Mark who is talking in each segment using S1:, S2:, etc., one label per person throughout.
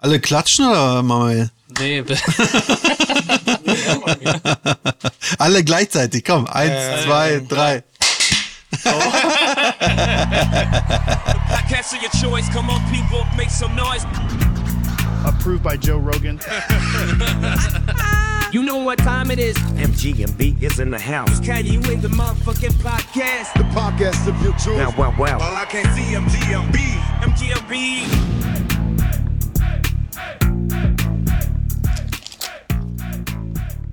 S1: Alle klatschen oder Manuel?
S2: Nee, be-
S1: Alle gleichzeitig, komm. Eins,
S2: Äh.
S1: zwei, drei.
S3: I can't see your choice. Come on, people, make some noise.
S4: approved by Joe Rogan.
S3: You know what time it is.
S5: MGMB is in the house.
S3: Can you in the motherfucking podcast?
S4: Podcast of your choice.
S5: Now, wow, wow.
S3: I can't see MGMB. MGMB.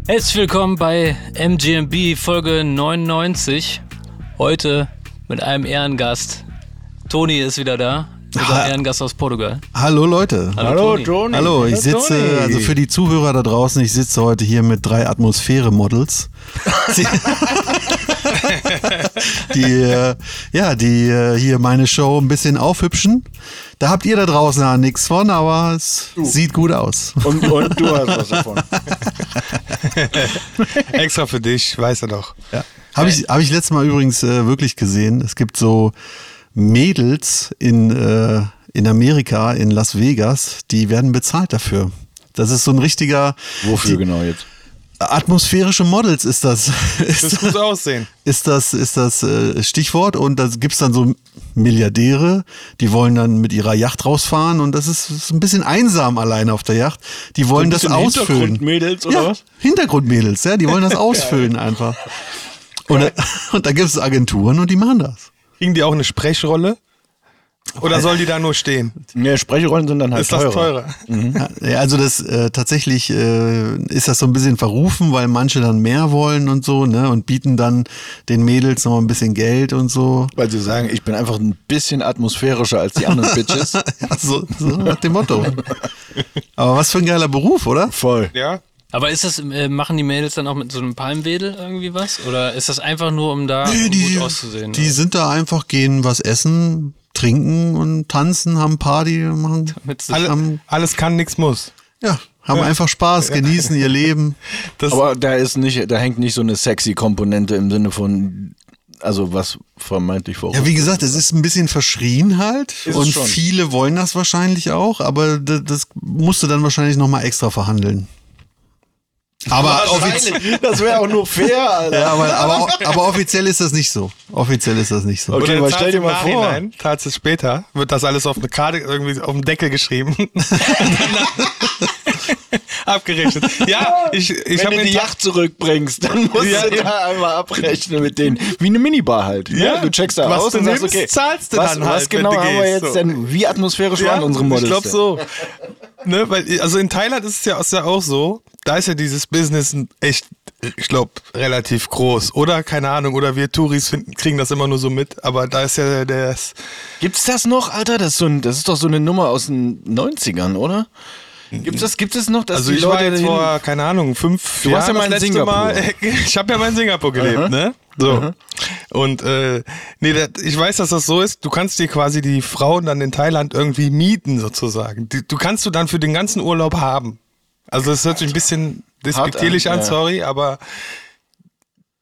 S2: herzlich willkommen bei MGMB Folge 99. Heute mit einem Ehrengast. Toni ist wieder da. Unser
S1: Ha.
S2: Ehrengast aus Portugal.
S1: Hallo Leute.
S2: Ah. Hallo, Toni.
S1: Hallo, ich sitze, also für die Zuhörer da draußen, ich sitze heute hier mit drei Atmosphäre-Models. Die- die, äh, ja, die äh, hier meine Show ein bisschen aufhübschen. Da habt ihr da draußen ja nichts von, aber es sieht gut aus.
S4: Und, und du hast was davon.
S6: Extra für dich, weiß er doch.
S1: Ja. Habe ich, hab ich letztes Mal übrigens äh, wirklich gesehen. Es gibt so Mädels in, äh, in Amerika, in Las Vegas, die werden bezahlt dafür. Das ist so ein richtiger.
S4: Wofür
S1: die-
S4: genau jetzt?
S1: Atmosphärische Models ist das.
S6: Das
S1: Ist,
S6: gut aussehen.
S1: ist das, ist das äh, Stichwort. Und da gibt's dann so Milliardäre, die wollen dann mit ihrer Yacht rausfahren. Und das ist, ist ein bisschen einsam allein auf der Yacht. Die wollen das
S4: bisschen
S1: ausfüllen.
S4: Hintergrundmädels oder
S1: ja,
S4: was?
S1: Hintergrundmädels, ja. Die wollen das ausfüllen einfach. Und, da- und da gibt's Agenturen und die machen das.
S6: Kriegen die auch eine Sprechrolle? Oder soll die da nur stehen?
S4: Ne, Sprechrollen sind dann halt
S6: Ist das teurer?
S1: Ja, also das äh, tatsächlich äh, ist das so ein bisschen verrufen, weil manche dann mehr wollen und so, ne? Und bieten dann den Mädels noch ein bisschen Geld und so.
S4: Weil sie sagen, ich bin einfach ein bisschen atmosphärischer als die anderen Bitches.
S1: Ja, so, so nach dem Motto. Aber was für ein geiler Beruf, oder?
S4: Voll.
S6: Ja?
S2: Aber ist das, äh, machen die Mädels dann auch mit so einem Palmwedel irgendwie was? Oder ist das einfach nur, um da gut auszusehen? Äh,
S1: die sind da einfach, gehen was essen, trinken und tanzen, haben Party, machen,
S2: Damit sie-
S6: Alle,
S1: haben,
S6: alles kann, nichts muss.
S1: ja, haben einfach Spaß, genießen ihr Leben.
S6: Das,
S4: Aber da ist nicht, da hängt nicht so eine sexy Komponente im Sinne von, also was vermeintlich vor.
S1: Ja, wie gesagt, es ist ein bisschen verschrien halt
S4: es
S1: und
S4: schon.
S1: viele wollen das wahrscheinlich auch, aber d- das musst du dann wahrscheinlich nochmal extra verhandeln. Aber, offiz
S4: das wäre auch nur fair, Alter.
S1: ja, aber, aber, aber offiziell ist das nicht so. Offiziell ist das nicht so.
S4: Okay, aber
S6: zahlt's
S4: stell dir
S6: im
S4: mal vor.
S6: Nachhinein, Tat es später, wird das alles auf eine Karte irgendwie auf den Deckel geschrieben. Abgerechnet. Ja, ich, ich
S4: Wenn
S6: habe
S4: du die Yacht zurückbringst, dann musst
S6: Ja,
S4: du
S6: eben.
S4: da einmal abrechnen mit denen. Wie eine Minibar halt. ne?
S6: Ja,
S4: du checkst da
S6: was
S4: aus
S6: du
S4: und sagst,
S6: nimmst,
S4: okay,
S6: zahlst du
S4: was,
S6: dann
S4: was
S6: halt, wenn
S4: genau
S6: du
S4: haben wir
S6: gehst,
S4: jetzt
S6: so.
S4: denn? Wie atmosphärisch waren unsere Models?
S6: Ich glaube
S4: denn?
S6: so. ne, weil, also in Thailand ist es ja, ist ja auch so, da ist ja dieses Business echt, ich glaube, relativ groß. Oder keine Ahnung, oder wir Touris finden, kriegen das immer nur so mit, aber da ist ja der.
S4: Gibt's das noch, Alter? Das ist, so ein, das ist doch so eine Nummer aus den 90ern, oder? Gibt's das, gibt es noch, dass
S6: Also
S4: die
S6: ich
S4: Leute
S6: war jetzt
S4: hin-
S6: vor, keine Ahnung, fünf
S4: Du warst ja
S6: Jahren
S4: mal in
S6: das letzte
S4: Singapur.
S6: Mal. Ich habe ja mal in Singapur gelebt, ne? So. Und äh, nee, das, ich weiß, dass das so ist. Du kannst dir quasi die Frauen dann in Thailand irgendwie mieten, sozusagen. Die, du kannst du dann für den ganzen Urlaub haben. Also das hört sich ein bisschen despektierlich an,
S4: an, ja.
S6: sorry, aber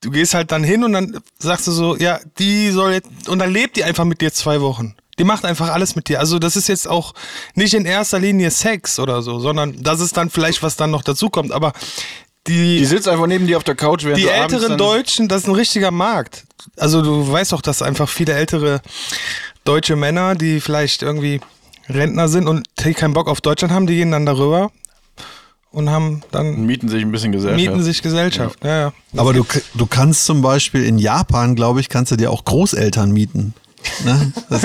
S6: du gehst halt dann hin und dann sagst du so, ja, die soll jetzt, und dann lebt die einfach mit dir zwei Wochen. Die macht einfach alles mit dir. Also das ist jetzt auch nicht in erster Linie Sex oder so, sondern das ist dann vielleicht, was dann noch dazukommt. Aber
S4: Die
S6: die,
S4: sitzt einfach neben dir auf der Couch, während
S6: die
S4: du abends
S6: älteren
S4: dann-
S6: Deutschen, das ist ein richtiger Markt. Also du weißt doch, dass einfach viele ältere deutsche Männer, die vielleicht irgendwie Rentner sind und die keinen Bock auf Deutschland haben, die gehen dann darüber und haben dann
S4: Mieten sich ein bisschen Gesellschaft.
S6: mieten sich Gesellschaft. Ja, ja.
S1: Aber du, k- du kannst zum Beispiel in Japan, glaube ich, kannst du dir auch Großeltern mieten. Ne? Das,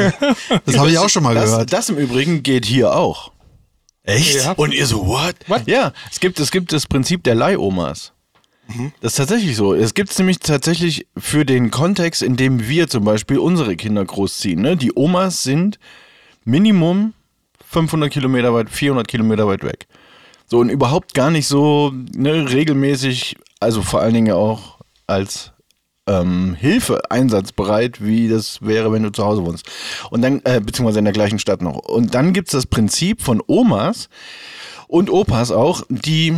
S1: das habe ich auch schon mal
S4: das,
S1: gehört.
S4: Das im Übrigen geht hier auch.
S1: Echt?
S6: Ja.
S4: Und ihr so, what? Ja, es gibt, es gibt das Prinzip der Leihomas. Das ist tatsächlich so. Es gibt es nämlich tatsächlich für den Kontext, in dem wir zum Beispiel unsere Kinder großziehen. Ne? Die Omas sind Minimum 500 Kilometer weit, 400 Kilometer weit weg. So und überhaupt gar nicht so ne, regelmäßig, also vor allen Dingen auch als ähm, Hilfe einsatzbereit, wie das wäre, wenn du zu Hause wohnst. Und dann, äh, beziehungsweise in der gleichen Stadt noch. Und dann gibt es das Prinzip von Omas und Opas auch, die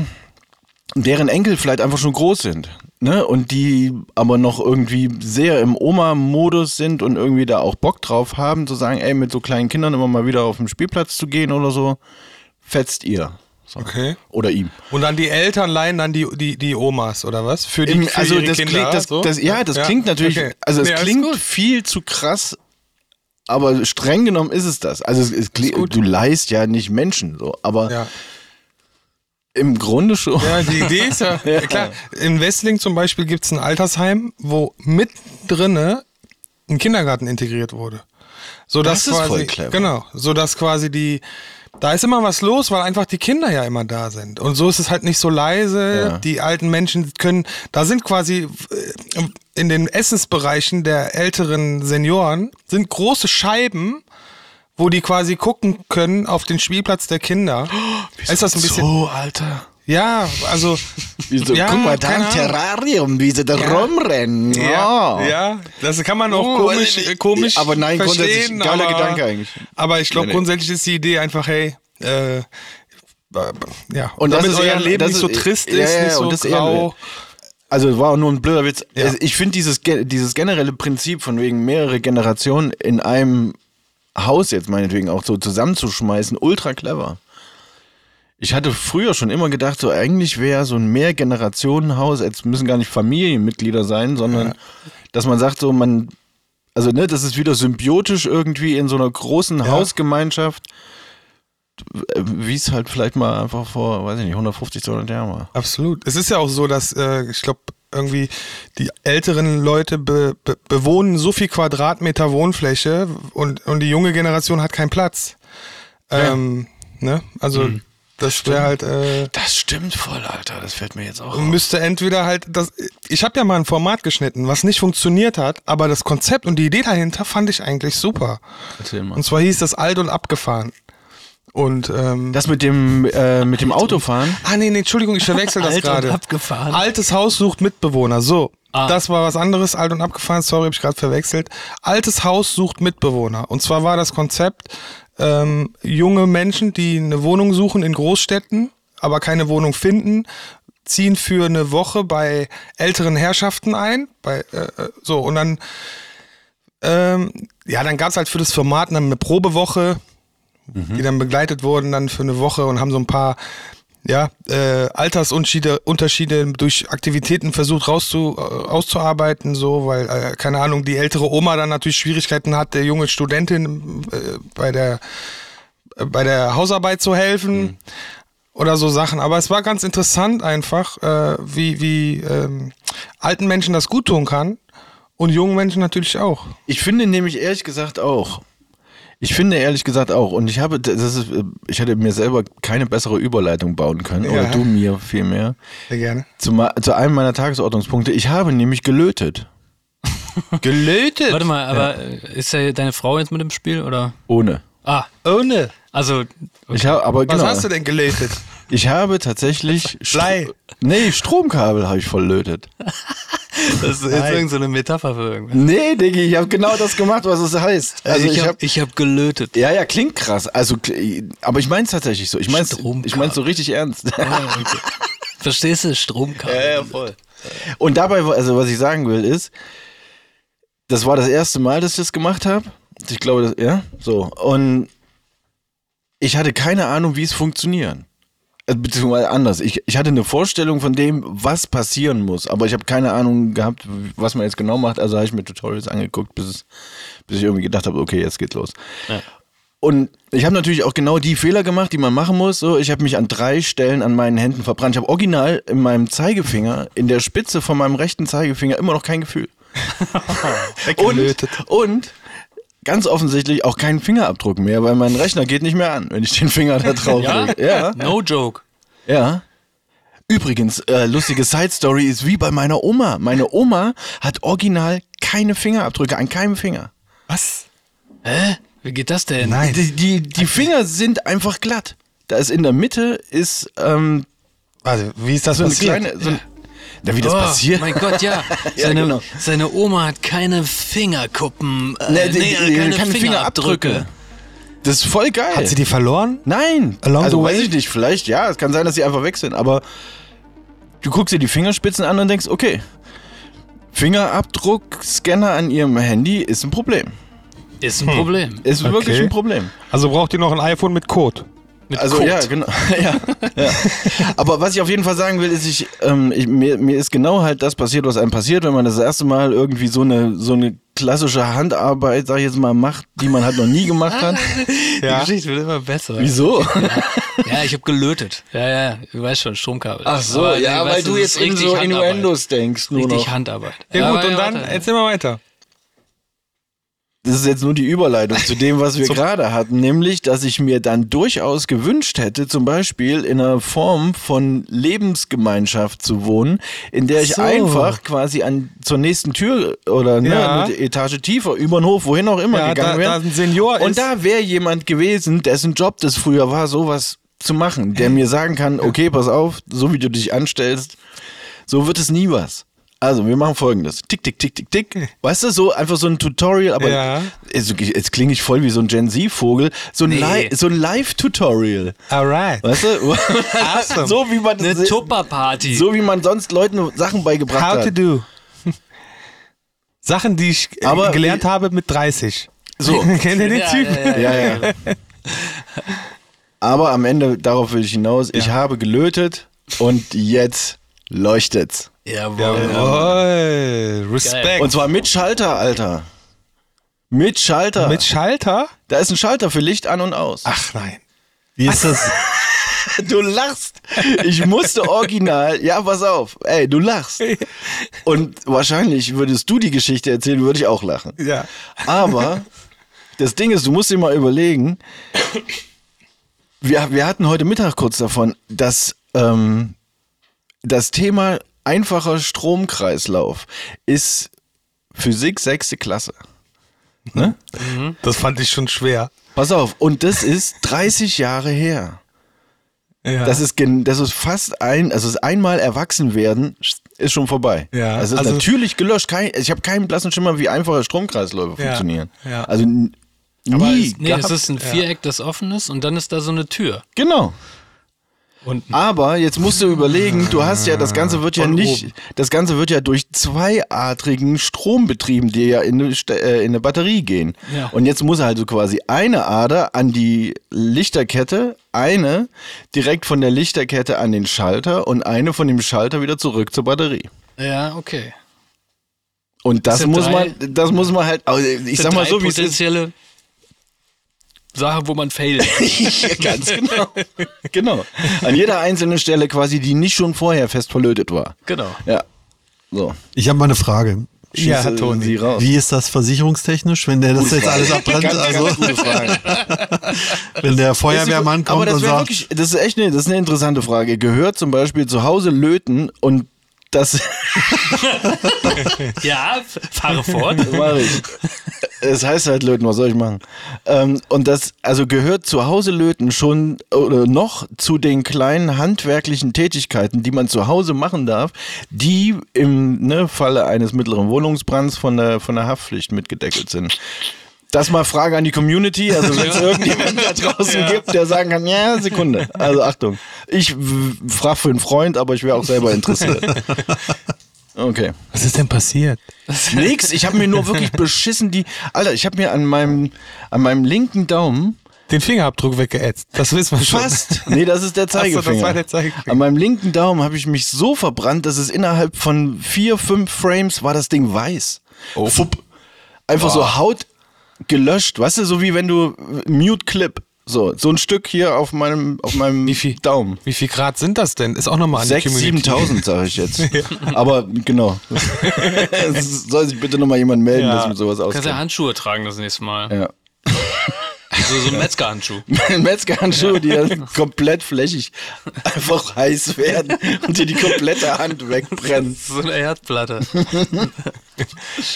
S4: deren Enkel vielleicht einfach schon groß sind. Ne? Und die aber noch irgendwie sehr im Oma-Modus sind und irgendwie da auch Bock drauf haben, zu sagen, ey, mit so kleinen Kindern immer mal wieder auf den Spielplatz zu gehen oder so. fetzt ihr. So.
S6: Okay.
S4: Oder ihm.
S6: Und dann die Eltern leihen dann die, die, die Omas oder was? Für die
S4: Im,
S6: für
S4: also
S6: ihre
S4: das
S6: Kinder,
S4: klingt, das,
S6: so?
S4: das, ja, das klingt natürlich,
S6: okay.
S4: also es
S6: Nee, alles
S4: klingt
S6: gut.
S4: viel zu krass, aber streng genommen ist es das. Also es, es klingt, du leihst ja nicht Menschen, so, aber
S6: Ja.
S4: im Grunde schon.
S6: Ja, die Idee ist ja, klar. In Wessling zum Beispiel gibt es ein Altersheim, wo mittendrinne ein Kindergarten integriert wurde. So dass
S4: Das ist
S6: quasi,
S4: voll clever.
S6: Genau, so dass quasi die, da ist immer was los, weil einfach die Kinder ja immer da sind. Und so ist es halt nicht so leise.
S4: Ja.
S6: Die alten Menschen können, da sind quasi äh, in den Essensbereichen der älteren Senioren sind große Scheiben, wo die quasi gucken können auf den Spielplatz der Kinder. ist das ein bisschen
S4: Oh, so, Alter.
S6: ja, also.
S4: Wieso?
S6: ja,
S4: Guck mal, da
S6: keine
S4: im
S6: Ahnung.
S4: Terrarium, wie sie da rumrennen.
S6: Ja, ja, das kann man auch
S4: Oh,
S6: komisch,
S4: also,
S6: äh, komisch
S4: aber nein, grundsätzlich
S6: verstehen.
S4: geiler
S6: aber,
S4: Gedanke eigentlich.
S6: Aber ich glaube,
S4: Nee, nee.
S6: grundsätzlich ist die Idee einfach, hey, äh, ja,
S4: Und das
S6: damit
S4: ist
S6: euer
S4: eher-
S6: Leben
S4: das
S6: nicht
S4: ist- e-
S6: so trist
S4: ja,
S6: ist,
S4: ja,
S6: nicht so
S4: und das eher-
S6: grau.
S4: Also war auch nur ein blöder Witz.
S6: Ja.
S4: Also, Ich finde dieses, ge- dieses generelle Prinzip von wegen mehrere Generationen in einem Haus jetzt meinetwegen auch so zusammenzuschmeißen, ultra clever. Ich hatte früher schon immer gedacht, so eigentlich wäre so ein Mehrgenerationenhaus, jetzt müssen gar nicht Familienmitglieder sein, sondern dass man sagt, so man, also ne, das ist wieder symbiotisch irgendwie in so einer großen Hausgemeinschaft, äh, wie es halt vielleicht mal einfach vor, weiß ich nicht, 150, 200 Jahren war.
S6: Absolut. Es ist ja auch so, dass äh, ich glaube, irgendwie die älteren Leute be be bewohnen so viel Quadratmeter Wohnfläche und, und die junge Generation hat keinen Platz. Ähm, ne? Also,
S4: Mhm.
S6: das wäre halt. Äh,
S4: Das stimmt voll, Alter. Das fällt mir jetzt auch
S6: müsste entweder halt das ich habe ja mal ein Format geschnitten, was nicht funktioniert hat, aber das Konzept und die Idee dahinter fand ich eigentlich super. Und zwar hieß das alt und abgefahren. Und ähm,
S4: Das mit dem, äh, mit dem Autofahren.
S6: ah nee, nee, Entschuldigung, ich verwechsel das
S2: Alt und
S6: gerade.
S2: abgefahren.
S6: Altes Haus sucht Mitbewohner. So,
S2: Ah.
S6: das war was anderes, alt und abgefahren, sorry, habe ich gerade verwechselt. Altes Haus sucht Mitbewohner. Und zwar war das Konzept ähm, junge Menschen, die eine Wohnung suchen in Großstädten, aber keine Wohnung finden, ziehen für eine Woche bei älteren Herrschaften ein, bei äh, äh, so und dann ähm, ja, dann gab es halt für das Format dann eine Probewoche, die dann begleitet wurden dann für eine Woche und haben so ein paar ja, äh, Altersunterschiede Unterschiede durch Aktivitäten versucht rauszu, äh, auszuarbeiten, so, weil, äh, keine Ahnung, die ältere Oma dann natürlich Schwierigkeiten hat, der junge Studentin äh, bei, der, äh, bei der Hausarbeit zu helfen oder so Sachen. Aber es war ganz interessant einfach, äh, wie, wie ähm, alten Menschen das gut tun kann und jungen Menschen natürlich auch.
S4: Ich finde nämlich ehrlich gesagt auch. Ich finde ehrlich gesagt auch. Und ich habe, das ist, äh, ich hätte mir selber keine bessere Überleitung bauen können. Oder
S6: Ja.
S4: du mir vielmehr.
S6: Sehr gerne.
S4: Zu, ma- zu einem meiner Tagesordnungspunkte. Ich habe nämlich gelötet. gelötet?
S2: Warte mal, aber äh, ist ja deine Frau jetzt mit im Spiel oder?
S4: Ohne.
S2: Ah,
S6: Ohne.
S2: also
S4: Ich habe, aber
S6: Was
S4: genau.
S6: hast du denn gelötet?
S4: Ich habe tatsächlich. Stro-
S6: Blei.
S4: Nee, Stromkabel habe ich verlötet.
S2: das ist jetzt irgendeine so eine Metapher für irgendwas.
S4: Nee, Diggi, ich habe genau das gemacht, was es heißt. Also ich, habe.
S2: ich hab gelötet.
S4: Ja, ja, klingt krass. Also, kl- aber ich mein's tatsächlich so. Ich mein's,
S2: Stromkabel.
S4: ich mein's so richtig ernst.
S2: Ah, okay. Verstehst du? Stromkabel.
S4: voll. Und dabei, also was ich sagen will, ist, das war das erste Mal, dass ich das gemacht habe. Ich glaube, das, ja, so. Und ich hatte keine Ahnung, wie es funktioniert. Also, Beziehungsweise anders. Ich, ich hatte eine Vorstellung von dem, was passieren muss, aber ich habe keine Ahnung gehabt, was man jetzt genau macht. Also habe ich mir Tutorials angeguckt, bis, es, bis ich irgendwie gedacht habe, okay, jetzt geht's los. Und ich habe natürlich auch genau die Fehler gemacht, die man machen muss. So, ich habe mich an drei Stellen an meinen Händen verbrannt. Ich habe original in meinem Zeigefinger, in der Spitze von meinem rechten Zeigefinger, immer noch kein Gefühl. und, und ganz offensichtlich auch keinen Fingerabdruck mehr, weil mein Rechner geht nicht mehr an, wenn ich den Finger da drauf
S2: Ja?
S4: lege. Ja,
S2: No joke.
S4: ja. Übrigens, äh, lustige Side Story ist wie bei meiner Oma. Meine Oma hat original keine Fingerabdrücke an keinem Finger.
S6: Was?
S2: Hä? Wie geht das denn?
S6: Nein.
S4: Die, die, die Finger sind einfach glatt. Da ist in der Mitte ist ähm,
S6: Warte, Also, wie ist das
S4: so eine
S6: passiert?
S4: kleine. So ein, Na, wie das
S2: Oh,
S4: passiert?
S2: Mein Gott, ja.
S4: Ja,
S2: Seine,
S4: genau.
S2: seine Oma hat keine Fingerkuppen. Äh,
S4: Nee, die-
S2: nee,
S4: die-
S2: keine,
S4: keine
S2: Fingerabdrücke.
S4: Fingerabdrücke. Das ist voll geil.
S6: Hat sie die verloren?
S4: Nein.
S6: Along
S4: also
S6: the
S4: weiß
S6: way?
S4: ich nicht, vielleicht ja. Es kann sein, dass sie einfach weg sind, aber du guckst dir die Fingerspitzen an und denkst, okay, Fingerabdruckscanner an ihrem Handy ist ein Problem.
S2: Ist ein Problem.
S4: Ist
S6: Okay.
S4: wirklich ein Problem.
S6: Also braucht ihr noch ein iPhone mit Code.
S2: Mit
S4: also
S2: Kot.
S4: ja, genau. ja, ja. Aber was ich auf jeden Fall sagen will, ist, ich, ähm, ich mir, mir ist genau halt das passiert, was einem passiert, wenn man das erste Mal irgendwie so eine so eine klassische Handarbeit, sag ich jetzt mal, macht, die man halt noch nie gemacht hat.
S6: Ja.
S2: Die Geschichte wird immer besser.
S4: Wieso?
S2: Ja, ich habe gelötet. Ja, ja, du weißt schon, Stromkabel.
S4: Ach so,
S2: Aber,
S4: ja,
S2: nee,
S4: weil
S2: weißt
S4: du
S2: das
S4: jetzt
S2: ist
S4: in
S2: richtig
S4: so
S2: Handarbeit.
S4: Innuendos denkst nur
S2: Richtig
S4: noch.
S2: Handarbeit.
S6: Ja gut,
S2: Aber
S6: und dann
S2: warte.
S6: erzähl mal weiter.
S4: Das ist jetzt nur die Überleitung zu dem, was wir gerade hatten, nämlich, dass ich mir dann durchaus gewünscht hätte, zum Beispiel in einer Form von Lebensgemeinschaft zu wohnen, in der ich
S6: So.
S4: einfach quasi an zur nächsten Tür oder ne,
S6: Ja.
S4: eine Etage tiefer, über den Hof, wohin auch immer
S6: Ja, da-
S4: gegangen wäre.
S6: da ein Senior
S4: Und
S6: ist.
S4: da wäre jemand gewesen, dessen Job das früher war, sowas zu machen, der mir sagen kann, okay, pass auf, so wie du dich anstellst, so wird es nie was. Also, wir machen folgendes. Tick, tick, tick, tick, tick. Weißt du, so einfach so ein Tutorial, aber
S6: Ja.
S4: also, jetzt klinge ich voll wie so ein Gen Z-Vogel. So ein, Li so ein Live-Tutorial.
S6: Alright.
S4: Weißt du?
S6: Awesome.
S4: so, wie man,
S2: Eine Tupperparty.
S4: so wie man sonst Leuten Sachen beigebracht
S6: How to
S4: hat.
S6: do. Sachen, die ich äh,
S4: Aber
S6: gelernt habe mit 30.
S4: So.
S6: Kennt ihr den
S2: ja,
S6: Typen?
S2: ja, ja, ja.
S4: Ja, ja. Aber am Ende, darauf will ich hinaus, ich habe gelötet und jetzt leuchtet's.
S2: Jawohl.
S6: Jawohl. Respekt.
S4: Und zwar mit Schalter, Alter. Mit Schalter.
S6: mit Schalter?
S4: da ist ein Schalter für Licht an und aus.
S6: Ach nein.
S1: Wie ist das?
S4: Du lachst. Ich musste original. Ja, pass auf. Ey, du lachst. Und wahrscheinlich würdest du die Geschichte erzählen, würde ich auch lachen.
S6: Ja.
S4: Aber das Ding ist, du musst dir mal überlegen. Wir, wir hatten heute Mittag kurz davon, dass ähm, das Thema einfacher Stromkreislauf ist Physik sechste Klasse.
S6: Das fand ich schon schwer.
S4: Pass auf, und das ist 30 Jahre her.
S6: Ja.
S4: Das ist, gen- das ist fast ein, also das einmal erwachsen werden ist schon vorbei.
S6: Ja,
S4: also es ist
S6: also-
S4: natürlich gelöscht. Kein, ich habe keinen blassen Schimmer, wie einfache Stromkreisläufe
S6: Ja,
S4: funktionieren.
S6: ja.
S4: Also n- nie.
S2: Nee, es ist ein Viereck, das offen ist und dann ist da so eine Tür.
S4: Genau.
S2: Unten.
S4: Aber jetzt musst du überlegen, du hast ja das Ganze wird ja
S2: Von
S4: nicht,
S2: oben.
S4: das Ganze wird ja durch zweiartigen Strom betrieben, die ja in eine, St- äh, in eine Batterie gehen.
S2: Ja.
S4: Und jetzt muss also quasi eine Ader an die Lichterkette, eine direkt von der Lichterkette an den Schalter und eine von dem Schalter wieder zurück zur Batterie.
S2: Ja, okay.
S4: Und das
S2: sind
S4: muss
S2: drei-
S4: man, das muss man halt, also ich sag mal
S2: Drei
S4: so, wie es ist.
S2: potenzielle Sache, wo man failt.
S4: Ja, Ganz genau. genau. An jeder einzelnen Stelle quasi, die nicht schon vorher fest verlötet war.
S2: genau.
S4: Ja. So.
S1: Ich habe mal eine Frage.
S6: Ja,
S4: Schieße
S6: Toni.
S4: Sie raus.
S1: Wie ist das versicherungstechnisch, wenn der das jetzt alles abbrennt? Also, wenn der Feuerwehrmann
S4: aber
S1: kommt
S4: das
S1: und
S4: wäre
S1: sagt,
S4: wirklich, das ist echt eine, das ist eine interessante Frage. Gehört zum Beispiel zu Hause löten und das
S2: Ja, f- fahre fort.
S4: mache ich. Es heißt halt löten, was soll ich machen? Ähm, und das, also gehört zu Hause löten schon oder noch zu den kleinen handwerklichen Tätigkeiten, die man zu Hause machen darf, die im ne, Falle eines mittleren Wohnungsbrands von der, von der Haftpflicht mitgedeckelt sind. Das mal Frage an die Community. Also wenn es irgendjemanden da draußen gibt, der sagen kann, ja, Sekunde. Also Achtung. Ich frage für einen Freund, aber ich wäre auch selber interessiert. Okay.
S6: Was ist denn passiert?
S4: Nix, ich habe mir nur wirklich beschissen die. Alter, ich habe mir an meinem, an meinem linken Daumen
S6: Den Fingerabdruck weggeätzt. Das wissen wir schon.
S4: fast. Nee, das ist der
S6: so, das
S4: Zeigefinger.
S6: war der Zeigefinger.
S4: An meinem linken Daumen habe ich mich so verbrannt, dass es innerhalb von vier, fünf Frames war das Ding weiß. Oh. Fupp. Einfach so Haut gelöscht. Weißt du, so wie wenn du Mute Clip. So, so ein Stück hier auf meinem, auf meinem Daumen.
S6: Wie viel Grad sind das denn? Ist auch nochmal an die
S4: 6.000,
S6: Community.
S4: 7.000 sage ich jetzt. Aber genau. Es Soll sich bitte nochmal jemand melden,
S6: Ja.
S4: dass mit sowas
S2: Kannst
S4: auskennt.
S2: ja Handschuhe tragen das nächste Mal.
S4: Ja.
S2: So, so ein Metzgerhandschuh.
S4: Metzgerhandschuhe, die dann komplett flächig einfach heiß werden und dir die komplette Hand wegbrennen.
S2: So eine Erdplatte.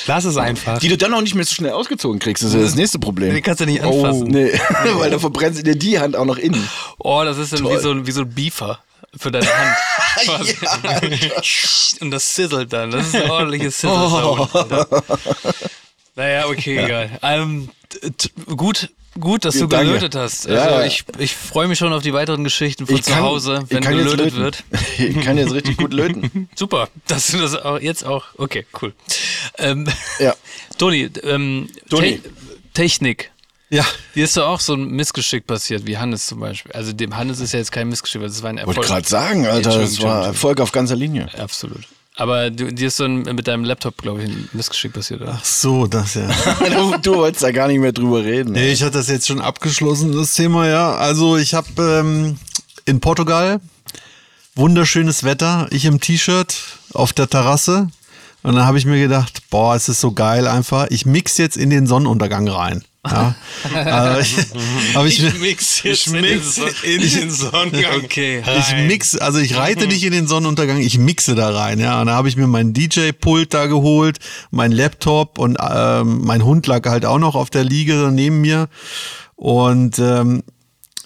S6: Lass es einfach.
S4: Die du dann auch nicht mehr so schnell ausgezogen kriegst, das ist ja das nächste Problem. Oh,
S2: Den kannst du nicht anfassen.
S4: Nee, weil da verbrennt sie dir die Hand auch noch innen.
S2: Oh, das ist dann wie
S4: Toll.
S2: so, ein- wie so ein Beefer für deine Hand. Und das sizzelt dann. Das ist ein ordentliches sizzle -Sound. Naja, okay, egal. Ähm, t- t- gut, gut, dass du
S4: Danke.
S2: gelötet hast. Also
S4: Ja, ja.
S2: ich, ich freue mich schon auf die weiteren Geschichten von zu Hause, wenn
S4: jetzt
S2: gelötet
S4: löten.
S2: wird.
S4: Ich kann jetzt richtig gut löten.
S2: Super, dass du das auch jetzt auch. Okay, cool. Ähm,
S4: Ja.
S2: Toni, ähm,
S4: Toni.
S2: Te Technik.
S1: Ja.
S2: Dir ist doch auch so ein Missgeschick passiert, wie Hannes zum Beispiel. Also dem Hannes ist ja jetzt kein Missgeschick, weil das war ein Erfolg.
S4: Wollte gerade sagen, Alter, das war Erfolg auf ganzer Linie.
S2: Absolut. Aber du, dir ist so ein, mit deinem Laptop, glaube ich, ein Missgeschick passiert, oder?
S1: Ach so, das ja.
S4: Du, du wolltest da gar nicht mehr drüber reden.
S1: Nee, ich hatte das jetzt schon abgeschlossen, das Thema, ja. Also ich habe ähm, in Portugal wunderschönes Wetter, ich im T-Shirt auf der Terrasse. Und dann habe ich mir gedacht, boah, es ist so geil einfach. Ich mix jetzt in den Sonnenuntergang rein. Ja. Äh, hab ich, mir-
S2: mix jetzt
S6: Ich mix in den Sonnengang.
S2: Okay.
S1: Ich mix, also ich reite nicht in den Sonnenuntergang, ich mixe da rein, ja. Und da habe ich mir meinen DJ-Pult da geholt, meinen Laptop und ähm, mein Hund lag halt auch noch auf der Liege neben mir. Und ähm,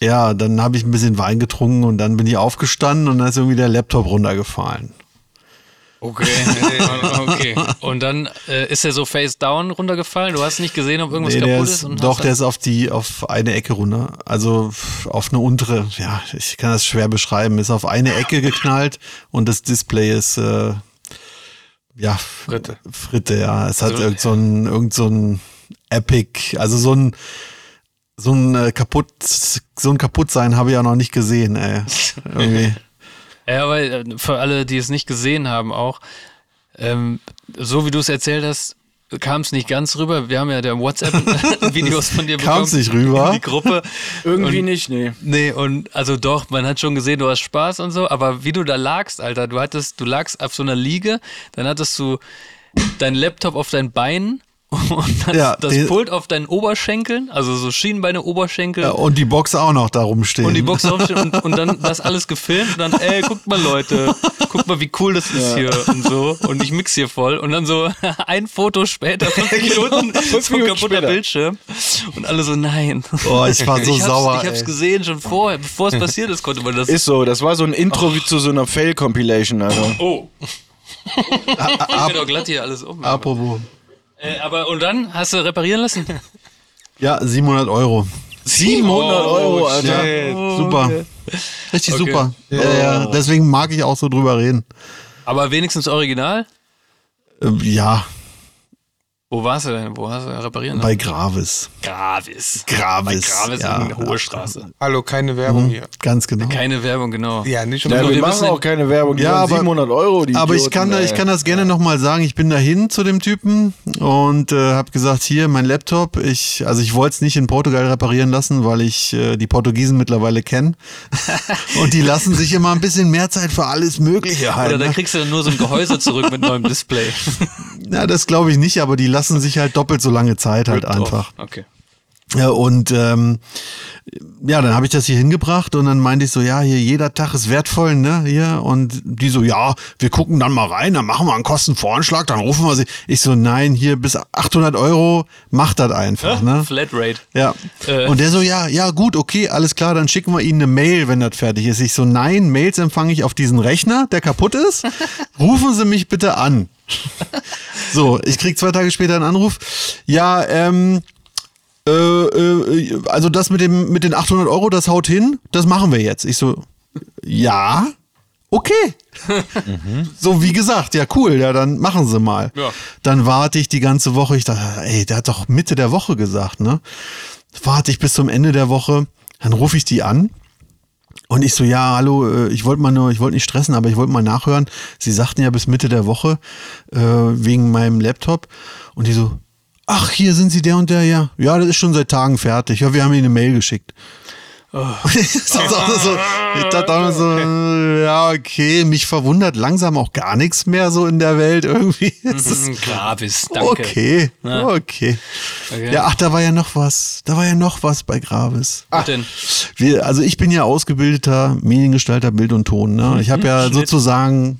S1: ja, dann habe ich ein bisschen Wein getrunken und dann bin ich aufgestanden und dann ist irgendwie der Laptop runtergefallen.
S2: Okay. okay. Und dann äh, ist er so face down runtergefallen. Du hast nicht gesehen, ob irgendwas
S1: Nee, der
S2: kaputt
S1: ist,
S2: ist. und
S1: doch,
S2: hast
S1: der
S2: dann-
S1: ist auf die, auf eine Ecke runter. Also f- auf eine untere, ja, ich kann das schwer beschreiben, ist auf eine Ecke geknallt und das Display ist äh, ja Fritte. Fritte, ja. Es hat
S2: Also
S1: irgend so ein, irgend so ein Epic, also so ein so ein äh, kaputt, so ein Kaputtsein habe ich ja noch nicht gesehen, ey. Irgendwie.
S2: Ja, weil äh, für alle, die es nicht gesehen haben, auch, ähm, so wie du es erzählt hast, kam es nicht ganz rüber. Wir haben ja der WhatsApp-Videos von dir bekommen.
S1: Kam's nicht rüber.
S2: In die Gruppe.
S4: Irgendwie nicht, nee.
S2: Nee, und also doch, man hat schon gesehen, du hast Spaß und so, aber wie du da lagst, Alter, du hattest, du lagst auf so einer Liege, dann hattest du deinen Laptop auf deinen Beinen und das,
S1: Ja,
S2: das
S1: die-
S2: Pult auf deinen Oberschenkeln, also so Schienbeine, Oberschenkel.
S1: Ja, Und die Box auch noch da rumstehen.
S2: Und die Box draufstehen und, und dann das alles gefilmt und dann, ey, guckt mal Leute, guckt mal, wie cool das ist hier und so. Und ich mix hier voll. Und dann so ein Foto später, fünf Minuten,
S4: fünf
S2: so ein
S4: Minuten
S2: kaputter
S4: später.
S2: Bildschirm. Und alle so, nein.
S1: Oh, ich war so
S2: ich hab's,
S1: sauer.
S2: Ich hab's
S1: ey.
S2: gesehen schon vorher, bevor es passiert ist, konnte man das.
S4: Ist so, das war so ein Intro wie zu so einer Fail-Compilation, Alter.
S2: oh. ich mir doch glatt hier alles um.
S1: Apropos.
S2: Äh, aber und dann hast du reparieren lassen?
S1: Ja, 700 Euro.
S4: 700 Euro, Alter.
S1: Super. Richtig
S2: Okay.
S1: super. Ja, ja, deswegen mag ich auch so drüber reden.
S2: Aber wenigstens original?
S1: Ähm, Ja,
S2: Wo warst du denn? Wo hast du reparieren lassen?
S1: bei Gravis.
S2: Gravis.
S1: Gravis.
S2: Gravis
S1: ja,
S2: in Hohe Straße.
S6: Hallo, keine Werbung hier.
S1: Ganz genau.
S2: Keine Werbung, genau.
S6: Ja, nicht schon
S4: Mhm. Ja,
S2: wir
S4: wir
S2: müssen-
S4: machen auch keine Werbung, die
S1: Ja,
S4: waren
S1: aber-
S4: 700 Euro, die
S1: Aber ich
S4: Idioten,
S1: kann, da,
S4: ey.
S1: ich kann das gerne nochmal sagen. Ich bin dahin zu dem Typen und äh, habe gesagt, hier mein Laptop. Ich, also ich wollte es nicht in Portugal reparieren lassen, weil ich äh, die Portugiesen mittlerweile kenne. und die lassen sich immer ein bisschen mehr Zeit für alles Mögliche halt.
S2: Oder da
S1: ne?
S2: kriegst du dann nur so ein Gehäuse zurück mit neuem Display.
S1: Na, das glaube ich nicht, aber die lassen sich halt doppelt so lange Zeit halt einfach.
S2: Okay.
S1: Ja, und ähm, ja, dann habe ich das hier hingebracht und dann meinte ich so, ja, hier jeder Tag ist wertvoll, ne? Hier und die so, ja, wir gucken dann mal rein, dann machen wir einen Kostenvoranschlag, dann rufen wir sie. Ich so, nein, hier bis 800 Euro, macht das einfach, ne?
S2: Flatrate.
S1: Ja.
S2: Äh.
S1: Und der so, ja, ja, gut, okay, alles klar, dann schicken wir Ihnen eine Mail, wenn das fertig ist. Ich so, nein, Mails empfange ich auf diesen Rechner, der kaputt ist. Rufen Sie mich bitte an. so, ich krieg zwei Tage später einen Anruf. Ja, ähm, äh, äh, also das mit dem mit den 800 Euro, das haut hin, das machen wir jetzt. Ich so, ja, okay. So, wie gesagt, ja, cool, ja, dann machen sie mal.
S2: Ja.
S1: Dann warte ich die ganze Woche. Ich dachte, ey, der hat doch Mitte der Woche gesagt, ne? Warte ich bis zum Ende der Woche. Dann rufe ich die an. Und ich so, ja, hallo, äh, ich wollte mal nur, ich wollte nicht stressen, aber ich wollte mal nachhören. Sie sagten ja bis Mitte der Woche äh, wegen meinem Laptop. Und die so, ach, hier sind Sie der und der, ja. Ja, das ist schon seit Tagen fertig. Ja, wir haben Ihnen eine Mail geschickt. Oh. ich dachte auch nur so, ich dachte auch nur so, äh, ja, okay, mich verwundert langsam auch gar nichts mehr so in der Welt irgendwie. Es ist-
S2: Gravis, danke.
S1: Okay, okay.
S2: Okay.
S1: Ja, ach, da war ja noch was. Da war ja noch was bei Gravis.
S2: Ah. Denn,
S1: Wir, also ich bin ja ausgebildeter Mediengestalter Bild und Ton. Ne? Ich habe ja sozusagen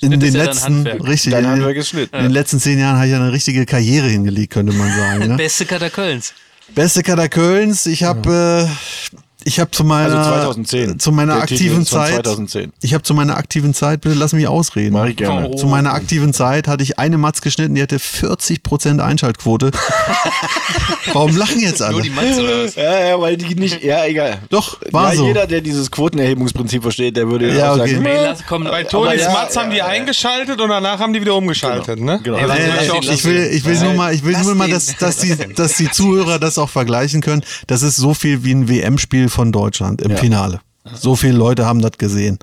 S1: in den
S2: Mhm. Schnitt ist ja dein
S1: letzten
S2: Handwerk.
S1: richtig
S4: Dein
S1: in den-
S4: Handwerk ist Schnitt.
S1: in den letzten zehn Jahren habe ich ja eine richtige Karriere hingelegt, könnte man sagen. Ne?
S2: beste Kater Kölns.
S1: Beste Kader Kölns. Ich habe äh, Ich habe zu meiner
S4: Also 2010.
S1: zu meiner
S4: Der Titel
S1: aktiven
S4: ist von
S1: Zeit
S4: 2010.
S1: Ich habe zu meiner aktiven Zeit, bitte lass mich ausreden.
S4: Mach ich gerne.
S1: Zu meiner aktiven Zeit hatte ich eine Matz geschnitten, die hatte 40 Einschaltquote. Warum lachen jetzt alle?
S2: Nur die Matze oder was?
S4: Ja, ja, weil die nicht. Ja, egal.
S1: Doch, war
S4: ja,
S1: so.
S4: Jeder, der dieses Quotenerhebungsprinzip versteht, der würde
S1: Ja,
S4: auch
S1: okay.
S4: sagen,
S2: Nee, lass, komm,
S6: Bei
S2: aber
S6: Tonis
S2: ja,
S6: Matz haben die eingeschaltet und danach haben die wieder umgeschaltet, ne?
S4: Genau.
S2: Ey, was
S1: Nein,
S2: soll
S1: nein,
S2: ich auch
S1: Also ich, will, ich will nur mal, ich will nur mal, dass, dass, die, dass die Zuhörer das auch vergleichen können. Das ist so viel wie ein WM-Spiel von Deutschland im Finale. So viele Leute haben das gesehen.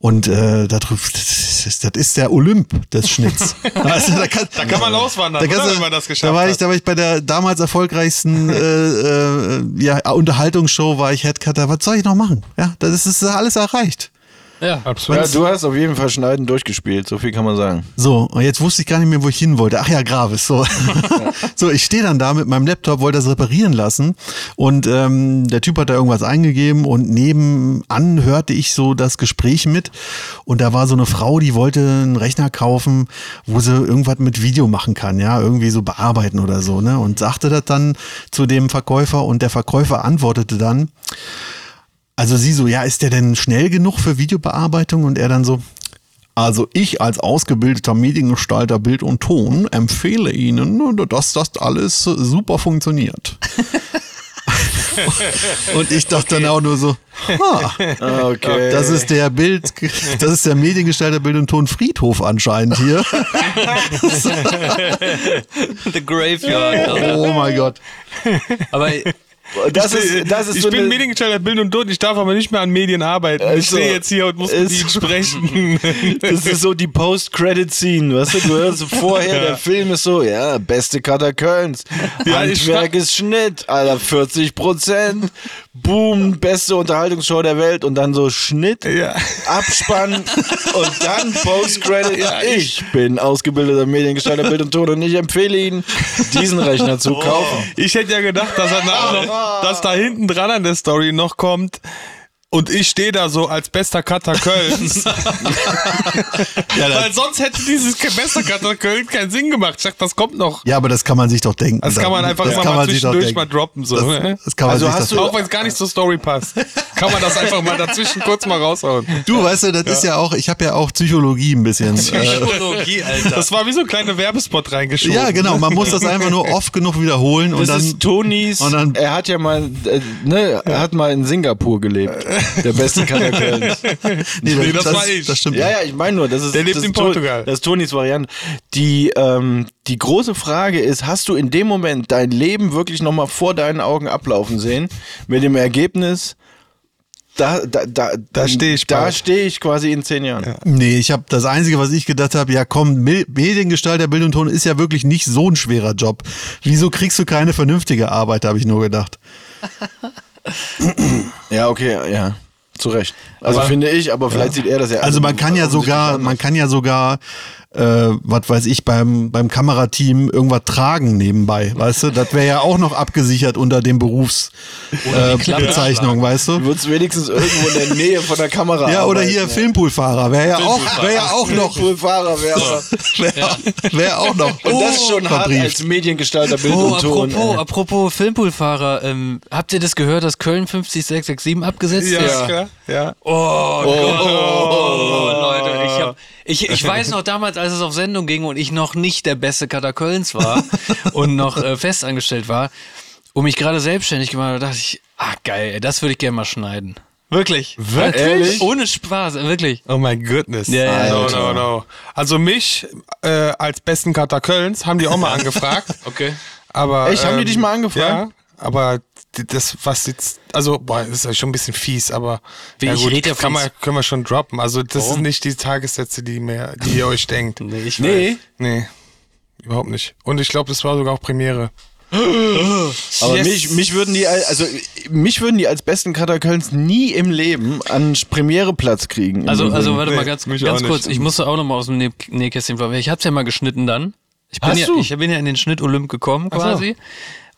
S1: Und äh, da drüb- das, ist- das ist der Olymp des Schnitts. Also, da, kann, da
S6: kann man auswandern,
S1: kannst
S6: oder?
S1: du-
S6: Wenn man das
S1: da
S6: geschafft
S1: war ich,
S6: hat.
S1: Da war ich bei der damals erfolgreichsten äh, äh, ja, Unterhaltungsshow, war ich Headcutter. Was soll ich noch machen? Ja, das ist, das ist alles erreicht.
S2: Ja.
S4: Ja, du hast auf jeden Fall Schneiden durchgespielt, so viel kann man sagen.
S1: So, und jetzt wusste ich gar nicht mehr, wo ich hin wollte. Ach ja, Gravis. So, so ich stehe dann da mit meinem Laptop, wollte das reparieren lassen. Und ähm, der Typ hat da irgendwas eingegeben und nebenan hörte ich so das Gespräch mit. Und da war so eine Frau, die wollte einen Rechner kaufen, wo sie irgendwas mit Video machen kann, ja, irgendwie so bearbeiten oder so. Ne? Und sagte das dann zu dem Verkäufer und der Verkäufer antwortete dann, also sie so, ja, ist der denn schnell genug für Videobearbeitung? Und er dann so, also ich als ausgebildeter Mediengestalter Bild und Ton empfehle Ihnen, ne, dass das alles super funktioniert. und ich dachte dann auch nur so, ha,
S4: Okay.
S1: das ist der Bild, das ist der Mediengestalter Bild und Ton Friedhof anscheinend hier.
S2: The Graveyard. Alter.
S1: Oh mein Gott.
S2: Aber
S4: das ist, das ist
S6: ich
S4: so
S6: bin
S4: eine-
S6: Mediengestalter Bild und Tod, ich darf aber nicht mehr an Medien arbeiten. ich
S4: Also,
S6: stehe jetzt hier und muss
S4: ist-
S6: mit ihnen sprechen.
S4: Das ist so die Post-Credit-Scene, weißt du? Du hörst vorher, der Film ist so, ja, beste Cutter Kölns.
S6: Ja, ich
S4: Handwerk ist Schnitt, Alter, 40 Prozent. Boom, beste Unterhaltungsshow der Welt. Und dann so Schnitt,
S6: Ja.
S4: Abspann und dann Post-Credit. ich bin ausgebildeter Mediengestalter Bild und Ton und ich empfehle Ihnen, diesen Rechner zu
S6: Oh.
S4: kaufen.
S6: Ich hätte ja gedacht, dass, er nachher
S1: Ah.
S6: noch, dass da hinten dran an der Story noch kommt. Und ich stehe da so als bester Cutter Kölns. Weil sonst hätte dieses bester Cutter Köln keinen Sinn gemacht. Ich dachte, das kommt noch.
S1: Ja, aber das kann man sich doch denken.
S6: Das kann man einfach
S1: das
S6: immer
S1: kann
S6: mal
S1: man sich doch
S6: zwischendurch
S1: denken.
S6: mal droppen. So. ne?
S1: Das, das kann man
S4: Also
S1: sich
S4: hast
S1: doch
S4: du-
S6: Auch wenn es gar nicht zur Story passt. Kann man das einfach mal dazwischen kurz mal raushauen.
S1: Du, weißt du, das ist ja auch, ich habe ja auch Psychologie ein bisschen. äh,
S2: Psychologie, Alter.
S6: Das war wie so ein kleiner Werbespot reingeschoben.
S1: ja, genau, man muss das einfach nur oft genug wiederholen und
S4: Das
S1: dann
S4: ist Tonis,
S1: und dann-
S4: er hat ja mal, äh, ne, er hat mal in Singapur gelebt. Der beste Cutter Kölns.
S6: Nee, das war ich.
S1: Das stimmt.
S4: Ja, ja, ich meine nur, das ist
S6: Der lebt
S4: das
S6: in
S4: ist To-
S6: Portugal.
S4: Das ist Tonis Variante. Die, ähm, die große Frage ist, hast du in dem Moment dein Leben wirklich nochmal vor deinen Augen ablaufen sehen? Mit dem Ergebnis, da, da, da, da
S6: stehe ich
S4: Da
S6: bald.
S4: stehe ich quasi in zehn Jahren.
S1: Nee, ich habe das Einzige, was ich gedacht habe, ja komm, Mil- Mediengestalter Bild und Ton ist ja wirklich nicht so ein schwerer Job. Wieso kriegst du keine vernünftige Arbeit, habe ich nur gedacht.
S4: Ja, okay, ja. Zu Recht. Also finde ich, aber vielleicht sieht er das ja.
S1: Also man kann ja sogar, man kann ja sogar, äh, was weiß ich, beim, beim Kamerateam irgendwas tragen nebenbei, weißt du? Das wäre ja auch noch abgesichert unter dem Berufsbezeichnung, äh,
S2: Klappe
S1: Bezeichnung, weißt
S4: Du
S1: du?
S4: würdest wenigstens irgendwo in der Nähe von der Kamera.
S1: Ja, oder
S4: arbeiten,
S1: hier
S4: ja.
S1: Filmpoolfahrer, wäre ja auch, wäre ja auch noch, Oh,
S4: Filmpoolfahrer wäre.
S1: wäre auch noch.
S4: Und das ist schon hart
S1: verbrieft.
S4: als Mediengestalter Bild
S2: Oh,
S4: und Ton.
S2: apropos,
S4: ey.
S2: apropos Filmpoolfahrer, ähm, habt ihr das gehört, dass Köln 50667 abgesetzt
S6: Ja,
S2: ist?
S6: ja. Klar. ja.
S2: Oh, Gott. Oh, Leute, ich, hab, ich, ich weiß noch damals, als es auf Sendung ging und ich noch nicht der beste Kater Kölns war und noch äh, festangestellt war und mich gerade selbstständig gemacht habe, dachte ich, ah geil, ey, das würde ich gerne mal schneiden. Wirklich.
S6: Wirklich?
S2: Ehrlich? Ohne Spaß, wirklich.
S6: Oh my goodness.
S2: Ja, ja,
S6: no,
S4: Alter.
S6: no, no. Also mich äh, als besten Kater Kölns haben die auch mal angefragt.
S2: Okay.
S6: Aber, ähm,
S4: Echt, haben die dich mal angefragt?
S6: Ja, aber die- das, was jetzt, also, boah, das ist ja schon ein bisschen fies, aber
S2: Wie, ich red ja
S6: kann
S2: fies.
S6: man, können wir schon droppen. Also, das sind nicht die Tagessätze, die, mehr, die ihr euch denkt.
S2: Nee, ich
S4: Nee.
S6: Nee, überhaupt nicht. Und ich glaube, das war sogar auch Premiere.
S4: Aber
S6: Yes.
S4: mich, mich würden die, al- also mich würden die als besten Cutter Kölns nie im Leben an Premiereplatz kriegen. Im
S2: Also,
S4: Übrigen.
S2: also warte mal ganz,
S6: mich
S2: ganz
S6: auch
S2: kurz,
S6: nicht.
S2: ich musste auch nochmal aus dem Näh Nähkästchen verwerfen. Ich hab's ja mal geschnitten dann. Ich bin,
S4: Hast
S2: ja,
S4: du?
S2: ich bin ja in den Schnitt Olymp gekommen quasi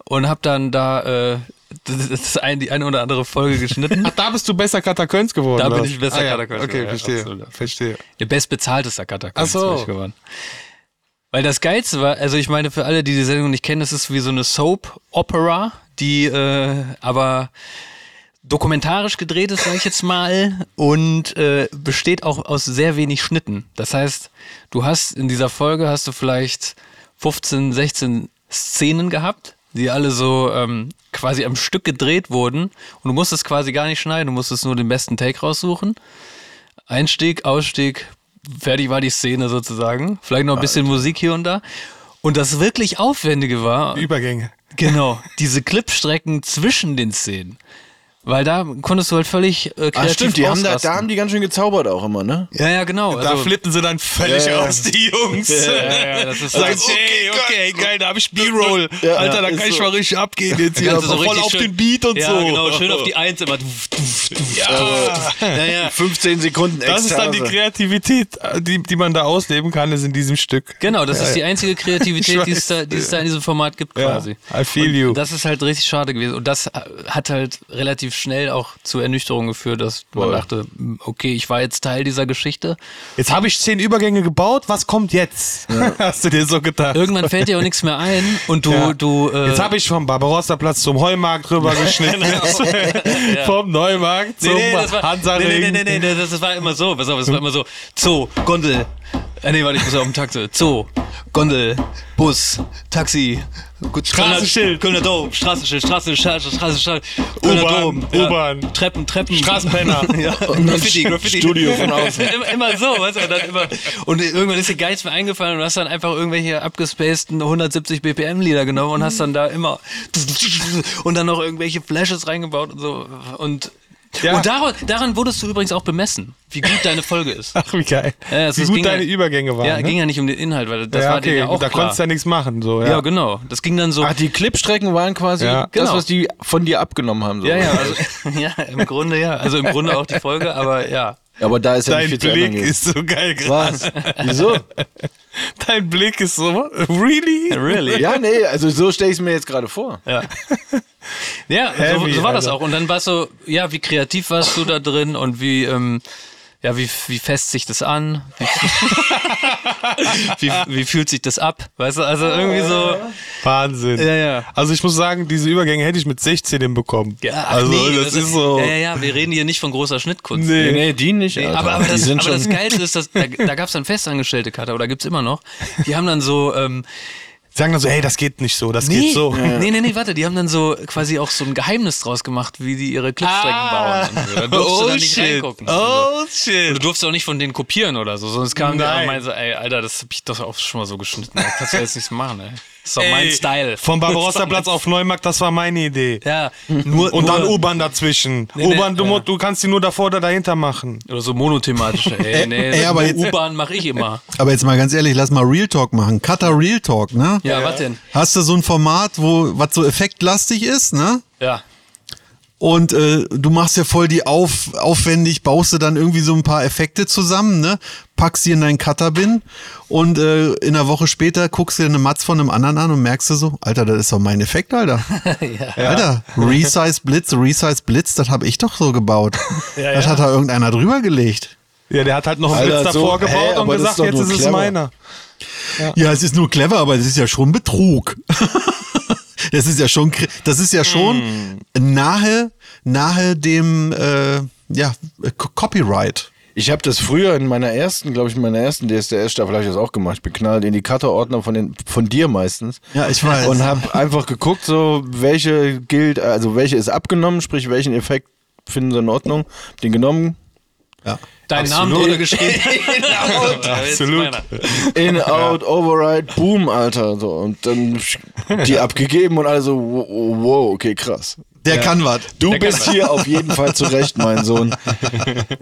S2: und hab dann da äh, das, das ein, die eine oder andere Folge geschnitten.
S6: Ach, da bist du besser Kater Kölns geworden.
S2: Da
S6: oder
S2: bin
S6: was?
S2: ich besser
S6: ja.
S2: Kater Kölns,
S6: Okay,
S2: ja,
S6: verstehe.
S2: absolut.
S6: Verstehe.
S2: Der bestbezahlte Sakata
S6: Ach so.
S2: geworden. Weil das Geilste war, also ich meine, für alle, die die Sendung nicht kennen, das ist wie so eine Soap-Opera, die äh, aber dokumentarisch gedreht ist, sage ich jetzt mal, und äh, besteht auch aus sehr wenig Schnitten. Das heißt, du hast in dieser Folge hast du vielleicht 15, 16 Szenen gehabt, die alle so ähm, quasi am Stück gedreht wurden und du musstest quasi gar nicht schneiden, du musstest nur den besten Take raussuchen. Einstieg, Ausstieg, fertig war die Szene sozusagen. Vielleicht noch ein bisschen Musik hier und da. Und das wirklich Aufwendige war,
S6: Übergänge.
S2: Genau, diese Clipstrecken zwischen den Szenen. Weil da konntest du halt völlig äh, kreativ
S4: Ah, stimmt, die haben da,
S2: ausrasten.
S4: da haben die ganz schön gezaubert auch immer, ne?
S2: Ja, ja, genau.
S6: Da
S2: Also,
S6: flippen sie dann völlig
S4: Ja, ja.
S6: aus, die Jungs.
S2: ja, das ist
S6: Sagen,
S2: das
S6: sie, okay, okay, geil, da habe ich B-Roll. Alter, da
S4: ist
S6: kann ich
S4: so.
S6: mal richtig abgehen jetzt hier.
S2: kannst du
S6: Aber also voll
S2: richtig
S6: auf
S2: schön-
S6: den Beat und
S2: ja,
S6: so.
S2: genau, schön auf die Eins immer. Duf, duf, duf, duf. Ja, ja.
S4: 15 Sekunden
S6: Das ist dann die
S4: Ekstase.
S6: Kreativität, die, die man da ausleben kann, ist in diesem Stück.
S2: Genau, das ist die einzige Kreativität,
S6: Ich
S2: die es, da, die es da in diesem Format gibt
S6: Ja,
S2: quasi.
S6: I feel
S2: und
S6: you.
S2: Das ist halt richtig schade gewesen. Und das hat halt relativ schnell auch zu Ernüchterung geführt, dass man dachte, hm, okay, ich war jetzt Teil dieser Geschichte.
S6: Jetzt habe ich zehn Übergänge gebaut, was kommt jetzt? Hast du dir so gedacht?
S2: Irgendwann fällt dir auch nichts mehr ein und du,
S6: Ja.
S2: du äh,
S6: Jetzt habe ich vom Barbarossa-Platz zum Heumarkt rübergeschnitten. Vom Neumarkt zum nee,
S2: das war,
S6: Hansaring.
S2: Nee, nee, nee, nee, das, das war immer so. Pass auf, das war immer so. Zoo, Gondel. Äh, nee, warte, ich muss auf dem Taxi. Zoo, Gondel, Bus, Taxi, gut,
S6: Straßenschild.
S2: Kölner Dom, Straßenschild, Straßenschild, Straßenschild, Kölner
S6: U-Bahn,
S2: Dom, ja,
S6: U-Bahn.
S2: Treppen, Treppen.
S6: Straßenpenner.
S2: ja, Graffiti, Graffiti.
S4: Studio von außen.
S2: immer, immer so, weißt du, und, dann immer, und irgendwann ist dir gar nichts mehr eingefallen und hast dann einfach irgendwelche abgespaceden 170 BPM-Lieder genommen und hast dann da immer und dann noch irgendwelche Flashes reingebaut und so. Und
S6: Ja.
S2: und daran, daran wurdest du übrigens auch bemessen, wie gut deine Folge ist.
S6: Ach, wie geil.
S2: Ja, das
S6: wie
S2: ist-
S6: gut
S2: ging
S6: deine
S2: ja-
S6: Übergänge waren.
S2: ja,
S6: ne?
S2: ging ja nicht um den Inhalt, weil das
S6: ja,
S2: war dir
S6: okay,
S2: ja auch
S6: da
S2: klar.
S6: konntest du ja nichts machen. So, ja.
S2: ja, genau. Das ging dann so.
S4: Ah, die Clipstrecken waren quasi
S6: Ja.
S4: das,
S2: Genau.
S4: was die von dir abgenommen haben. So.
S2: ja, ja, also, ja, im Grunde ja. Also im Grunde auch die Folge, aber ja.
S4: Aber da ist ja
S6: Dein
S4: nicht viel zu
S6: Blick
S4: ändern.
S6: ist so geil gerade.
S4: Was? Wieso?
S6: Dein Blick ist so, really?
S2: Really?
S4: Ja, nee, also so stelle ich es mir jetzt gerade vor.
S2: Ja, ja so,
S6: Heavy, also.
S2: so war das
S6: Alter.
S2: auch. Und dann war es so, ja, wie kreativ warst du da drin und wie, ähm, ja, wie, wie fest sich das an? wie, wie fühlt sich das ab? Weißt du, also irgendwie so.
S6: Wahnsinn.
S2: Ja, ja.
S6: Also ich muss sagen, diese Übergänge hätte ich mit 16 hinbekommen.
S2: Ja, ach
S6: also
S2: nee,
S6: das, ist so.
S2: Ja, ja, ja, wir reden hier nicht von großer Schnittkunst.
S6: Nee.
S4: die nicht. Alter.
S2: Aber, aber,
S4: die
S2: das,
S4: sind
S2: aber das
S4: schon.
S2: Geilste ist, dass, da, da gab es dann festangestellte Cutter, oder gibt es immer noch, die haben dann so, ähm,
S6: Sagen dann so, hey, das geht nicht so, das geht so.
S2: nee, nee, nee, warte, die haben dann so quasi auch so ein Geheimnis draus gemacht, wie die ihre Clipstrecken bauen. Und so. Da durfst du
S6: Ah. Oh
S2: dann nicht
S6: shit.
S2: reingucken.
S6: Oh
S2: Und
S6: shit.
S2: du durfst auch nicht von denen kopieren oder so, sonst kamen die
S6: Nein.
S2: und meinten so, ey, Alter, das hab ich doch auch schon mal so geschnitten. Das kannst du jetzt nicht machen, ey. Das ist doch mein
S6: Ey,
S2: Style.
S6: Vom Barbarossa-Platz auf Neumarkt, das war meine Idee.
S2: Ja, nur,
S6: Und
S2: nur
S6: dann U-Bahn dazwischen.
S2: nee,
S6: U-Bahn, du,
S2: ja.
S6: mu- du kannst die nur davor oder dahinter machen.
S2: Oder so monothematisch, ey, nee,
S1: ey, aber
S2: nur
S1: jetzt-
S2: U-Bahn mache ich immer.
S1: Aber jetzt mal ganz ehrlich, lass mal Real Talk machen. Cutter Real Talk, ne?
S2: Ja, was denn?
S1: Hast du so ein Format, wo was so effektlastig ist, ne?
S2: Ja.
S1: Und äh, du machst ja voll die auf, aufwendig, baust du dann irgendwie so ein paar Effekte zusammen, ne? Packst sie in deinen Cutter-Bin und äh, in einer Woche später guckst du dir eine Matz von einem anderen an und merkst du so, Alter, das ist doch mein Effekt, Alter. Alter, Resize Blitz, Resize Blitz, das habe ich doch so gebaut. das hat da irgendeiner drüber gelegt.
S6: Ja, der hat halt noch einen
S4: Alter,
S6: Blitz davor
S4: so,
S6: gebaut
S4: hä,
S6: und
S4: aber das
S6: gesagt,
S4: ist doch
S6: jetzt
S4: nur
S6: ist es
S4: clever.
S6: meiner.
S1: Ja, es ist nur clever, aber es ist ja schon Betrug. das ist ja schon, kri- das ist ja schon nahe, nahe dem äh, ja, K- Copyright.
S4: Ich habe das früher in meiner ersten, glaube ich, in meiner ersten DSDS-Staffel habe ich das auch gemacht. Ich bin knallt in die Cutter-Ordner von, den- von dir meistens.
S1: Ja, ich weiß.
S4: Und habe einfach geguckt, so welche gilt, also welche ist abgenommen, sprich welchen Effekt finden sie in Ordnung. Hab Den genommen,
S1: Ja.
S2: Dein Name wurde geschrieben. Absolut.
S4: In, out, override, boom, Alter. So. Und dann die abgegeben und alle so, wo- wow, okay, krass.
S1: Der kann was.
S4: Du bist
S1: genau.
S4: hier auf jeden Fall zurecht, mein Sohn.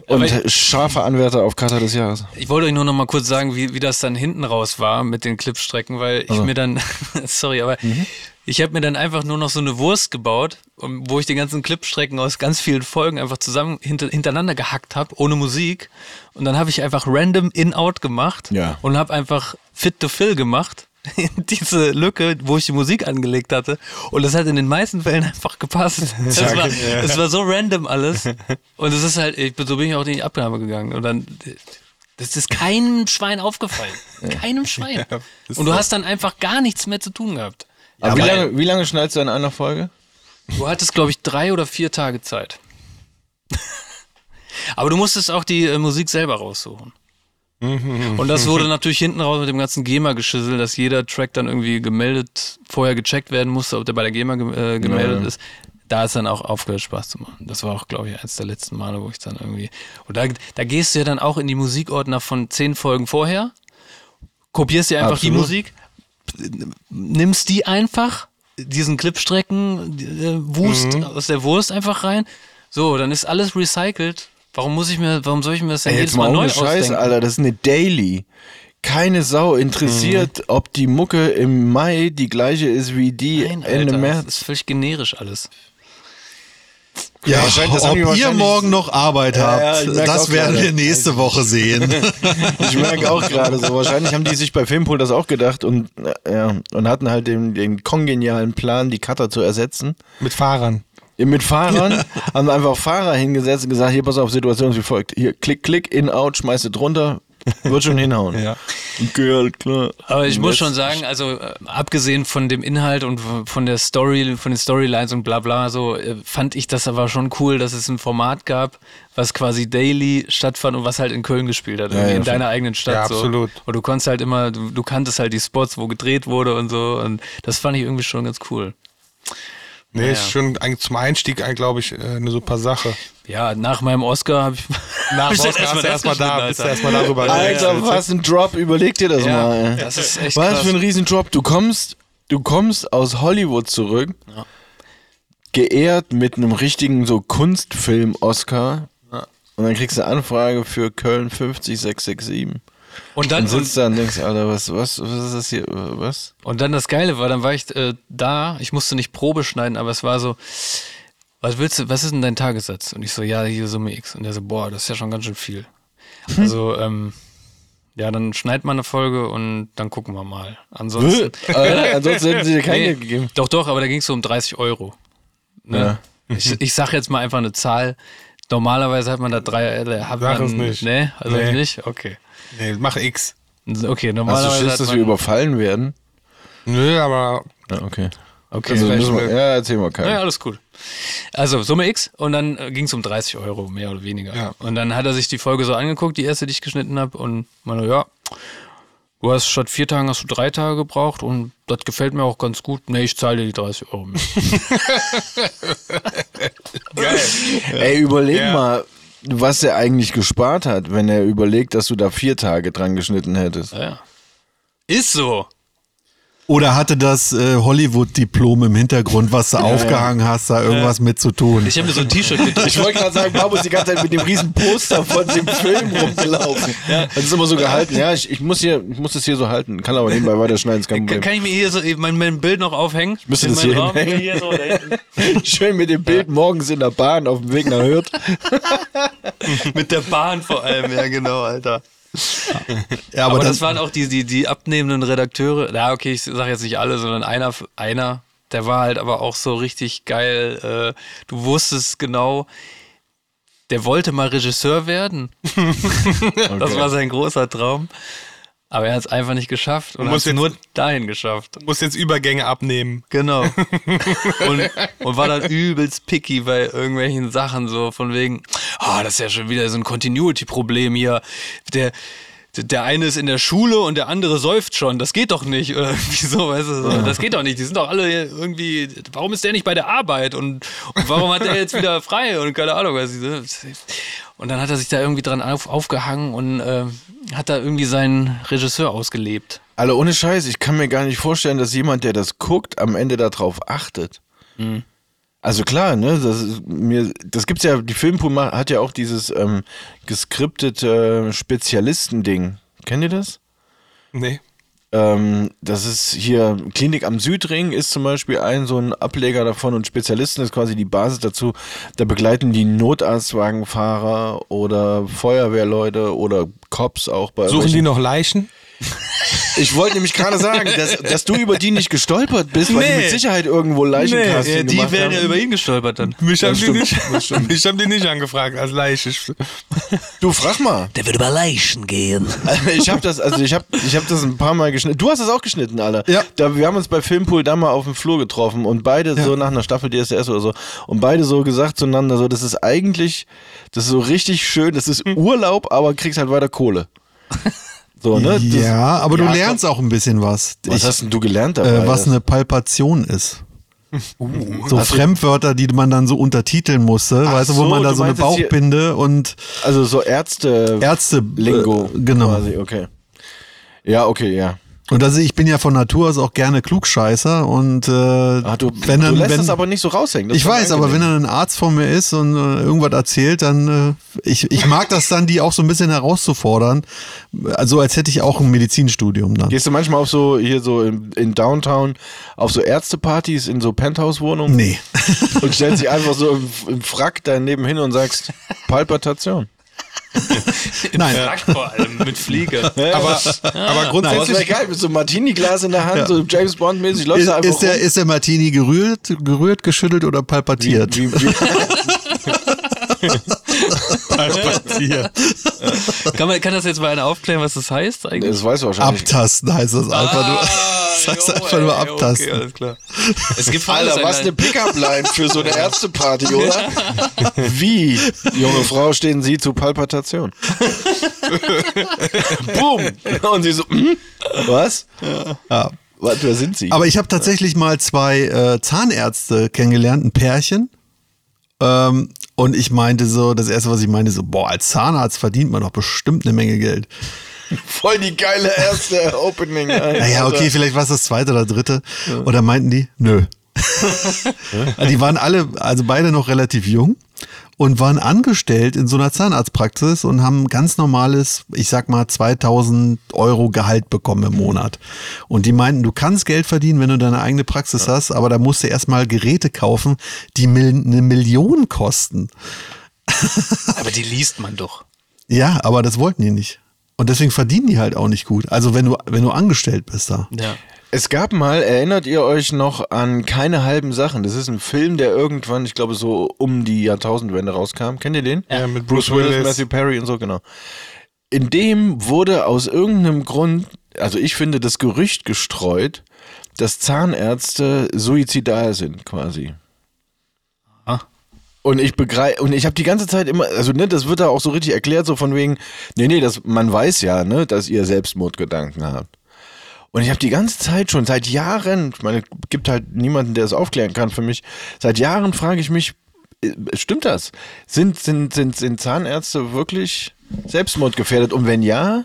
S4: Und scharfer Anwärter auf Cutter des Jahres.
S2: Ich wollte euch nur noch mal kurz sagen, wie, wie das dann hinten raus war mit den Clipstrecken, weil ich mir dann, sorry, aber ich habe mir dann einfach nur noch so eine Wurst gebaut, um- wo ich die ganzen Clipstrecken aus ganz vielen Folgen einfach zusammen hinter, hintereinander gehackt habe, ohne Musik. Und dann habe ich einfach random in-out gemacht
S4: Ja.
S2: und habe einfach fit to fill gemacht. in Diese Lücke, wo ich die Musik angelegt hatte. Und das hat in den meisten Fällen einfach gepasst. Das war, das war so random alles. Und es ist halt, ich, bin- so bin ich auch in die Abnahme gegangen. Und dann das ist keinem Schwein aufgefallen. Keinem Schwein. Und du hast dann einfach gar nichts mehr zu tun gehabt.
S4: Aber wie
S2: geil.
S4: lange, wie lange schneidest du in einer Folge?
S2: Du hattest, glaube ich, drei oder vier Tage Zeit. Aber du musstest auch die äh, Musik selber raussuchen. Und das wurde natürlich hinten raus mit dem ganzen GEMA-Geschissel, dass jeder Track dann irgendwie gemeldet, vorher gecheckt werden musste, ob der bei der GEMA ge äh, gemeldet ist. Da ist dann auch aufgehört, Spaß zu machen. Das war auch, glaube ich, eins der letzten Male, wo ich dann irgendwie. Und da, da gehst du ja dann auch in die Musikordner von zehn Folgen vorher, kopierst dir einfach die
S4: Absolut.
S2: Musik, nimmst die einfach, diesen Clipstrecken, äh, Wust
S4: Mhm.
S2: aus der Wurst einfach rein. So, dann ist alles recycelt. Warum muss ich mir, warum soll ich mir das denn
S4: Ey,
S2: jedes Mal, neu
S4: ohne
S2: ausdenken?
S4: Scheiße, Alter, das ist eine Daily. Keine Sau
S2: Mhm.
S4: interessiert, ob die Mucke im Mai die gleiche ist wie die
S2: Nein,
S4: Ende
S2: Alter,
S4: März.
S2: Das ist völlig generisch alles.
S6: Ja, wahrscheinlich. Das haben die
S1: Ob ihr
S6: wahrscheinlich-
S1: morgen noch Arbeit
S4: ja,
S1: habt,
S4: ich merk's
S1: das
S4: auch
S1: werden
S4: gerade.
S1: wir nächste Woche sehen.
S4: Ich merke auch gerade so. Wahrscheinlich haben die sich bei Filmpool das auch gedacht und, äh, ja, und hatten halt den, den kongenialen Plan, die Cutter zu ersetzen.
S6: mit Fahrern.
S4: Mit Fahrern haben einfach Fahrer hingesetzt und gesagt: Hier, pass auf, Situation ist wie folgt. Hier, klick, klick, in, out, schmeißt es drunter. Wird schon hinhauen.
S6: Ja.
S4: Girl, klar.
S2: Aber ich muss
S4: Das-
S2: schon sagen, also äh, abgesehen von dem Inhalt und w- von der Story, von den Storylines und bla bla, so äh, fand ich das aber schon cool, dass es ein Format gab, was quasi daily stattfand und was halt in Köln gespielt hat, irgendwie
S4: ja,
S2: in
S4: schon.
S2: deiner eigenen Stadt.
S6: Ja,
S2: so.
S6: absolut.
S2: Und du konntest halt immer, du, du kanntest halt die Spots, wo gedreht wurde und so. Und das fand ich irgendwie schon ganz cool.
S6: Nee, ist schon ein, zum Einstieg, glaube ich, äh, eine super Sache.
S2: Ja, nach meinem Oscar habe ich.
S6: Nach
S2: hab ich
S6: Oscar
S2: dann
S6: hast du
S2: halt das
S6: erstmal da,
S2: geschnitten,
S6: bist du
S2: Alter.
S6: erstmal darüber.
S4: Alter, was ein Drop, überleg dir das
S2: Ja,
S4: mal. ey.
S2: das ist echt
S4: Was
S2: krass.
S4: für ein Riesendrop. Du kommst, du kommst aus Hollywood zurück, geehrt mit einem richtigen so Kunstfilm-Oscar. Und dann kriegst du eine Anfrage für Köln 50667.
S2: Und
S4: Dann
S2: dann, und,
S4: sitzt du da und denkst, Alter, was, was, was ist das hier? Was?
S2: Und dann das Geile war, dann war ich äh, da, ich musste nicht Probe schneiden, aber es war so, was willst du, was ist denn dein Tagessatz? Und ich so, ja, hier Summe X. Und der so, boah, das ist ja schon ganz schön viel.
S4: Hm.
S2: Also, ähm, ja, dann schneid mal eine Folge und dann gucken wir mal. Ansonsten.
S4: Äh, ansonsten hätten sie dir kein
S2: Nee,
S4: Geld gegeben.
S2: Doch, doch, aber da ging es so um 30 Euro. Ne? Ich, ich sag jetzt mal einfach eine Zahl. Normalerweise hat man da drei. Äh, hat
S6: Sag
S2: man,
S6: es nicht.
S2: Nee, also
S6: Nee.
S2: nicht? Okay.
S6: Nee, mach X.
S2: Okay,
S4: Hast Also, du
S2: normalerweise.
S4: Schiss,
S2: hat
S4: dass
S2: man,
S4: wir überfallen werden?
S6: Nö, aber
S4: Ja, okay.
S2: okay.
S4: Also,
S6: vielleicht
S4: müssen wir,
S6: will-
S4: ja, erzähl mal keinen.
S2: Naja, alles cool. Also Summe X und dann äh, ging es um 30 Euro, mehr oder weniger.
S6: Ja.
S2: Und dann hat er sich die Folge so angeguckt, die erste, die ich geschnitten habe, und meinte, ja, du hast statt vier Tagen hast du drei Tage gebraucht und das gefällt mir auch ganz gut. Nee, ich zahle dir die 30 Euro mehr.
S4: Ey, überleg
S6: Ja.
S4: mal, was er eigentlich gespart hat, wenn er überlegt, dass du da vier Tage dran geschnitten hättest.
S2: ja. Ist so.
S1: Oder hatte das äh, Hollywood-Diplom im Hintergrund, was du aufgehangen hast, da irgendwas mit zu tun?
S2: Ich habe mir so ein T-Shirt gedruckt.
S4: Ich wollte gerade sagen, Babu ist die ganze Zeit mit dem riesen Poster von dem Film rumgelaufen. Das ist immer so gehalten. Ja, ich, ich, muss hier, ich muss das hier so halten, kann aber nebenbei weiterschneiden, ist kein
S2: Kann,
S4: Problem.
S2: kann ich mir hier so eben mein, mein Bild noch aufhängen? Ich
S4: müsste das hier hinhängen.
S2: Hier so, da hinten.
S4: Schön mit dem Bild morgens in der Bahn auf dem Weg nach Hürth.
S2: Mit der Bahn vor allem, ja genau, Alter.
S1: Ja,
S2: Aber, das,
S1: dann-
S2: waren auch die, die, die abnehmenden Redakteure. Na, okay, ich sage jetzt nicht alle, sondern einer, einer, der war halt aber auch so richtig geil. Äh, du wusstest genau, der wollte mal Regisseur werden. Das war sein großer Traum. Aber er hat es einfach nicht geschafft und
S6: Du
S2: hat
S6: musst
S2: es nur
S6: jetzt-
S2: dahin geschafft.
S6: du musst jetzt Übergänge abnehmen.
S2: Genau. und, und war dann übelst picky bei irgendwelchen Sachen, so von wegen, ah, das ist ja schon wieder so ein Continuity-Problem hier. Der, der eine ist in der Schule und der andere säuft schon. Das geht doch nicht. Oder wieso, weißt du, so, das geht doch nicht. Die sind doch alle irgendwie, warum ist der nicht bei der Arbeit? Und, und warum hat der jetzt wieder frei? Und keine Ahnung, weißt du. so. Und dann hat er sich da irgendwie dran auf, aufgehangen und äh, hat da irgendwie seinen Regisseur ausgelebt.
S4: Alle ohne Scheiß, ich kann mir gar nicht vorstellen, dass jemand, der das guckt, am Ende darauf achtet. Also klar, ne, das ist mir, das gibt's ja, die Filmpool ma- hat ja auch dieses ähm, geskriptete äh, Spezialistending. Kennt ihr das?
S6: Nee.
S4: Ähm, das ist hier, Klinik am Südring ist zum Beispiel ein so ein Ableger davon und Spezialisten ist quasi die Basis dazu. Da begleiten die Notarztwagenfahrer oder Feuerwehrleute oder Cops auch bei
S6: Suchen die
S4: irgendwelchen-
S6: noch Leichen?
S4: Ich wollte nämlich gerade sagen, dass, dass du über die nicht gestolpert bist, weil die
S6: Nee.
S4: mit Sicherheit irgendwo Leichencasting
S6: Nee,
S4: nee,
S6: äh, die
S4: gemacht
S6: wären
S4: haben.
S6: ja
S2: über ihn gestolpert dann.
S6: Mich haben, die
S4: stimmt,
S6: nicht, mich haben die nicht angefragt als Leiche. Ich-
S4: Du frag mal.
S2: Der wird über Leichen gehen.
S4: Ich habe das, also ich habe, ich habe das ein paar Mal geschnitten. Du hast das auch geschnitten, Alter.
S1: Ja.
S4: Da, wir haben uns bei Filmpool da mal auf dem Flur getroffen und beide so nach einer Staffel DSS oder so und beide so gesagt zueinander, so das ist eigentlich, das ist so richtig schön, das ist Urlaub, aber kriegst halt weiter Kohle. So ne? Das,
S1: Ja, aber du lernst auch ein bisschen was.
S4: Was
S1: Ich-
S4: hast denn du gelernt dabei?
S1: äh, was eine Palpation ist. so Fremdwörter, die man dann so untertiteln musste,
S4: Also Ach
S1: weißt du, wo
S4: so,
S1: man da
S4: du
S1: so eine
S4: meintest hier-
S1: Bauchbinde und
S4: also so Ärzte.
S1: Ärzte
S4: Lingo.
S1: Äh, genau.
S4: Quasi, okay. Ja, okay, ja.
S1: Und also ich bin ja von Natur aus auch gerne Klugscheißer und äh,
S4: Ah, du,
S1: wenn dann
S4: du lässt
S1: wenn,
S4: das aber nicht so raushängen. Das
S1: ich
S4: ist
S1: weiß, aber wenn
S4: unangenehm.
S1: dann ein Arzt vor mir ist und äh, irgendwas erzählt, dann äh, ich, ich mag das dann, die auch so ein bisschen herauszufordern. Also als hätte ich auch ein Medizinstudium dann.
S4: Gehst du manchmal auf so, hier so in, in Downtown, auf so Ärztepartys in so Penthouse-Wohnungen?
S1: Nee.
S4: Und stellst dich einfach so im, im Frack daneben hin und sagst, Palpatation.
S1: Nein.
S2: Fragt vor allem mit Flieger.
S6: Aber,
S4: Ah.
S6: aber
S4: Aber es wäre
S6: grundsätzlich,
S4: geil, mit so einem Martini-Glas in der Hand, so James Bond-mäßig, läufst
S1: Ist,
S4: du einfach
S1: ist, der,
S4: rum.
S1: ist der Martini gerührt, gerührt, geschüttelt oder palpatiert?
S4: Wie, wie,
S2: Kann, man, kann das jetzt mal einer aufklären, was das heißt eigentlich?
S4: das weiß wahrscheinlich.
S1: Abtasten heißt das einfach nur.
S4: Ah,
S1: Das heißt einfach nur abtasten.
S2: alles klar.
S6: Oh,
S2: Es gibt
S4: Alter, was eine Pickup-Line für so eine Ärzteparty, oder? Wie, junge Frau, stehen Sie zu Palpatation? Boom! Und sie so, hm? was? Ja. Was, wer sind Sie?
S1: Aber ich habe tatsächlich mal zwei äh, Zahnärzte kennengelernt, ein Pärchen. Ähm, und ich meinte so, das erste, was ich meinte, so, boah, als Zahnarzt verdient man doch bestimmt eine Menge Geld.
S4: Voll die geile erste Opening.
S1: Naja, okay, vielleicht war es das zweite oder dritte. Oder meinten die, nö. die waren alle, also beide noch relativ jung und waren angestellt in so einer Zahnarztpraxis und haben ganz normales, ich sag mal, 2000 Euro Gehalt bekommen im Monat. Und die meinten, du kannst Geld verdienen, wenn du deine eigene Praxis hast, aber da musst du erstmal Geräte kaufen, die mil eine Million kosten.
S2: Aber die liest man doch.
S1: Ja, aber das wollten die nicht. Und deswegen verdienen die halt auch nicht gut. Also wenn du, wenn du angestellt bist da.
S2: Ja.
S4: Es gab mal, erinnert ihr euch noch an Keine halben Sachen? Das ist ein Film, der irgendwann, ich glaube, so um die Jahrtausendwende rauskam. Kennt ihr den?
S6: Ja, mit Bruce Willis.
S4: Matthew Perry und so, genau. In dem wurde aus irgendeinem Grund, also ich finde, das Gerücht gestreut, dass Zahnärzte suizidal sind, quasi.
S6: Ah.
S4: Und ich begreife, und ich habe die ganze Zeit immer, also ne, das wird da auch so richtig erklärt, so von wegen, nee, nee, das, man weiß ja, ne, dass ihr Selbstmordgedanken habt. Und ich habe die ganze Zeit schon, seit Jahren, ich meine, es gibt halt niemanden, der es aufklären kann für mich, seit Jahren frage ich mich, äh, stimmt das? Sind, sind, sind, sind Zahnärzte wirklich selbstmordgefährdet? Und wenn ja,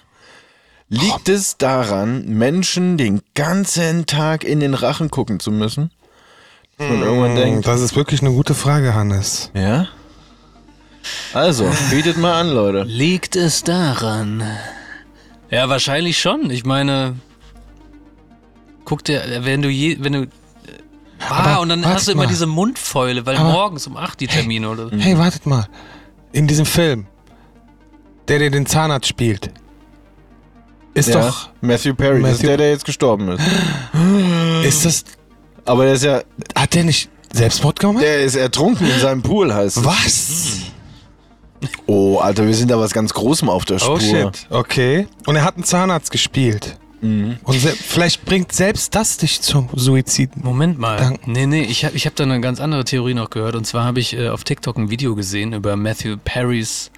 S4: liegt es daran, Menschen den ganzen Tag in den Rachen gucken zu müssen? Dass
S6: Hm.
S4: man irgendwann denkt,
S6: das ist wirklich eine gute Frage, Hannes.
S4: ja? Also, bietet mal an, Leute.
S2: Liegt es daran? Ja, wahrscheinlich schon. Ich meine, guck dir, wenn du je, wenn du. Ah,
S6: Aber
S2: und dann
S6: warte
S2: hast du immer
S6: mal.
S2: diese Mundfäule, weil
S6: Aber-
S2: morgens um 8 die Termine oder so.
S6: Hey, wartet mal. In diesem Film, der, der den Zahnarzt spielt, ist
S4: ja,
S6: doch.
S4: Matthew Perry, das ist
S6: Matthew-
S4: der, der jetzt gestorben ist.
S6: Ist das.
S4: Aber der ist ja,
S6: Hat der nicht Selbstmord gemacht?
S4: der ist ertrunken in seinem Pool, heißt es.
S6: Was?
S4: Hm. Oh, Alter, wir sind da was ganz Großem auf der Spur.
S6: Oh shit. Okay. Und er hat einen Zahnarzt gespielt.
S4: Mhm.
S6: Und se- vielleicht bringt selbst das dich zum Suizid.
S2: Moment mal.
S6: Dank-
S2: Nee, nee, ich habe ich hab da eine ganz andere Theorie noch gehört. Und zwar habe ich äh, auf TikTok ein Video gesehen über Matthew Perrys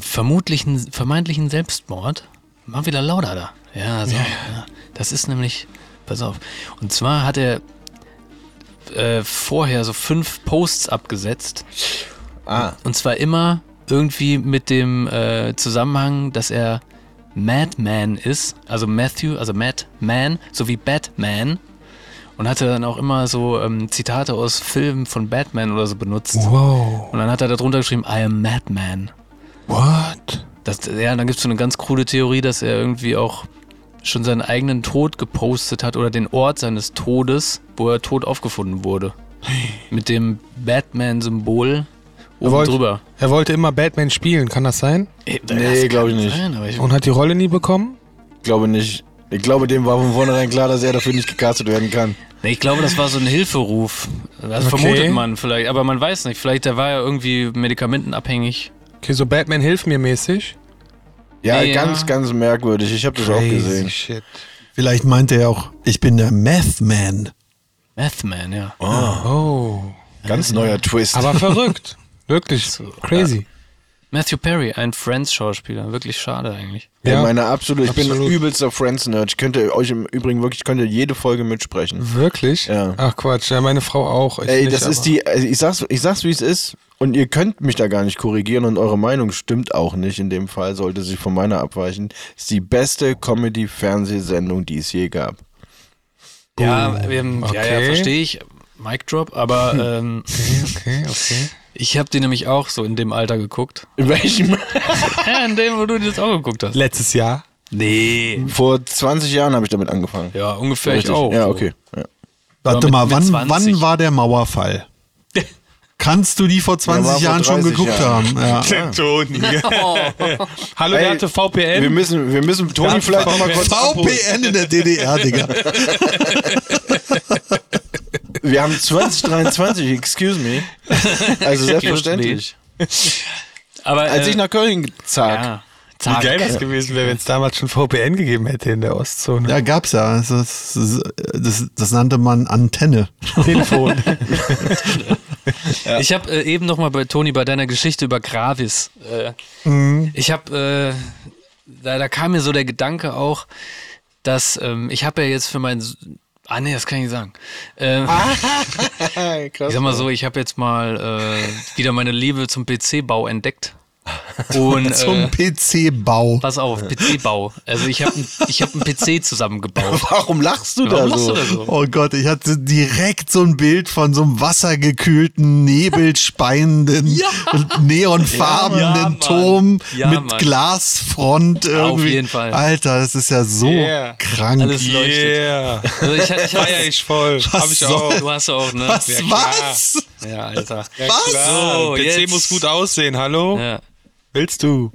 S2: vermutlichen, vermeintlichen Selbstmord. Mal wieder lauter da. Ja, so. Ja. Das ist nämlich, pass auf. Und zwar hat er äh, vorher so fünf Posts abgesetzt.
S4: Ah.
S2: Und zwar immer irgendwie mit dem äh, Zusammenhang, dass er Madman ist, also Matthew, also Madman, sowie Batman. Und hatte dann auch immer so ähm, Zitate aus Filmen von Batman oder so benutzt.
S6: Wow.
S2: Und dann hat er darunter geschrieben, I am Madman.
S6: What?
S2: Das, ja, dann gibt es so eine ganz krude Theorie, dass er irgendwie auch schon seinen eigenen Tod gepostet hat oder den Ort seines Todes, wo er tot aufgefunden wurde. Mit dem Batman-Symbol oben
S6: Wollt-
S2: drüber.
S6: Er wollte immer Batman spielen, kann das sein?
S2: Ey,
S4: Nee,
S2: das
S4: glaub ich
S2: kann
S4: nicht.
S2: Sein, aber ich,
S6: Und hat die Rolle nie bekommen?
S4: glaube nicht. Ich glaube, dem war von vornherein klar, dass er dafür nicht gecastet werden kann.
S2: Nee, Ich glaube, das war so ein Hilferuf. Das
S6: Okay.
S2: vermutet man vielleicht, aber man weiß nicht. Vielleicht der war ja irgendwie medikamentenabhängig.
S6: Okay, so Batman hilf mir mäßig.
S4: Ja,
S2: Ja.
S4: ganz, ganz merkwürdig. Ich habe das auch gesehen.
S6: Shit.
S1: Vielleicht meint er ja auch, ich bin der Meth Man.
S2: Mathman, ja.
S6: Oh.
S4: Ganz neuer Twist.
S6: Aber verrückt. Wirklich. Crazy.
S2: Matthew Perry, ein Friends-Schauspieler. Wirklich schade eigentlich.
S4: ja,
S6: ja.
S4: meine absolute, ich bin
S6: Absolut.
S4: ein übelster Friends-Nerd. Ich könnte euch im Übrigen wirklich, ich könnte jede Folge mitsprechen.
S6: Wirklich?
S4: Ja.
S6: Ach Quatsch, ja, meine Frau auch. Ich
S4: Ey,
S6: Mhm. nicht,
S4: das ist
S6: aber-
S4: die, also ich sag's, ich sag's wie es ist und ihr könnt mich da gar nicht korrigieren und eure Meinung stimmt auch nicht. In dem Fall sollte sie von meiner abweichen. Ist die beste Comedy-Fernsehsendung, die es je gab.
S2: Ja, ähm, ja, ja,
S6: Okay.
S2: verstehe ich. Mic Drop, aber ähm,
S6: Okay, okay.
S2: ich habe die nämlich auch so in dem Alter geguckt.
S4: In welchem?
S2: Ja, in dem, wo du das auch geguckt hast.
S6: Letztes Jahr.
S2: Nee.
S4: Vor 20 Jahren habe ich damit angefangen.
S2: Ja, ungefähr Oh.
S4: Richtig.
S2: ich
S1: Oh.
S2: auch.
S4: Ja,
S2: so.
S4: okay. Ja.
S1: Warte
S2: mit-
S1: mal,
S2: mit
S1: wann,
S2: 20.
S1: wann war der Mauerfall? Kannst du die vor 20
S4: vor
S1: Jahren schon
S4: 30
S1: geguckt
S4: Jahren.
S1: haben? Ja.
S6: Toni. Hallo,
S4: Ey,
S6: der hatte
S1: Ähm,
S6: VPN.
S4: Wir müssen, wir müssen Toni vielleicht nochmal kurz.
S1: VPN in der DDR, Digga.
S4: Wir haben 2023, excuse me. Also selbstverständlich.
S2: Aber,
S4: Als
S2: äh,
S4: ich nach Köln zag.
S2: ja,
S6: Wie
S2: zack.
S6: geil das gewesen wäre, wenn es damals schon VPN gegeben hätte in der Ostzone.
S1: Ja, gab's ja. Das, das, das, das nannte man Antenne.
S6: Telefon.
S2: Ich habe äh, eben noch mal bei Toni bei deiner Geschichte über Gravis. Äh,
S4: Mhm.
S2: Ich habe, äh, da, da kam mir so der Gedanke auch, dass ähm, ich habe ja jetzt für meinen, S- ah nee, das kann ich nicht sagen. Ähm, ich sag mal so, ich habe jetzt mal äh, wieder meine Liebe zum PC-Bau entdeckt. Und, äh,
S1: Zum PC-Bau.
S2: Pass auf, PC-Bau. Also ich habe ich hab einen PC zusammengebaut.
S4: Warum lachst du
S2: Warum
S4: da
S2: lachst
S4: so?
S2: du da so?
S1: Oh Gott, ich hatte direkt so ein Bild von so einem wassergekühlten, nebelspeienden, und neonfarbenen
S2: Ja, Mann.
S1: Turm
S2: Ja,
S1: mit
S2: Mann.
S1: Glasfront irgendwie.
S2: jeden Fall.
S1: Alter, das ist ja so
S6: Yeah.
S1: krank.
S2: Alles leuchtet.
S6: yeah.
S2: Also ich, ich,
S6: Feier Ah ich voll. Hab ich auch.
S2: Du hast auch, ne?
S1: Was?
S6: Ja, klar.
S1: was?
S2: Ja, Alter.
S1: Was?
S6: Klar,
S2: So,
S6: PC
S2: jetzt-
S6: muss gut aussehen, hallo?
S2: Ja.
S6: Willst du?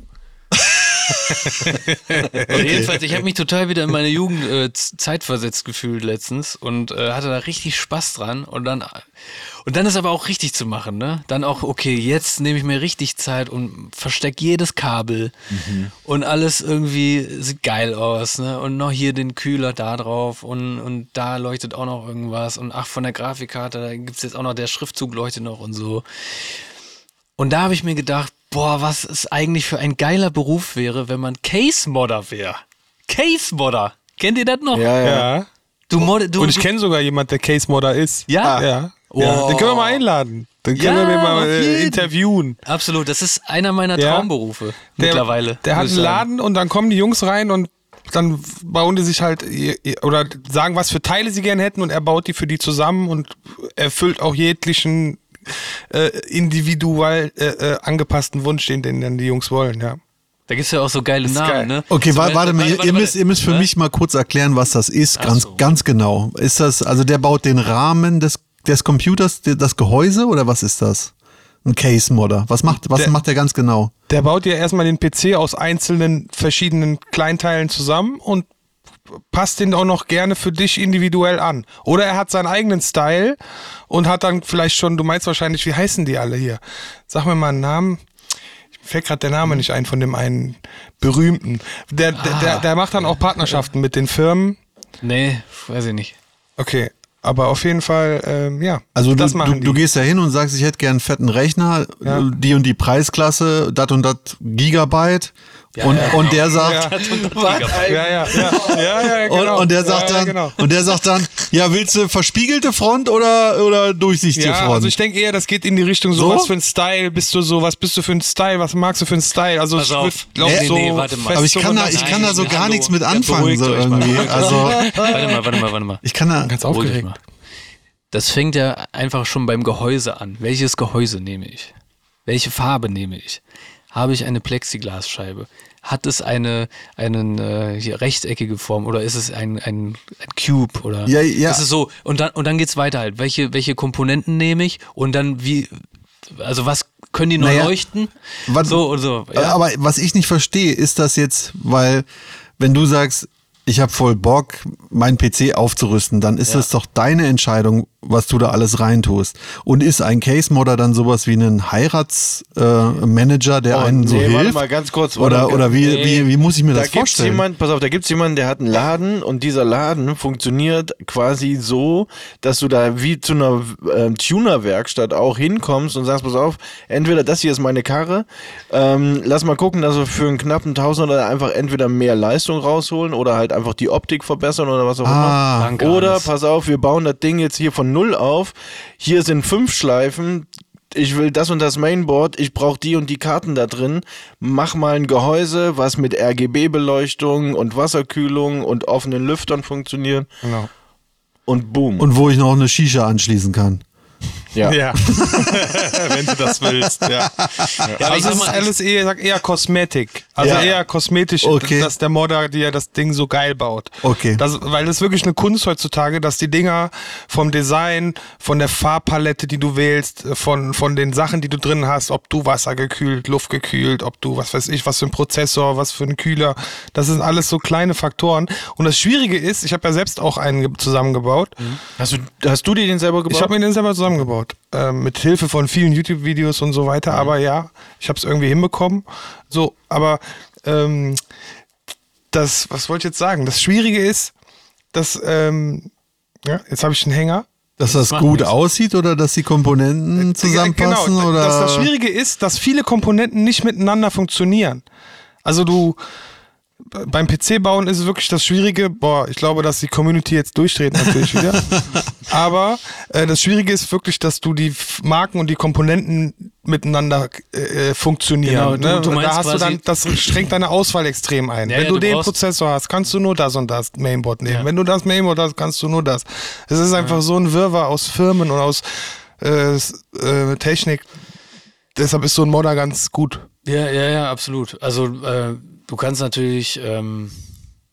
S2: Und Jedenfalls, ich habe mich total wieder in meine Jugend äh, z- zeitversetzt gefühlt letztens und äh, hatte da richtig Spaß dran und dann und dann ist aber auch richtig zu machen, ne? Dann auch okay, jetzt nehme ich mir richtig Zeit und versteck jedes Kabel und alles irgendwie sieht geil aus, ne? Und noch hier den Kühler da drauf und und da leuchtet auch noch irgendwas und ach von der Grafikkarte, da gibt's jetzt auch noch der Schriftzug leuchtet noch und so. Und da habe ich mir gedacht, boah, was es eigentlich für ein geiler Beruf wäre, wenn man Case-Modder wäre. Case-Modder. Kennt ihr das noch?
S4: Ja, ja.
S6: Ja.
S2: Du mod, du,
S6: Und ich kenne sogar jemanden, der Case Modder ist.
S2: Ja?
S6: ja. ja. Den können wir mal einladen. Dann können
S2: Ja,
S6: wir den mal
S2: auf
S6: äh,
S2: jeden.
S6: interviewen.
S2: Absolut, das ist einer meiner
S6: Ja.
S2: Traumberufe mittlerweile.
S6: Der hat
S2: muss
S6: einen
S2: ich sagen.
S6: Laden und dann kommen die Jungs rein und dann bauen die sich halt ihr- ihr- oder sagen, was für Teile sie gerne hätten und er baut die für die zusammen und erfüllt auch jeglichen äh, individual äh, äh, angepassten Wunsch, den, den dann die Jungs wollen, ja.
S2: Da gibt's ja auch so geile Namen,
S6: geil.
S2: ne?
S1: Okay,
S2: Zum
S1: wa
S2: Beispiel-
S1: warte mal, ihr, ihr, müsst, ihr müsst für
S2: Ne?
S1: mich mal kurz erklären, was das ist, ganz,
S2: so.
S1: ganz genau. Ist das, also der baut den Rahmen des, des Computers, de- das Gehäuse oder was ist das? Ein Case-Modder. Was macht, was
S6: Der-
S1: macht der ganz genau?
S6: Der baut ja erstmal den PC aus einzelnen verschiedenen Kleinteilen zusammen und passt den auch noch gerne für dich individuell an. Oder er hat seinen eigenen Style und hat dann vielleicht schon, du meinst wahrscheinlich, wie heißen die alle hier? Sag mir mal einen Namen. Mir Fällt gerade der Name nicht ein von dem einen berühmten. Der, der,
S1: Ah.
S6: der, der macht dann auch Partnerschaften mit den Firmen.
S2: Nee, weiß ich nicht.
S6: Okay, aber auf jeden Fall, ähm, ja.
S1: Also du,
S6: das machen
S1: du,
S6: die.
S1: du gehst da hin und sagst, ich hätte gern einen fetten Rechner, die und die Preisklasse, dat und dat Gigabyte. und,
S6: genau.
S1: und der sagt,
S6: ja, ja, ja, ja, ja, genau.
S1: und, und der
S6: Ja,
S1: sagt
S6: ja,
S1: dann,
S6: genau.
S1: und der sagt dann, ja, willst du verspiegelte Front oder, oder durchsichtige
S6: Ja,
S1: Front?
S6: also ich denke eher, das geht in die Richtung so,
S1: So?
S6: was für ein Style bist du so, was bist du für ein Style, was magst du für ein Style? Also
S2: Pass
S6: ich
S2: auf.
S6: würde glaube
S2: Nee,
S6: so
S2: nee, warte mal.
S6: fest
S1: aber ich kann da,
S6: so-
S1: ich kann da so
S2: Nein,
S1: gar
S2: hallo.
S1: nichts mit
S2: Ja,
S1: anfangen,
S2: beruhigt
S1: so
S2: euch mal,
S1: irgendwie.
S2: beruhigt
S1: Also,
S2: Warte mal, warte mal, warte mal.
S1: ich kann da,
S6: ganz
S2: Beruhigt euch
S6: aufgeregt.
S2: mal. Das fängt ja einfach schon beim Gehäuse an. Welches Gehäuse nehme ich? Welche Farbe nehme ich? Habe ich eine Plexiglasscheibe? Hat es eine einen, äh, hier rechteckige Form oder ist es ein, ein, ein Cube oder
S1: Ja, ja.
S2: Das ist so und dann und dann geht's weiter halt. Welche welche Komponenten nehme ich und dann wie also was können die noch
S1: Naja. also
S2: leuchten?
S1: Was-
S2: so und so.
S1: Äh, Aber was ich nicht verstehe, ist das jetzt, weil wenn du sagst, ich habe voll Bock, meinen PC aufzurüsten, dann ist es doch deine Entscheidung, was du da alles reintust. Und ist ein Case-Modder dann sowas wie ein Heiratsmanager, äh, Manager, der
S4: Oh,
S1: einen so
S4: nee,
S1: hilft?
S4: warte mal, ganz kurz, warte
S1: Oder,
S4: mal,
S1: oder wie,
S4: nee.
S1: wie, wie muss ich mir
S4: Da
S1: das
S4: gibt's
S1: vorstellen?
S4: jemand, pass auf, da gibt's jemanden, der hat einen Laden und dieser Laden funktioniert quasi so, dass du da wie zu einer ähm, Tuner-Werkstatt auch hinkommst und sagst, pass auf, entweder das hier ist meine Karre, ähm, lass mal gucken, dass wir für einen knappen Tausender einfach entweder mehr Leistung rausholen oder halt einfach die Optik verbessern oder was auch
S1: Ah.
S4: immer.
S2: Danke,
S4: oder
S2: Hannes.
S4: pass auf, wir bauen das Ding jetzt hier von null auf. Hier sind fünf Schleifen. Ich will das und das Mainboard. Ich brauche die und die Karten da drin. Mach mal ein Gehäuse, was mit RGB-Beleuchtung und Wasserkühlung und offenen Lüftern funktioniert.
S6: Genau.
S4: Und boom.
S1: Und wo ich noch eine Shisha anschließen kann.
S4: ja.
S6: Ja. Wenn du das willst, ja.
S2: Ja, aber ich
S6: also
S2: sag
S6: es ist
S2: mal,
S6: alles eher, sag eher Kosmetik. Also
S1: Ja.
S6: eher kosmetisch,
S1: Okay.
S6: dass der Modder dir das Ding so geil baut.
S1: Okay.
S6: Das, weil das ist wirklich eine Kunst heutzutage, dass die Dinger vom Design, von der Farbpalette, die du wählst, von, von den Sachen, die du drin hast, ob du wassergekühlt, luftgekühlt, ob du, was weiß ich, was für ein Prozessor, was für ein Kühler, das sind alles so kleine Faktoren. Und das Schwierige ist, ich habe ja selbst auch einen ge- zusammengebaut.
S2: Mhm.
S4: Hast, du, hast du dir den selber
S6: Ich
S4: gebaut?
S6: habe mir den selber zusammengebaut. Ähm, mit Hilfe von vielen YouTube-Videos und so weiter. Aber
S4: Mhm.
S6: ja, ich habe es irgendwie hinbekommen. So, aber ähm, das, was wollte ich jetzt sagen? Das Schwierige ist, dass, ähm, ja, jetzt habe ich einen Hänger.
S1: Dass das, gut aussieht oder dass die
S4: Äh,
S1: Komponenten zusammenpassen
S6: Genau,
S1: oder
S6: dass das Schwierige ist, dass viele Komponenten nicht miteinander funktionieren. Also du beim PC bauen ist es wirklich das Schwierige. Boah, ich glaube, dass die Community jetzt durchdreht natürlich wieder. Aber äh, das Schwierige ist wirklich, dass du die F- Marken und die Komponenten miteinander äh, äh, funktionieren.
S2: Genau, du-
S6: ne?
S2: du meinst
S6: da hast du
S2: quasi-
S6: dann, das schränkt deine Auswahl extrem ein.
S2: Ja,
S6: Wenn
S2: ja,
S6: du,
S2: du
S6: den
S2: brauchst-
S6: Prozessor hast, kannst du nur das und das Mainboard nehmen. Wenn du das Mainboard hast, kannst du nur das. Es ist einfach so ein Wirrwarr aus Firmen und aus äh, s- äh, Technik. Deshalb ist so ein Modder ganz gut.
S2: Ja, ja, ja, absolut. Also äh, du kannst natürlich, ähm,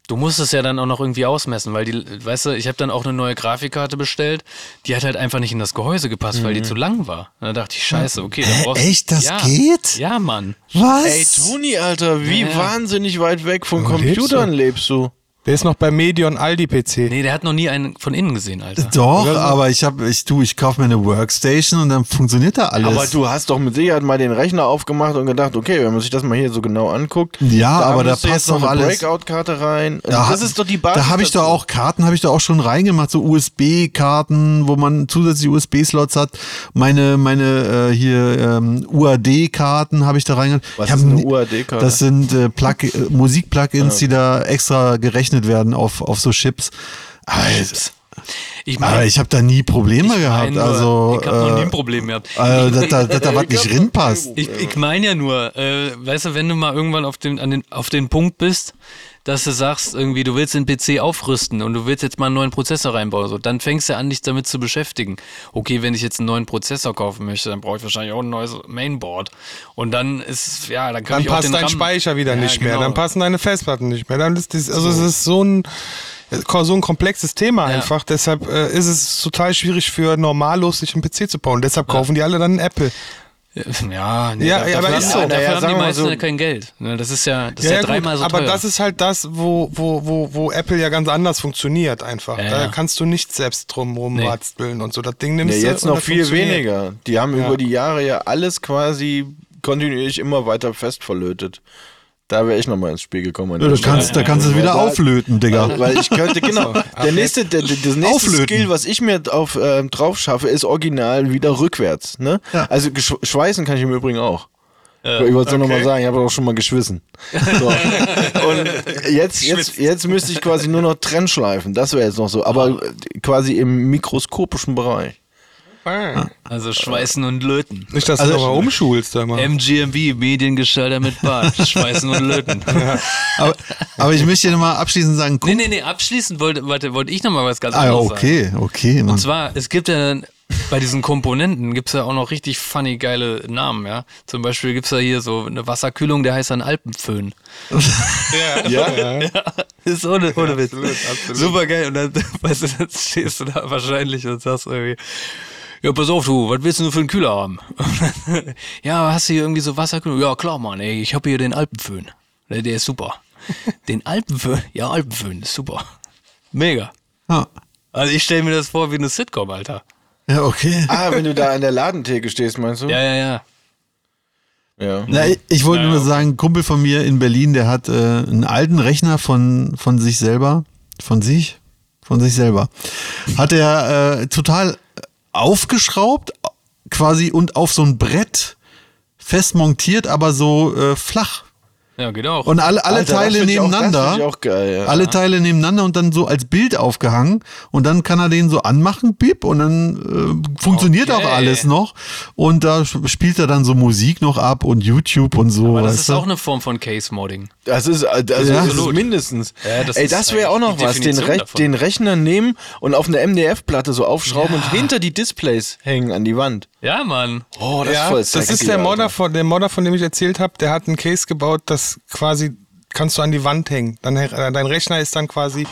S2: du musst es ja dann auch noch irgendwie ausmessen, weil die, weißt du, ich habe dann auch eine neue Grafikkarte bestellt, die hat halt einfach nicht in das Gehäuse gepasst, weil die zu lang war. Und da dachte ich, scheiße, okay, dann brauchst du.
S1: Mhm. Echt? Das
S2: ja,
S1: geht?
S2: Ja, Mann.
S1: was?
S4: Ey, Toni, Alter, wie
S2: Ja, ja.
S4: wahnsinnig weit weg von
S6: Wo lebst
S4: Computern lebst du?
S6: Der ist noch bei Medion Aldi PC.
S2: Nee, der hat noch nie einen von innen gesehen, Alter.
S1: Doch, aber ich habe, ich du, ich kaufe mir eine Workstation und dann funktioniert da alles.
S4: Aber du hast doch mit Sicherheit mal den Rechner aufgemacht und gedacht, okay, wenn man sich das mal hier so genau anguckt.
S1: Ja, aber da
S4: müsste jetzt
S1: passt
S4: noch
S1: doch
S4: eine
S1: alles.
S4: Breakout-Karte rein.
S1: da
S4: das
S1: hab-
S4: ist doch die Basis.
S1: Da habe ich doch
S4: dazu.
S1: auch Karten, habe ich da auch schon reingemacht, so USB-Karten, wo man zusätzliche USB-Slots hat. Meine, meine äh, hier ähm, UAD-Karten habe ich da reingemacht.
S4: Was
S1: Ich hab
S4: ist eine
S1: nie-
S4: UAD-Karte?
S1: Das sind äh, Plug äh, Musik-Plugins, die da extra gerechnet werden auf, auf so Chips. Aber,
S2: Ich
S1: aber
S2: meine,
S1: Ah, ich habe da nie Probleme gehabt.
S2: nur,
S1: also,
S2: ich habe noch nie ein
S1: äh,
S2: Problem gehabt.
S1: äh, dass da, dass da was nicht reinpasst.
S2: Ich, ich meine ja nur, äh, weißt du, wenn du mal irgendwann auf den, an den, auf den Punkt bist, dass du sagst, irgendwie, du willst den PC aufrüsten und du willst jetzt mal einen neuen Prozessor reinbauen, so, dann fängst du an, dich damit zu beschäftigen. Okay, wenn ich jetzt einen neuen Prozessor kaufen möchte, dann brauche ich wahrscheinlich auch ein neues Mainboard. Und dann ist, ja, dann kann
S6: Dann
S2: ich auch
S6: passt
S2: den
S6: dein
S2: RAM
S6: Speicher wieder
S2: Ja,
S6: nicht mehr,
S2: genau.
S6: dann passen deine Festplatten nicht mehr. Dann ist dies, also es ist so ein, so ein komplexes Thema
S2: Ja.
S6: einfach. Deshalb äh, ist es total schwierig für Normalos, sich einen PC zu bauen. Deshalb kaufen die alle dann einen Apple.
S2: Ja, nee,
S6: Ja,
S2: da-
S6: ja,
S2: dafür
S6: aber
S2: haben,
S6: ist
S2: die-
S6: so.
S2: dafür
S4: Naja,
S2: haben
S4: sagen
S2: die
S4: wir mal
S2: meisten
S4: so-
S2: ja kein Geld. Ne, Das ist ja, das ist
S6: Ja,
S2: ja,
S6: ja,
S2: dreimal
S6: gut,
S2: so
S6: aber
S2: teuer.
S6: das ist halt das, wo, wo, wo, wo Apple ja ganz anders funktioniert einfach.
S2: Ja,
S6: da
S2: ja.
S6: kannst du nicht selbst drum rumratsteln und so. Das Ding nimmst
S4: Ja,
S6: du
S4: jetzt
S6: und
S4: noch
S6: das
S4: viel
S6: funktioniert.
S4: weniger. Die haben
S6: Ja.
S4: über die Jahre ja alles quasi kontinuierlich immer weiter fest verlötet. Da wäre ich nochmal ins Spiel gekommen.
S1: Ja, da kannst, da kannst du wieder auflöten, Digga.
S4: Weil, weil ich könnte, genau. Der nächste, der, der, das nächste
S1: Auflöten.
S4: Skill, was ich mir auf, ähm, drauf schaffe, ist original wieder rückwärts. Ne? Also gesch schweißen kann ich im Übrigen auch. ich wollte es nur nochmal sagen, ich habe auch schon mal geschwissen. So. Und jetzt, jetzt, jetzt müsste ich quasi nur noch Trennschleifen. Das wäre jetzt noch so. Aber äh, quasi im mikroskopischen Bereich.
S6: Ah.
S2: also Schweißen und Löten.
S6: Nicht,
S4: Also
S6: dass du aber umschulst. Sag
S2: Ähm,
S6: mal.
S2: MGMB, Mediengestalter mit Bart. Schweißen und Löten.
S1: Aber, aber ich möchte dir mal abschließend sagen, guck,
S2: Nee, nee, nee, abschließend wollte, warte, wollte ich nochmal was ganz
S1: ah,
S2: anderes sagen.
S1: okay, okay, Mann.
S2: Und zwar, es gibt ja dann, bei diesen Komponenten gibt's ja auch noch richtig funny geile Namen, ja. Zum Beispiel gibt's ja hier so eine Wasserkühlung, der heißt dann Alpenföhn.
S4: Ja?
S2: Ist ohne, ohne Witz.
S6: absolut.
S2: Super geil. Und dann, weißt du, dann stehst du da wahrscheinlich und sagst irgendwie, ja, pass auf, du, was willst du denn für einen Kühler haben? ja, hast du hier irgendwie so Wasserkühlung? Ja, klar, Mann, ey, ich habe hier den Alpenföhn. Der, der ist super. Den Alpenföhn. Ja, Alpenföhn ist super. Mega.
S1: Ja.
S2: Also ich stelle mir das vor wie eine Sitcom, Alter.
S1: Ja, okay.
S4: Ah, wenn du da an der Ladentheke stehst, meinst du?
S2: Ja, ja, ja.
S4: ja.
S1: Na, ich, ich wollte nur sagen, ein Kumpel von mir in Berlin, der hat äh, einen alten Rechner von, von sich selber, von sich, von sich selber, hat er äh, total aufgeschraubt, quasi und auf so ein Brett fest montiert, aber so äh, flach.
S2: Ja, geht auch.
S1: Und alle, alle
S4: Alter, das
S1: Teile
S4: find ich auch- das
S1: nebeneinander.
S4: find ich auch geil, ja.
S1: Äh, Alle Teile nebeneinander und dann so als Bild aufgehangen. Und dann kann er den so anmachen, bip, und dann äh, funktioniert
S2: Okay.
S1: auch alles noch. Und da sch- spielt er dann so Musik noch ab und YouTube und so.
S2: Aber das
S1: weißt
S2: ist
S1: du?
S2: auch eine Form von Case-Modding.
S4: Das ist, äh, also
S1: Ja.
S4: das ist
S1: Absolut.
S4: mindestens.
S2: Ja, das
S4: Ey,
S2: ist
S4: das wäre auch
S2: eigentlich
S4: noch
S2: die
S4: was. Den,
S2: Definition
S4: Re
S2: davon.
S4: den Rechner nehmen und auf eine MDF-Platte so aufschrauben und hinter die Displays hängen an die Wand.
S2: Ja, Mann.
S4: Oh, das
S6: ja, das ist der Modder, von, der Modder, von dem ich erzählt habe. Der hat einen Case gebaut, das quasi kannst du an die Wand hängen. Dein, dein Rechner ist dann quasi.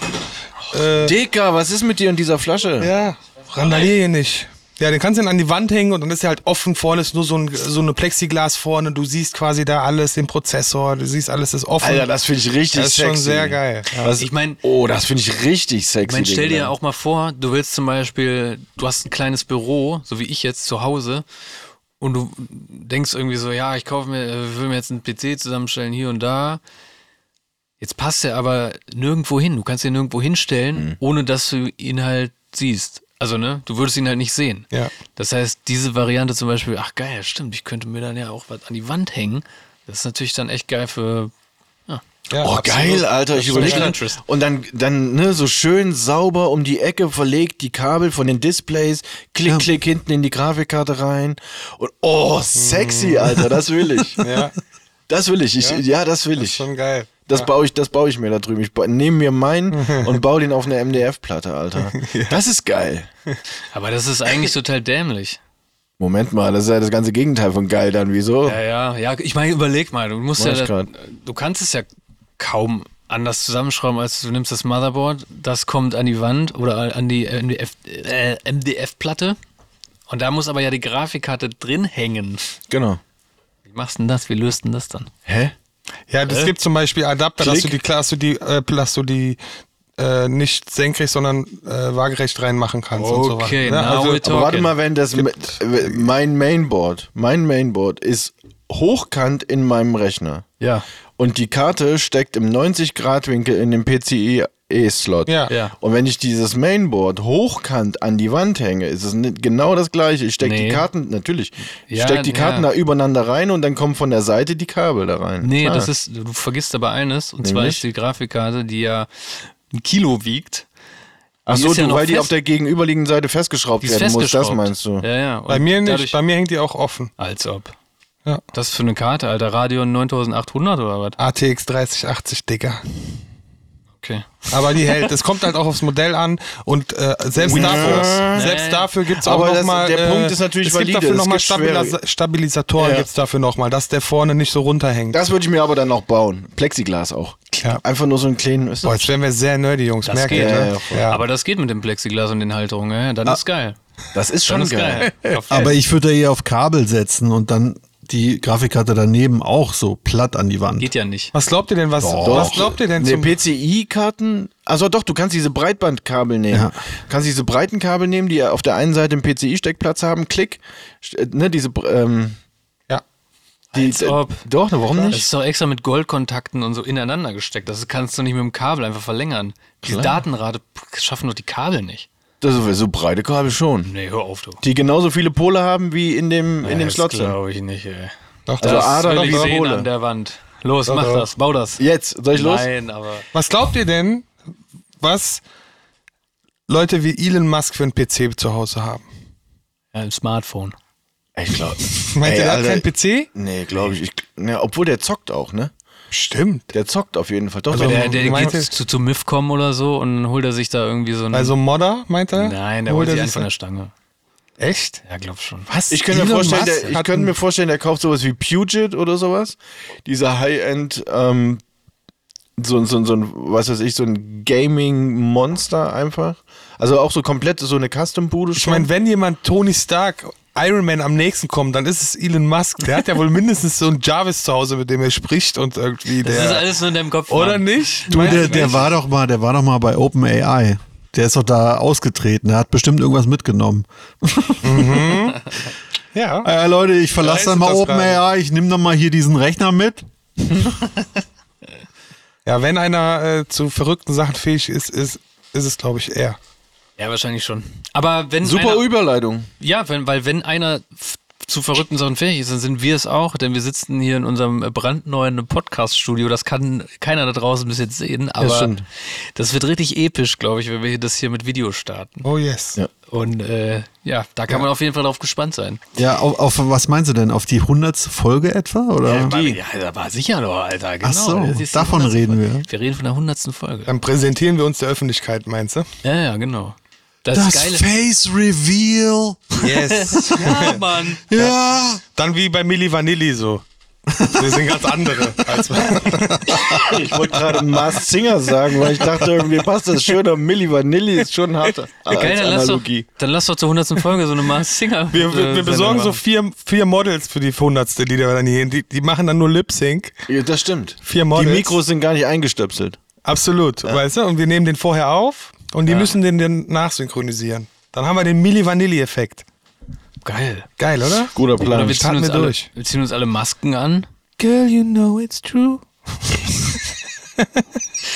S6: Äh,
S4: Dicker, was ist mit dir und dieser Flasche?
S6: ja, randalier hier nicht. Ja, den kannst du dann an die Wand hängen und dann ist der halt offen. Vorne ist nur so, ein, so eine Plexiglas vorne. Du siehst quasi da alles, den Prozessor. Du siehst alles ist offen.
S4: Alter, das finde ich richtig
S6: Das ist
S4: sexy.
S6: schon sehr geil. Ja.
S4: Was,
S2: Ich mein-
S4: oh, das finde ich richtig sexy.
S2: Ich meine, stell
S4: Digga.
S2: dir auch mal vor, du willst zum Beispiel, du hast ein kleines Büro, so wie ich jetzt zu Hause, und du denkst irgendwie so, ja, ich kaufe mir, äh, will mir jetzt einen PC zusammenstellen hier und da. Jetzt passt er aber nirgendwo hin. Du kannst ihn nirgendwo hinstellen, ohne dass du ihn halt siehst. Also, ne, du würdest ihn halt nicht sehen.
S6: Ja.
S2: Das heißt, diese Variante zum Beispiel, ach geil, stimmt, ich könnte mir dann ja auch was an die Wand hängen. Das ist natürlich dann echt geil für
S6: Ja,
S4: Oh,
S6: absolut.
S4: geil, Alter. Ich
S2: ist
S4: überlege.
S2: schon
S4: dann-
S2: interessant.
S4: Und dann, dann ne, so schön sauber um die Ecke verlegt, die Kabel von den Displays, klick, klick hinten in die Grafikkarte rein. Und oh, sexy, Alter, das will ich.
S6: Mhm. Ja,
S4: Das will ich. ich ja. das will
S6: das ist
S4: ich.
S6: schon geil.
S4: Das baue ich, das baue ich mir da drüben. Ich ba- nehme mir meinen und baue den auf eine MDF-Platte, Alter. Das ist geil.
S2: Aber das ist eigentlich total dämlich.
S4: Moment mal, das ist ja das ganze Gegenteil von geil dann. Wieso?
S2: Ja, ja, ja. Ich meine, überleg mal, du musst
S4: Mach ich
S2: ja,
S4: grad.
S2: du kannst es ja kaum anders zusammenschrauben, als du nimmst das Motherboard, das kommt an die Wand oder an die MDF, äh, MDF-Platte und da muss aber ja die Grafikkarte drin hängen.
S4: Genau.
S2: Wie machst du denn das? Wie löst denn das dann?
S4: Hä?
S6: Ja, es gibt zum Beispiel Adapter, dass du
S4: Klick.
S6: die, dass du die, äh, dass du die äh, nicht senkrecht, sondern äh, waagerecht reinmachen kannst und so
S2: Okay,
S6: weiter. also,
S2: now we're
S4: Aber warte
S2: Talking.
S4: mal, wenn das äh, mein Mainboard, mein Mainboard ist hochkant in meinem Rechner
S2: Ja.
S4: und die Karte steckt im 90 Grad Winkel in dem PCIe Slot.
S6: Ja.
S2: Ja.
S4: Und wenn ich dieses Mainboard hochkant an die Wand hänge, ist es nicht genau das gleiche. Ich stecke
S2: Nee.
S4: die Karten natürlich, ich
S2: Ja,
S4: stecke die Karten
S2: ja.
S4: da übereinander rein und dann kommen von der Seite die Kabel da rein.
S2: Nee,
S4: Klar.
S2: das ist, du vergisst aber eines, und zwar
S4: Nämlich?
S2: ist die Grafikkarte, die ja ein Kilo wiegt,
S4: Ach
S2: die
S4: so,
S2: ist ja
S4: du,
S2: noch
S4: weil die
S2: fest-
S4: auf der gegenüberliegenden Seite festgeschraubt
S2: die ist
S4: werden muss,
S2: festgeschraubt.
S4: das meinst du?
S2: Ja, ja. Und
S6: Bei mir nicht,
S2: dadurch-
S6: bei mir hängt die auch offen.
S2: Als ob.
S6: Ja.
S2: Das für eine Karte, Alter. Radeon 9800 oder was?
S6: ATX 3080, Digga.
S2: Okay.
S6: Aber die hält. Es kommt halt auch aufs Modell an und äh, selbst dafür, selbst dafür gibt es auch
S4: Aber das-
S6: nochmal.
S4: der
S6: äh,
S4: Punkt ist natürlich
S6: es
S4: valide.
S6: gibt dafür
S4: Es
S6: nochmal
S4: gibt schwere-
S6: Stabilis Stabilisatoren,
S4: Ja.
S6: gibt's dafür nochmal, dass der vorne nicht so runterhängt.
S4: Das würde ich mir aber dann noch bauen. Plexiglas auch.
S6: Ja.
S4: Einfach nur so einen kleinen. Ist
S6: Boah, jetzt werden wir sehr nerdy, Jungs.
S2: Das
S6: Merkt
S2: geht.
S6: ihr,
S4: Ja, ja,
S6: ne?
S4: voll.
S2: Aber das geht mit dem Plexiglas und den Halterungen, ja? Dann ist geil.
S4: Das ist
S2: Dann
S4: schon
S2: ist
S4: geil.
S2: geil. Auf jeden
S1: Aber ich würde da eher auf Kabel setzen und dann die Grafikkarte daneben auch so platt an die Wand.
S2: Geht ja nicht.
S6: Was glaubt ihr denn, was, was glaubt ihr denn
S4: Ne,
S6: zum
S4: PCI-Karten? Also doch, du kannst diese Breitbandkabel nehmen.
S1: Ja.
S4: Kannst diese breiten Kabel nehmen, die auf der einen Seite einen PCI-Steckplatz haben. Klick. st- äh, Ne, diese. br- Ähm,
S6: Ja.
S4: die,
S2: Als ob.
S4: Doch, ne, warum
S2: Das
S4: nicht?
S2: ist doch extra mit Goldkontakten und so ineinander gesteckt. Das kannst du nicht mit dem Kabel einfach verlängern. Diese Datenrate schaffen doch die Kabel nicht.
S4: Das ist so breite Kabel schon.
S2: Nee, hör auf, du.
S4: Die genauso viele Pole haben wie in dem, in dem Slot. sind.
S2: glaube ich nicht, ey.
S6: Doch,
S4: Also
S6: das-
S4: Ader-
S2: Will ich
S4: doch,
S2: sehen
S4: Hole.
S2: an der Wand. Los, mach
S6: doch.
S2: das, bau das.
S4: Jetzt, soll ich los?
S2: Nein, aber.
S6: Was glaubt ihr denn, was Leute wie Elon Musk für einen PC zu Hause haben?
S2: Ja, ein Smartphone.
S4: Ich glaube.
S6: Meint ihr, der hat
S4: also
S6: keinen PC?
S4: Nee, glaube ich. ich ne, obwohl der zockt auch, ne?
S6: Stimmt.
S4: Der zockt auf jeden Fall. Doch,
S6: Also
S4: wenn
S2: Der,
S4: der,
S2: der geht
S6: meinst du-
S2: zu, zu MIFCOM oder so und holt er sich da irgendwie so einen.
S6: Also Modder, meint er?
S2: Nein, der holt
S6: Holt er
S2: sich einen
S6: sich
S2: von der
S6: so-
S2: Stange.
S6: Echt?
S2: Ja, glaub schon.
S6: Was?
S4: ich könnte mir,
S6: Elon
S4: vorstellen,
S6: Musk
S4: der, ich
S6: hat
S4: könnte
S6: einen-
S4: mir vorstellen, der kauft sowas wie Puget oder sowas. Dieser High-End, ähm, so, ein- so, ein- so ein, was weiß ich, so ein Gaming-Monster einfach. Also auch so komplett so eine Custom-Bude
S6: Ich meine, wenn jemand Tony Stark Iron Man am nächsten kommen, dann ist es Elon Musk. Der hat ja wohl mindestens so einen Jarvis zu Hause, mit dem er spricht und irgendwie der.
S2: Das ist alles nur in deinem Kopf.
S6: oder
S2: Mann.
S6: nicht?
S1: Du,
S6: Weißt
S1: der,
S6: du
S1: der
S6: nicht?
S1: war doch mal, der war doch mal bei OpenAI. Der ist doch da ausgetreten. Der hat bestimmt irgendwas mitgenommen.
S6: Ja.
S1: Äh, Leute, ich verlasse
S6: Ja,
S1: dann mal
S6: ist das
S1: OpenAI. Ich nehme dann mal hier diesen Rechner mit.
S6: Ja, wenn einer äh, zu verrückten Sachen fähig ist, ist, ist es, glaube ich, er.
S2: Ja, wahrscheinlich schon. Aber wenn
S4: Super
S2: einer,
S4: Überleitung.
S2: Ja, wenn, weil wenn einer f- zu verrückten Sachen fähig ist, dann sind wir es auch, denn wir sitzen hier in unserem brandneuen Podcast-Studio. Das kann keiner da draußen bis jetzt sehen, aber
S1: stimmt.
S2: das wird richtig episch, glaube ich, wenn wir das hier mit Video starten.
S6: Oh yes.
S4: Ja.
S2: Und äh, ja, da kann man auf jeden Fall drauf gespannt sein.
S1: Ja, auf, auf was meinst du denn? Auf die hundertste Folge etwa? Oder?
S2: Ja, da war sicher doch, Alter. Genau.
S1: Ach so,
S2: Das ist die
S1: davon
S2: 100.
S1: reden
S2: Folge.
S1: wir.
S2: Wir reden von der hundertsten Folge.
S6: Dann präsentieren wir uns der Öffentlichkeit, meinst du?
S2: Ja, ja, genau. Das,
S1: Das
S2: Geile.
S1: Face Reveal.
S6: Yes.
S2: Ja, Mann.
S1: Ja.
S6: Dann wie bei Milli Vanilli so. Wir sind ganz andere. Als
S4: Ich wollte gerade Mars Singer sagen, weil ich dachte, irgendwie passt das schöner. Milli Vanilli ist schon harte
S2: Geil, dann lass, doch, dann lass doch zur hundertsten Folge so eine Mars Singer.
S6: wir, wir, wir besorgen so vier, vier Models für die 100. Die, da dann hier, hin- die, die machen dann nur Lip-Sync.
S4: Ja, das stimmt.
S6: Vier
S4: Die
S6: Models.
S4: Mikros sind gar nicht eingestöpselt.
S6: Absolut, weißt du? Und wir nehmen den vorher auf und die müssen den dann nachsynchronisieren. Dann haben wir den Milli Vanilli-Effekt.
S2: Geil.
S6: Geil, oder?
S4: Guter
S2: Oder
S4: Plan.
S2: wir ziehen,
S6: starten
S2: uns
S6: wir
S2: alle,
S6: durch.
S2: wir ziehen uns alle Masken an.
S6: Girl, you know it's true.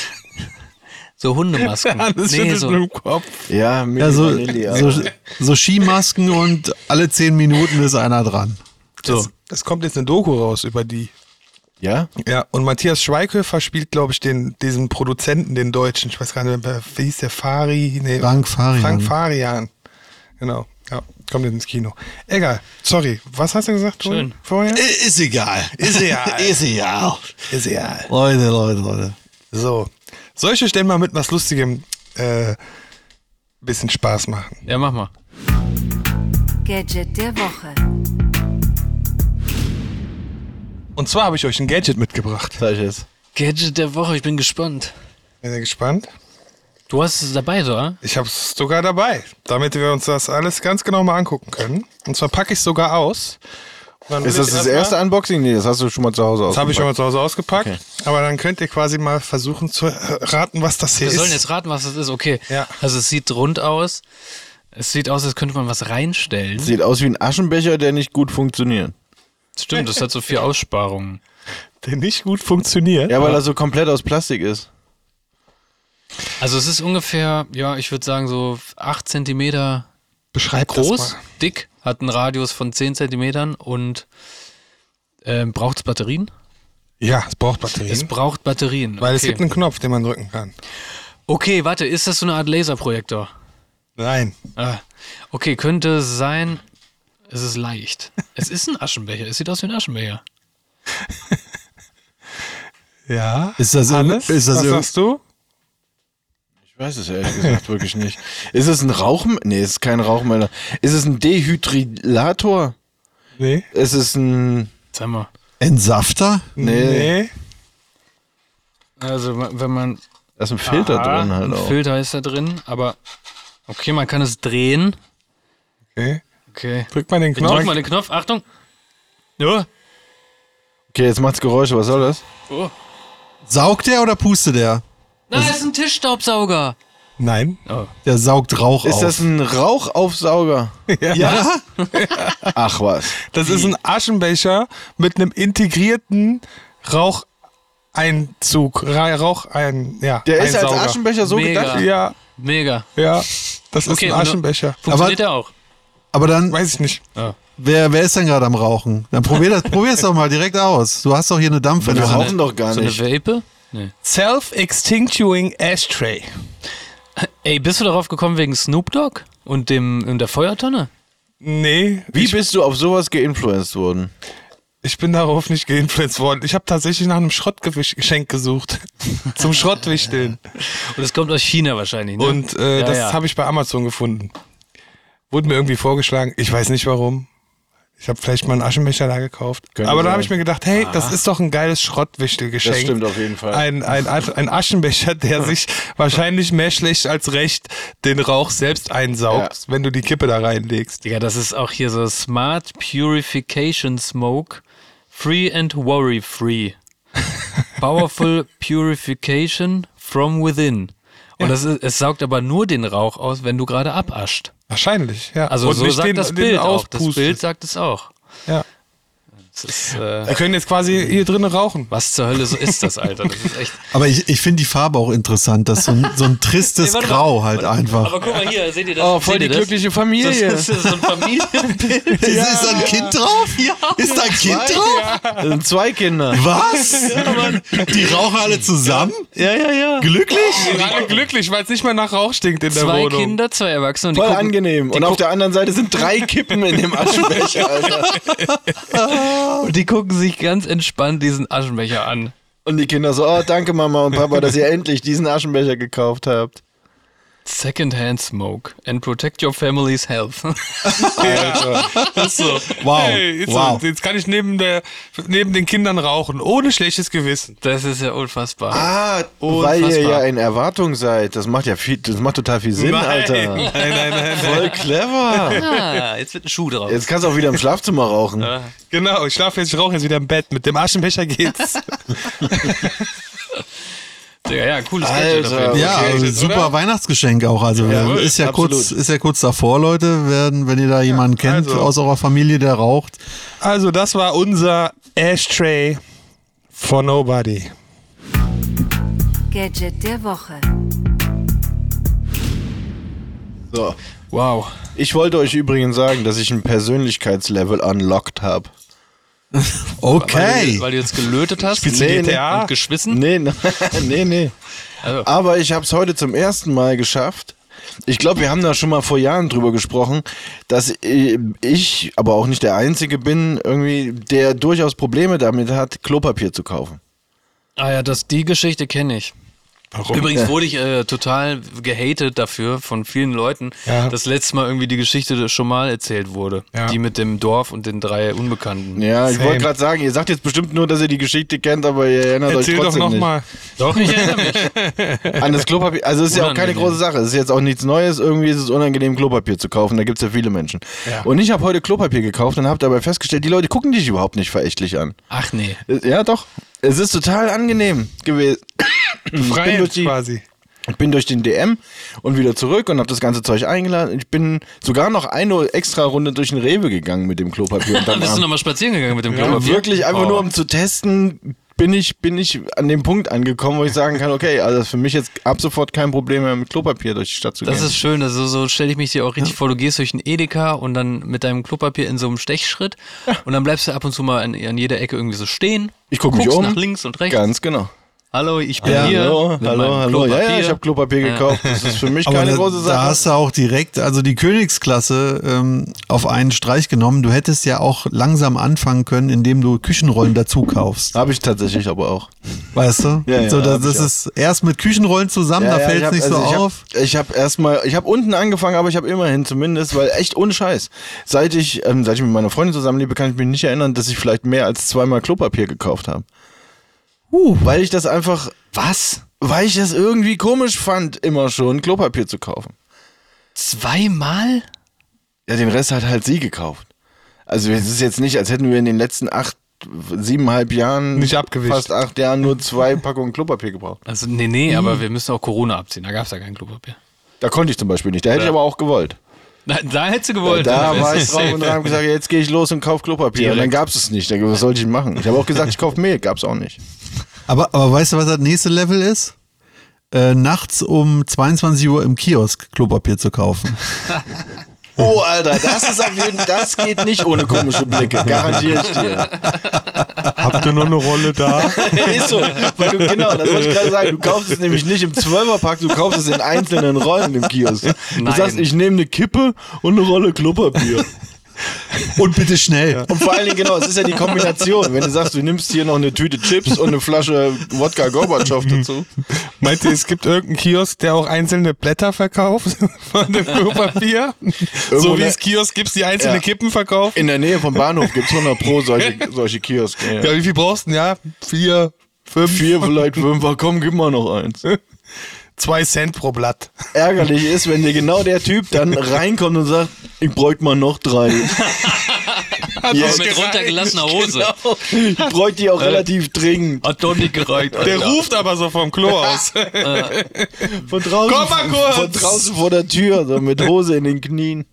S2: So Hundemasken.
S6: Alles
S2: nee,
S6: schüttelt
S2: so,
S6: so. im Kopf.
S4: Ja, Milli
S1: Ja, so,
S4: Vanilli. aber-
S1: so, so Skimasken und alle zehn Minuten ist einer dran.
S6: So. Es, es kommt jetzt eine Doku raus über die.
S4: ja?
S6: Ja, und Matthias Schweighöfer spielt, glaube ich, den, diesen Produzenten, den Deutschen. Ich weiß gar nicht, wer- wie hieß der? Fari? Nee,
S1: Frank Farian.
S6: Frank Farian. Genau. Ja, kommt jetzt ins Kino. Egal. Sorry. Was hast du gesagt? Toni,
S2: Schön.
S6: Vorher?
S1: Ist egal. Ist
S6: egal.
S1: Ist egal.
S6: Ist ja.
S1: Leute, Leute, Leute.
S6: So. Soll ich euch denn mal mit was Lustigem äh, bisschen Spaß machen?
S2: Ja, mach mal.
S7: Gadget der Woche.
S6: Und zwar habe ich euch ein Gadget mitgebracht.
S4: Sag ich jetzt.
S2: Gadget der Woche, ich bin gespannt.
S6: Seid ihr gespannt?
S2: Du hast es dabei, so, ah? oder?
S6: Ich habe es sogar dabei, damit wir uns das alles ganz genau mal angucken können. Und zwar packe ich es sogar aus. Und dann
S4: Ist
S6: will
S4: das
S6: ich
S4: das
S6: erst mal-
S4: erste Unboxing? Nee, das hast du schon mal zu Hause
S6: Das habe ich schon mal zu Hause ausgepackt. Aber dann könnt ihr quasi mal versuchen zu äh, raten, was das hier
S2: Wir
S6: ist.
S2: sollen jetzt raten, was das ist. Okay.
S6: Ja.
S2: Also es sieht rund aus. Es sieht aus, als könnte man was reinstellen.
S4: Sieht aus wie ein Aschenbecher, der nicht gut funktioniert.
S2: Stimmt, das hat so vier Aussparungen.
S6: der nicht gut funktioniert.
S4: Ja, weil er so komplett aus Plastik ist.
S2: Also es ist ungefähr, ja, ich würde sagen so 8 Zentimeter
S6: Beschreibt das
S2: groß,
S6: mal.
S2: dick, hat einen Radius von 10 Zentimetern und ähm, braucht es Batterien?
S6: Ja, es braucht Batterien.
S2: Es braucht Batterien.
S6: weil es
S2: okay.
S6: gibt einen Knopf, den man drücken kann.
S2: okay, warte, ist das so eine Art Laserprojektor?
S6: Nein.
S2: Ah, okay, könnte sein. Es ist leicht. Es ist ein Aschenbecher. Es sieht aus wie ein Aschenbecher.
S6: Ja.
S1: Ist das,
S6: Hannes,
S1: ist das
S6: was
S1: irg-
S6: sagst du?
S4: Ich weiß es ehrlich gesagt wirklich nicht. Ist es ein Rauchmelder? Nee, es ist kein Rauchmelder. Ist es ein Dehydrilator?
S6: Nee.
S4: Ist es ein.
S2: Sag mal.
S1: Entsafter?
S4: Nee.
S2: Also, ma- wenn man.
S4: Da ist ein Filter
S2: Aha,
S4: drin halt
S2: ein
S4: auch.
S2: Filter ist da drin, aber. Okay, man kann es drehen.
S6: Okay.
S2: Okay.
S6: Drückt man den
S2: Wir
S6: Knopf.
S2: drücken mal den Knopf. Achtung. Ja.
S4: Okay, jetzt macht's Geräusche, was soll das?
S2: Oh.
S1: Saugt der oder pustet der?
S2: Na, es ist ein Tischstaubsauger.
S6: Nein.
S1: Der saugt Rauch
S4: Ist
S1: auf.
S4: das ein Rauchaufsauger?
S1: ja?
S4: Ach was.
S6: Das ist ein Aschenbecher mit einem integrierten Raucheinzug. Ra Rauch ein, ja.
S4: Der ist als
S6: Einsauger.
S4: Aschenbecher so
S2: Mega.
S4: gedacht.
S6: Ja,
S2: Mega.
S6: ja. Das ist
S2: Okay,
S6: ein
S2: und-
S6: Aschenbecher.
S2: Funktioniert der auch.
S1: Aber dann,
S6: Weiß ich nicht.
S1: wer, wer ist denn gerade am Rauchen? Dann probier das, probier's doch mal direkt aus. Du hast doch hier eine Dampfe.
S4: Wir rauchen doch gar
S2: So eine
S4: nicht.
S2: Vape? Nee.
S6: Self-Extinctuing Ashtray.
S2: Ey, bist du darauf gekommen wegen Snoop Dogg und, dem, und der Feuertonne?
S6: Nee,
S4: Wie
S6: ich,
S4: bist du auf sowas geinfluenced worden?
S6: ich bin darauf nicht geinfluenced worden. Ich habe tatsächlich nach einem Schrottgeschenk gesucht. Zum Schrottwichteln.
S2: Und es kommt aus China wahrscheinlich, ne?
S6: Und äh,
S2: Ja,
S6: das
S2: ja.
S6: habe ich bei Amazon gefunden. Wurde mir irgendwie vorgeschlagen. Ich weiß nicht warum. Ich habe vielleicht mal einen Aschenbecher da gekauft.
S4: Könnte
S6: Aber da
S4: sein.
S6: habe ich mir gedacht, hey, das ist doch ein geiles Schrottwichtelgeschenk.
S4: Das stimmt auf jeden Fall.
S6: Ein, ein, Asch- ein Aschenbecher, der sich wahrscheinlich mehr schlecht als recht den Rauch selbst einsaugt, wenn du die Kippe da reinlegst.
S2: Digga, das ist auch hier so Smart Purification Smoke. Free and worry free. Powerful Purification from within. Und das ist, es saugt aber nur den Rauch aus, wenn du gerade abascht.
S6: Wahrscheinlich, ja.
S2: Also
S6: Und
S2: so
S6: nicht
S2: sagt
S6: den,
S2: das
S6: den
S2: Bild auch. Das
S6: auspustet.
S2: Bild sagt es auch.
S6: Ja.
S2: Das ist, äh,
S6: Wir können jetzt quasi hier drinnen rauchen.
S2: was zur Hölle so ist das, Alter? Das ist echt.
S1: Aber ich, ich finde die Farbe auch interessant, dass so ein, so ein tristes
S2: Nee, warte mal.
S1: Grau halt einfach.
S2: Aber guck mal hier, seht ihr das?
S4: Oh, voll
S2: seht
S4: die
S2: ihr das?
S4: glückliche
S2: Das
S4: Familie.
S2: ist, das ist so ein Familienbild.
S1: Ist, ist da ein Kind drauf? Ja. Ist da ein Kind drauf?
S4: Das sind zwei Kinder.
S1: Was? Die rauchen alle zusammen?
S4: Ja, ja, ja.
S1: Glücklich?
S6: Wir sind alle glücklich, weil es nicht mehr nach Rauch stinkt in der
S2: Zwei
S6: Wohnung.
S2: Kinder, zwei Erwachsene. und die
S4: Voll
S2: gucken-
S4: angenehm.
S2: die
S4: Und auf
S2: gucken-
S4: der anderen Seite sind drei Kippen in dem Aschenbecher, Alter.
S2: Und die gucken sich ganz entspannt diesen Aschenbecher an.
S4: Und die Kinder so, oh, danke Mama und Papa, dass ihr endlich diesen Aschenbecher gekauft habt.
S2: Secondhand smoke and protect your family's health.
S6: Das ist so.
S1: Wow,
S6: Hey, jetzt,
S1: wow.
S6: jetzt kann ich neben, der, neben den Kindern rauchen, ohne schlechtes Gewissen.
S2: Das ist ja unfassbar.
S4: Ah, weil
S2: unfassbar.
S4: ihr ja in Erwartung seid. Das macht ja viel, das macht total viel Sinn, Alter.
S6: Nein, nein, nein, nein.
S4: Voll clever.
S2: Ah, jetzt wird ein Schuh drauf.
S4: Jetzt kannst du auch wieder im Schlafzimmer rauchen.
S6: Genau, ich schlafe jetzt, ich rauche jetzt wieder im Bett. Mit dem Aschenbecher geht's.
S2: Digga, ja, cooles
S4: Alter.
S2: Gadget auf jeden Fall.
S1: Ja,
S6: Okay,
S1: also
S6: oder?
S1: super Weihnachtsgeschenk auch. Also ist, ja
S4: absolut.
S1: kurz, ist ja kurz davor, Leute. Werden, wenn ihr da jemanden kennt
S6: also.
S1: aus eurer Familie, der raucht.
S6: Also, das war unser Ashtray for Nobody.
S7: Gadget der Woche.
S4: So.
S2: Wow.
S4: Ich wollte euch übrigens sagen, dass ich ein Persönlichkeitslevel unlocked habe.
S2: Weil, du,
S1: Okay.
S2: weil du jetzt gelötet hast
S4: Spielst du Nee,
S6: GTA? nee.
S2: und geschwissen.
S4: Nee, ne- nee, nee.
S2: Also.
S4: Aber ich habe es heute zum ersten Mal geschafft. Ich glaube, wir haben da schon mal vor Jahren drüber gesprochen, dass äh, ich, aber auch nicht der Einzige bin, irgendwie, der durchaus Probleme damit hat, Klopapier zu kaufen.
S2: Ah ja, das, die Geschichte kenne ich.
S6: Warum?
S2: Übrigens wurde ich äh, total gehatet dafür von vielen Leuten,
S6: Ja.
S2: dass letztes Mal irgendwie die Geschichte die schon mal erzählt wurde.
S6: Ja.
S2: Die mit dem Dorf und den drei Unbekannten.
S4: Ja, ich
S6: Same.
S4: wollte gerade sagen, ihr sagt jetzt bestimmt nur, dass ihr die Geschichte kennt, aber ihr erinnert
S6: Erzähl doch
S4: euch trotzdem nicht.
S6: nochmal.
S2: Doch, ich erinnere mich.
S4: An das Klopapier, also es ist ja auch keine
S2: Unangenehm.
S4: große Sache. Es ist jetzt auch nichts Neues. Irgendwie ist es unangenehm, Klopapier zu kaufen. Da gibt es ja viele Menschen.
S6: Ja.
S4: Und ich habe heute Klopapier gekauft und habe dabei festgestellt, die Leute gucken dich überhaupt nicht verächtlich an.
S2: Ach nee.
S4: Äh, Ja, doch. Es ist total angenehm gewesen. bin
S6: Freien
S4: durch die-
S6: quasi.
S4: Ich bin durch den DM und wieder zurück und habe das ganze Zeug eingeladen. Ich bin sogar noch eine extra Runde durch den Rewe gegangen mit dem Klopapier. Und
S2: Dann
S4: dann
S2: bist du nochmal spazieren gegangen mit dem
S4: Aber
S2: Klopapier.
S4: wirklich einfach
S2: Oh.
S4: nur, um zu testen, bin ich, bin ich an dem Punkt angekommen, wo ich sagen kann, okay, also das ist für mich jetzt ab sofort kein Problem mehr, mit Klopapier durch die Stadt zu
S2: Das
S4: gehen.
S2: ist schön, also so stelle ich mich dir auch richtig vor. Du gehst durch einen Edeka und dann mit deinem Klopapier in so einem Stechschritt und dann bleibst du ab und zu mal an, an jeder Ecke irgendwie so stehen.
S4: Ich guck mich
S2: Guckst
S4: um.
S2: nach links und rechts.
S4: Ganz genau.
S2: Hallo, ich bin hier.
S4: hallo,
S2: mit
S4: hallo,
S2: meinem
S4: hallo. Ja, ja,
S2: Klopapier.
S4: ich habe Klopapier gekauft. Das ist für mich
S1: Aber
S4: keine
S1: da,
S4: große
S1: da
S4: Sache.
S1: hast du auch direkt, also die Königsklasse ähm, auf einen Streich genommen. Du hättest ja auch langsam anfangen können, indem du Küchenrollen dazu kaufst.
S4: Habe ich tatsächlich aber auch.
S1: Weißt du?
S4: Ja, ja,
S1: so, das,
S4: hab ich
S1: das ist erst mit Küchenrollen zusammen, da fällt es nicht so auf.
S4: also Ich habe hab erstmal, ich habe unten angefangen, aber ich habe immerhin zumindest, weil echt ohne Scheiß. Seit ich, ähm, seit ich mit meiner Freundin zusammenlebe, kann ich mich nicht erinnern, dass ich vielleicht mehr als zweimal Klopapier gekauft habe. Weil ich das einfach,
S2: Was?
S4: weil ich das irgendwie komisch fand, immer schon Klopapier zu kaufen.
S2: Zweimal?
S4: Ja, den Rest hat halt sie gekauft. Also es ist jetzt nicht, als hätten wir in den letzten acht, siebeneinhalb Jahren,
S6: Nicht abgewischt.
S4: fast acht Jahren nur zwei Packungen Klopapier gebraucht.
S2: Also, nee, nee,
S4: Mhm.
S2: aber wir müssen auch Corona abziehen. Da gab es ja kein Klopapier.
S4: Da konnte ich zum Beispiel nicht. Da hätte ich aber auch gewollt.
S2: Da, da hättest du gewollt.
S4: Da
S2: Dann
S4: war ich
S2: wärst du
S4: drauf
S2: safe.
S4: und habe gesagt, jetzt gehe ich los und kauf Klopapier. Und dann gab es es nicht. Ich dachte, Was sollte ich machen? Ich habe auch gesagt, ich kauf Mehl, gab es auch nicht.
S1: Aber, aber weißt du, was das nächste Level ist? Äh, nachts um 22 Uhr im Kiosk Klopapier zu kaufen.
S4: Oh, Alter, das ist auf jeden das geht nicht ohne komische Blicke, garantiere ich dir.
S6: Habt ihr noch eine Rolle da?
S4: Ist so, weil du, genau, das wollte ich gerade sagen, du kaufst es nämlich nicht im Zwölferpack, du kaufst es in einzelnen Rollen im Kiosk. Du
S2: Nein.
S4: ne sagst, ich nehme eine Kippe und eine Rolle Klopapier.
S1: Und bitte schnell.
S4: Und vor allen Dingen, genau, es ist ja die Kombination. Wenn du sagst, du nimmst hier noch eine Tüte Chips und eine Flasche Wodka Gorbatschow dazu.
S6: Meint ihr, es gibt irgendeinen Kiosk, der auch einzelne Blätter verkauft von dem Klopapier? so wie
S4: ne-
S6: es Kiosk gibt, die einzelne
S4: Ja.
S6: Kippen verkaufen?
S4: In der Nähe vom Bahnhof gibt es 100 Pro solche, solche Kioske.
S6: Ja, wie viel brauchst du denn? Ja, vier, fünf,
S4: Vier, vielleicht fünf, Ah, komm, gib mal noch eins.
S6: zwei Cent pro Blatt.
S4: Ärgerlich ist, wenn dir genau der Typ dann reinkommt und sagt, ich bräuchte mal noch drei.
S6: Hat
S4: Ja,
S6: das
S2: mit
S6: gereicht?
S2: runtergelassener
S4: Genau.
S2: Hose.
S4: Ich bräuchte die auch relativ dringend.
S2: Hat doch nicht gereicht.
S6: Der
S2: Alter.
S6: ruft aber so vom Klo aus.
S4: Von draußen,
S6: Komm mal kurz!
S4: von draußen vor der Tür, so mit Hose in den Knien.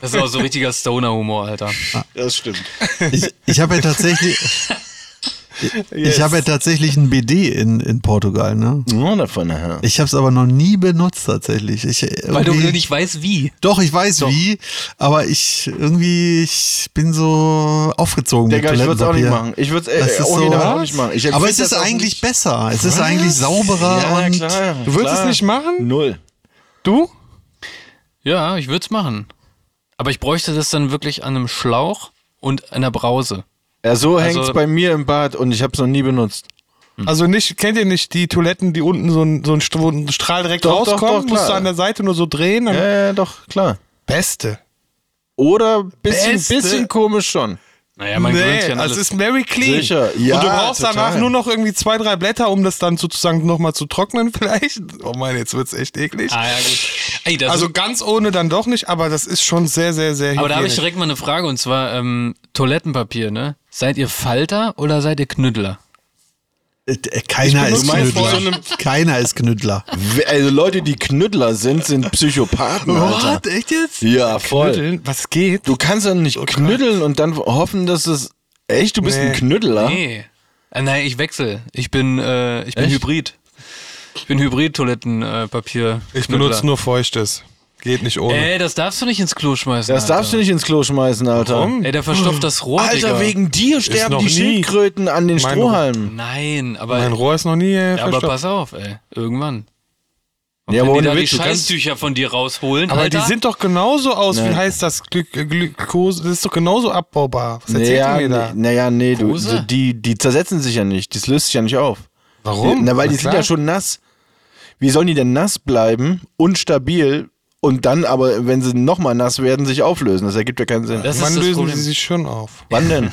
S2: Das ist auch so richtiger Stoner-Humor, Alter.
S4: Das stimmt.
S1: Ich, ich habe ja tatsächlich. Ich habe ja tatsächlich ein BD in, in Portugal, ne?
S4: Nur davon, ja.
S1: Ich habe es aber noch nie benutzt tatsächlich. Ich,
S2: Weil du
S1: irgendwie-
S2: nicht weißt, wie.
S1: Doch, ich weiß wie, aber ich irgendwie, ich bin so aufgezogen
S4: Digga,
S1: mit
S4: ich würde es auch
S1: Toilettenpapier.
S4: nicht machen. Ich würde
S1: Das
S4: es
S1: ist
S4: auch
S1: so,
S4: nicht- auch nicht machen. Ich
S1: aber
S4: empfehle
S1: es ist
S4: das auch
S1: eigentlich
S4: nicht.
S1: besser. Es ist eigentlich sauberer
S4: Ja,
S1: und
S4: klar,
S6: Du würdest
S4: klar.
S6: es nicht machen?
S4: Null.
S6: Du?
S2: Ja, ich würde es machen. Aber ich bräuchte das dann wirklich an einem Schlauch und einer Brause.
S4: Ja, so hängt's
S2: Also-
S4: bei mir im Bad und ich habe es noch nie benutzt.
S2: Hm.
S6: Also nicht, kennt ihr nicht die Toiletten, die unten so ein, so ein, St- wo ein Strahl direkt
S4: Doch, doch,
S6: rauskommt?
S4: doch, klar.
S6: musst du an der Seite nur so drehen? Dann
S4: Ja, ja, doch, klar.
S6: Beste.
S4: Oder bisschen,
S6: Beste-
S4: bisschen komisch schon.
S2: Naja, man gewöhnt sich an
S6: das
S2: alles.
S6: ist very clean.
S4: Sicher. Ja,
S6: Und du brauchst
S4: total.
S6: danach nur noch irgendwie zwei, drei Blätter, um das dann sozusagen nochmal zu trocknen vielleicht. Oh mein, jetzt wird's echt eklig.
S2: ah ja, gut. Ey, das
S6: Also ganz ohne dann doch nicht, aber das ist schon sehr, sehr, sehr
S2: aber da habe ich
S6: hygienisch.
S2: direkt mal eine Frage und zwar ähm, Toilettenpapier, ne? Seid ihr Falter oder seid ihr Knüttler?
S1: Äh, äh, keiner
S6: Ich
S1: ist
S6: benutze
S1: Knüttler.
S6: vor so einem-
S1: keiner ist Knüttler.
S4: We- Also Leute, die Knüttler sind, sind Psychopathen, Alter.
S6: echt jetzt?
S4: Ja, voll.
S6: Knütteln? Was geht?
S4: Du kannst dann nicht knütteln und dann hoffen, dass es... Echt, du bist
S6: Oh Nee.
S4: ein Knüttler?
S2: Nee. Ah, nein, ich wechsle. Ich bin, äh, ich bin
S4: Echt?
S2: Hybrid. Ich bin Hybrid-Toilettenpapier.
S6: Ich benutze nur feuchtes. Geht nicht ohne.
S2: Ey, das darfst du nicht ins Klo schmeißen.
S4: Das darfst du nicht ins Klo schmeißen, Alter.
S6: Warum?
S2: Ey, der verstopft das Rohr.
S4: Alter,
S2: Digga.
S4: wegen dir
S6: sterben
S4: sterben
S6: noch die
S4: die
S6: nie
S4: Schildkröten an den
S6: mein
S4: Strohhalmen.
S2: Nein, aber.
S6: mein Rohr ist noch nie äh,
S2: Ja, aber
S6: verstopft.
S2: pass auf, ey. Irgendwann. Und
S4: Ja,
S2: wenn
S4: aber
S2: die
S4: ohne
S2: da die
S4: Witz, du kannst-
S2: Scheißtücher von dir rausholen,
S6: Aber
S2: Alter,
S6: die sind doch genauso aus, wie
S4: Nein.
S6: heißt das? Gly Glukose, das ist doch genauso abbaubar. Was erzählt ihr mir da?
S4: naja, nee, du,
S2: Hose?
S4: so, die, die zersetzen sich ja nicht. Das löst sich ja nicht auf.
S6: Warum?
S4: Na, weil
S6: Na
S4: die sind
S6: klar.
S4: ja schon nass. Wie sollen die denn nass bleiben, unstabil und dann aber, wenn sie nochmal nass werden, sich auflösen? Das ergibt ja keinen Sinn.
S2: das
S6: Wann
S2: ist das
S6: lösen
S2: Problem.
S6: sie sich schon auf?
S4: wann denn?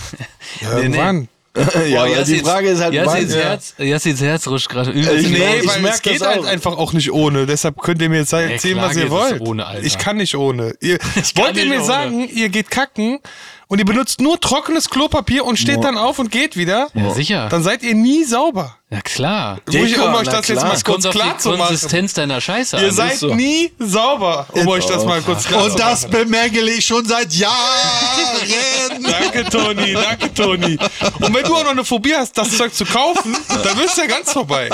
S6: Irgendwann.
S4: ja,
S2: Boah,
S4: aber
S2: Jassi
S4: die Frage ist halt,
S2: Jassi
S4: wann?
S2: ins Herz, Jassi ins Herz rutscht gerade. übelst
S4: Ich
S2: in die
S4: merk-
S6: Nee,
S2: Hose.
S4: ich
S6: weil
S4: merk
S6: es geht
S4: das
S6: halt
S4: auch.
S6: einfach auch nicht ohne. Deshalb könnt ihr mir jetzt erzählen,
S2: klar
S6: was ihr
S2: geht das
S6: wollt.
S2: ohne, Alter.
S6: ich kann nicht ohne. Ihr,
S2: kann
S6: wollt ihr
S2: nicht
S6: mir
S2: ohne.
S6: sagen, ihr geht kacken und ihr benutzt nur trockenes Klopapier und steht dann auf und geht wieder?
S2: Ja, sicher.
S6: Dann seid ihr nie sauber.
S2: Na klar.
S6: Ruhig, um
S4: na
S6: euch das jetzt
S4: klar.
S6: mal kurz
S2: Kommt auf
S6: klar
S2: die
S6: zu machen.
S2: Konsistenz deiner Scheiße
S6: Ihr
S2: an.
S6: seid nie sauber, um euch das mal kurz klar zu
S1: Und das
S6: machen.
S1: bemängel ich schon seit Jahren.
S6: Danke, Toni, danke, Toni. Und wenn du auch noch eine Phobie hast, das Zeug zu kaufen, dann bist du ja ganz vorbei.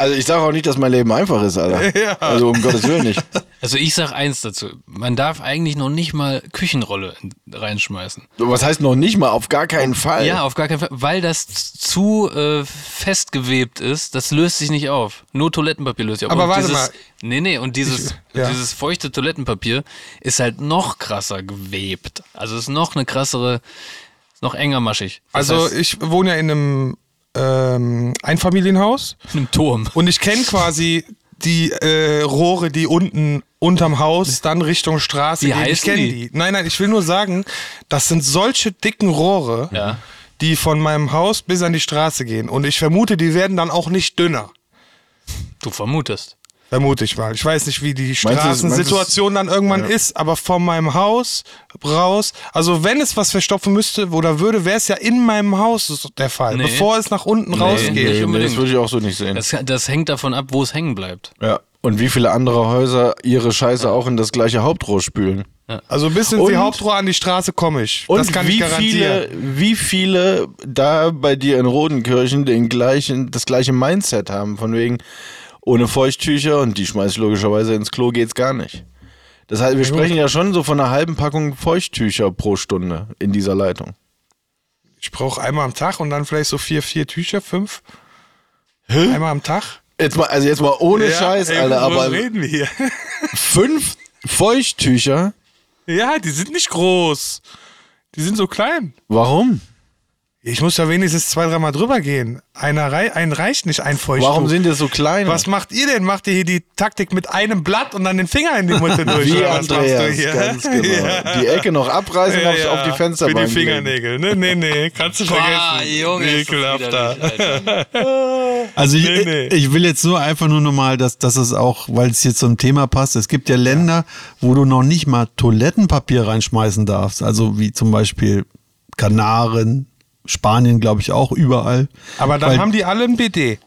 S4: Also ich sage auch nicht, dass mein Leben einfach ist, Alter.
S6: Ja.
S4: Also um Gottes Willen nicht.
S2: Also ich sag eins dazu. Man darf eigentlich noch nicht mal Küchenrolle in- reinschmeißen.
S4: Was heißt noch nicht mal? Auf gar keinen Fall.
S2: Ja, auf gar keinen Fall. Weil das zu äh, festgewebt ist, das löst sich nicht auf. Nur Toilettenpapier löst sich auf.
S6: Aber
S2: und
S6: warte
S2: dieses,
S6: mal.
S2: Nee, nee, und dieses,
S6: Ich- ja.
S2: dieses feuchte Toilettenpapier ist halt noch krasser gewebt. Also ist noch eine krassere, ist noch enger maschig. Das
S6: Also
S2: heißt,
S6: ich wohne ja in einem ähm, Einfamilienhaus
S2: einem Turm.
S6: und ich kenne quasi die äh, Rohre, die unten unterm Haus dann Richtung Straße
S2: Wie
S6: gehen. Ich
S2: heißen
S6: kenne die.
S2: die?
S6: Nein, nein, ich will nur sagen, das sind solche dicken Rohre,
S2: Ja.
S6: die von meinem Haus bis an die Straße gehen. Und ich vermute, die werden dann auch nicht dünner.
S2: Du vermutest.
S6: Vermute ich mal. Ich weiß nicht, wie die
S4: du,
S6: Straßensituation dann irgendwann ist, aber von meinem Haus raus, also wenn es was verstopfen müsste oder würde, wäre es ja in meinem Haus so der Fall,
S2: Nee.
S6: bevor es nach unten rausgeht.
S2: nicht
S4: Nee, nee,
S2: unbedingt.
S4: das würde ich auch so nicht sehen.
S2: Das, das hängt davon ab, wo es hängen bleibt.
S4: Ja. Und wie viele andere Häuser ihre Scheiße auch in das gleiche Hauptrohr spülen.
S6: Also bis ins
S4: Und-
S6: Hauptrohr an die Straße komme ich.
S4: Und
S6: das kann
S4: wie
S6: ich garantieren.
S4: viele, wie viele da bei dir in Rodenkirchen den gleichen, das gleiche Mindset haben, von wegen ohne Feuchttücher und die schmeiß ich logischerweise ins Klo geht's gar nicht. Das heißt, wir sprechen ja schon so von einer halben Packung Feuchttücher pro Stunde in dieser Leitung.
S6: Ich brauche einmal am Tag und dann vielleicht so vier, vier Tücher, fünf. Einmal am Tag?
S4: Jetzt mal, also jetzt mal ohne
S6: Ja,
S4: Scheiß,
S6: ey,
S4: Alter,
S6: worüber
S4: aber
S6: reden wir hier?
S4: fünf Feuchttücher
S6: Ja, die sind nicht groß. Die sind so klein.
S4: Warum?
S6: Ich muss ja wenigstens zwei, dreimal drüber gehen. Einer rei ein reicht nicht, ein Feuchttuch.
S4: Warum sind die so klein?
S6: Was macht ihr denn? Macht ihr hier die Taktik mit einem Blatt und dann den Finger in die Mutter durch?
S4: Wie
S6: oder was machst
S4: Andreas, ganz genau. Die Ecke noch abreißen
S6: Ja,
S4: auf,
S6: ja,
S4: auf die Fensterbank.
S6: Für die
S4: legen.
S6: Fingernägel, ne? Nee, nee, kannst du vergessen.
S2: Ah, Junge, ist das
S6: Ekelhafter.
S2: widerlich, Alter.
S1: Also ich,
S6: Nee, nee.
S1: ich will jetzt nur einfach nur nochmal, dass, dass es auch, weil es hier zum Thema passt, es gibt ja Länder, wo du noch nicht mal Toilettenpapier reinschmeißen darfst. Also wie zum Beispiel Kanaren, Spanien, glaube ich, auch überall.
S6: Aber dann
S1: Weil-
S6: haben die alle ein BD.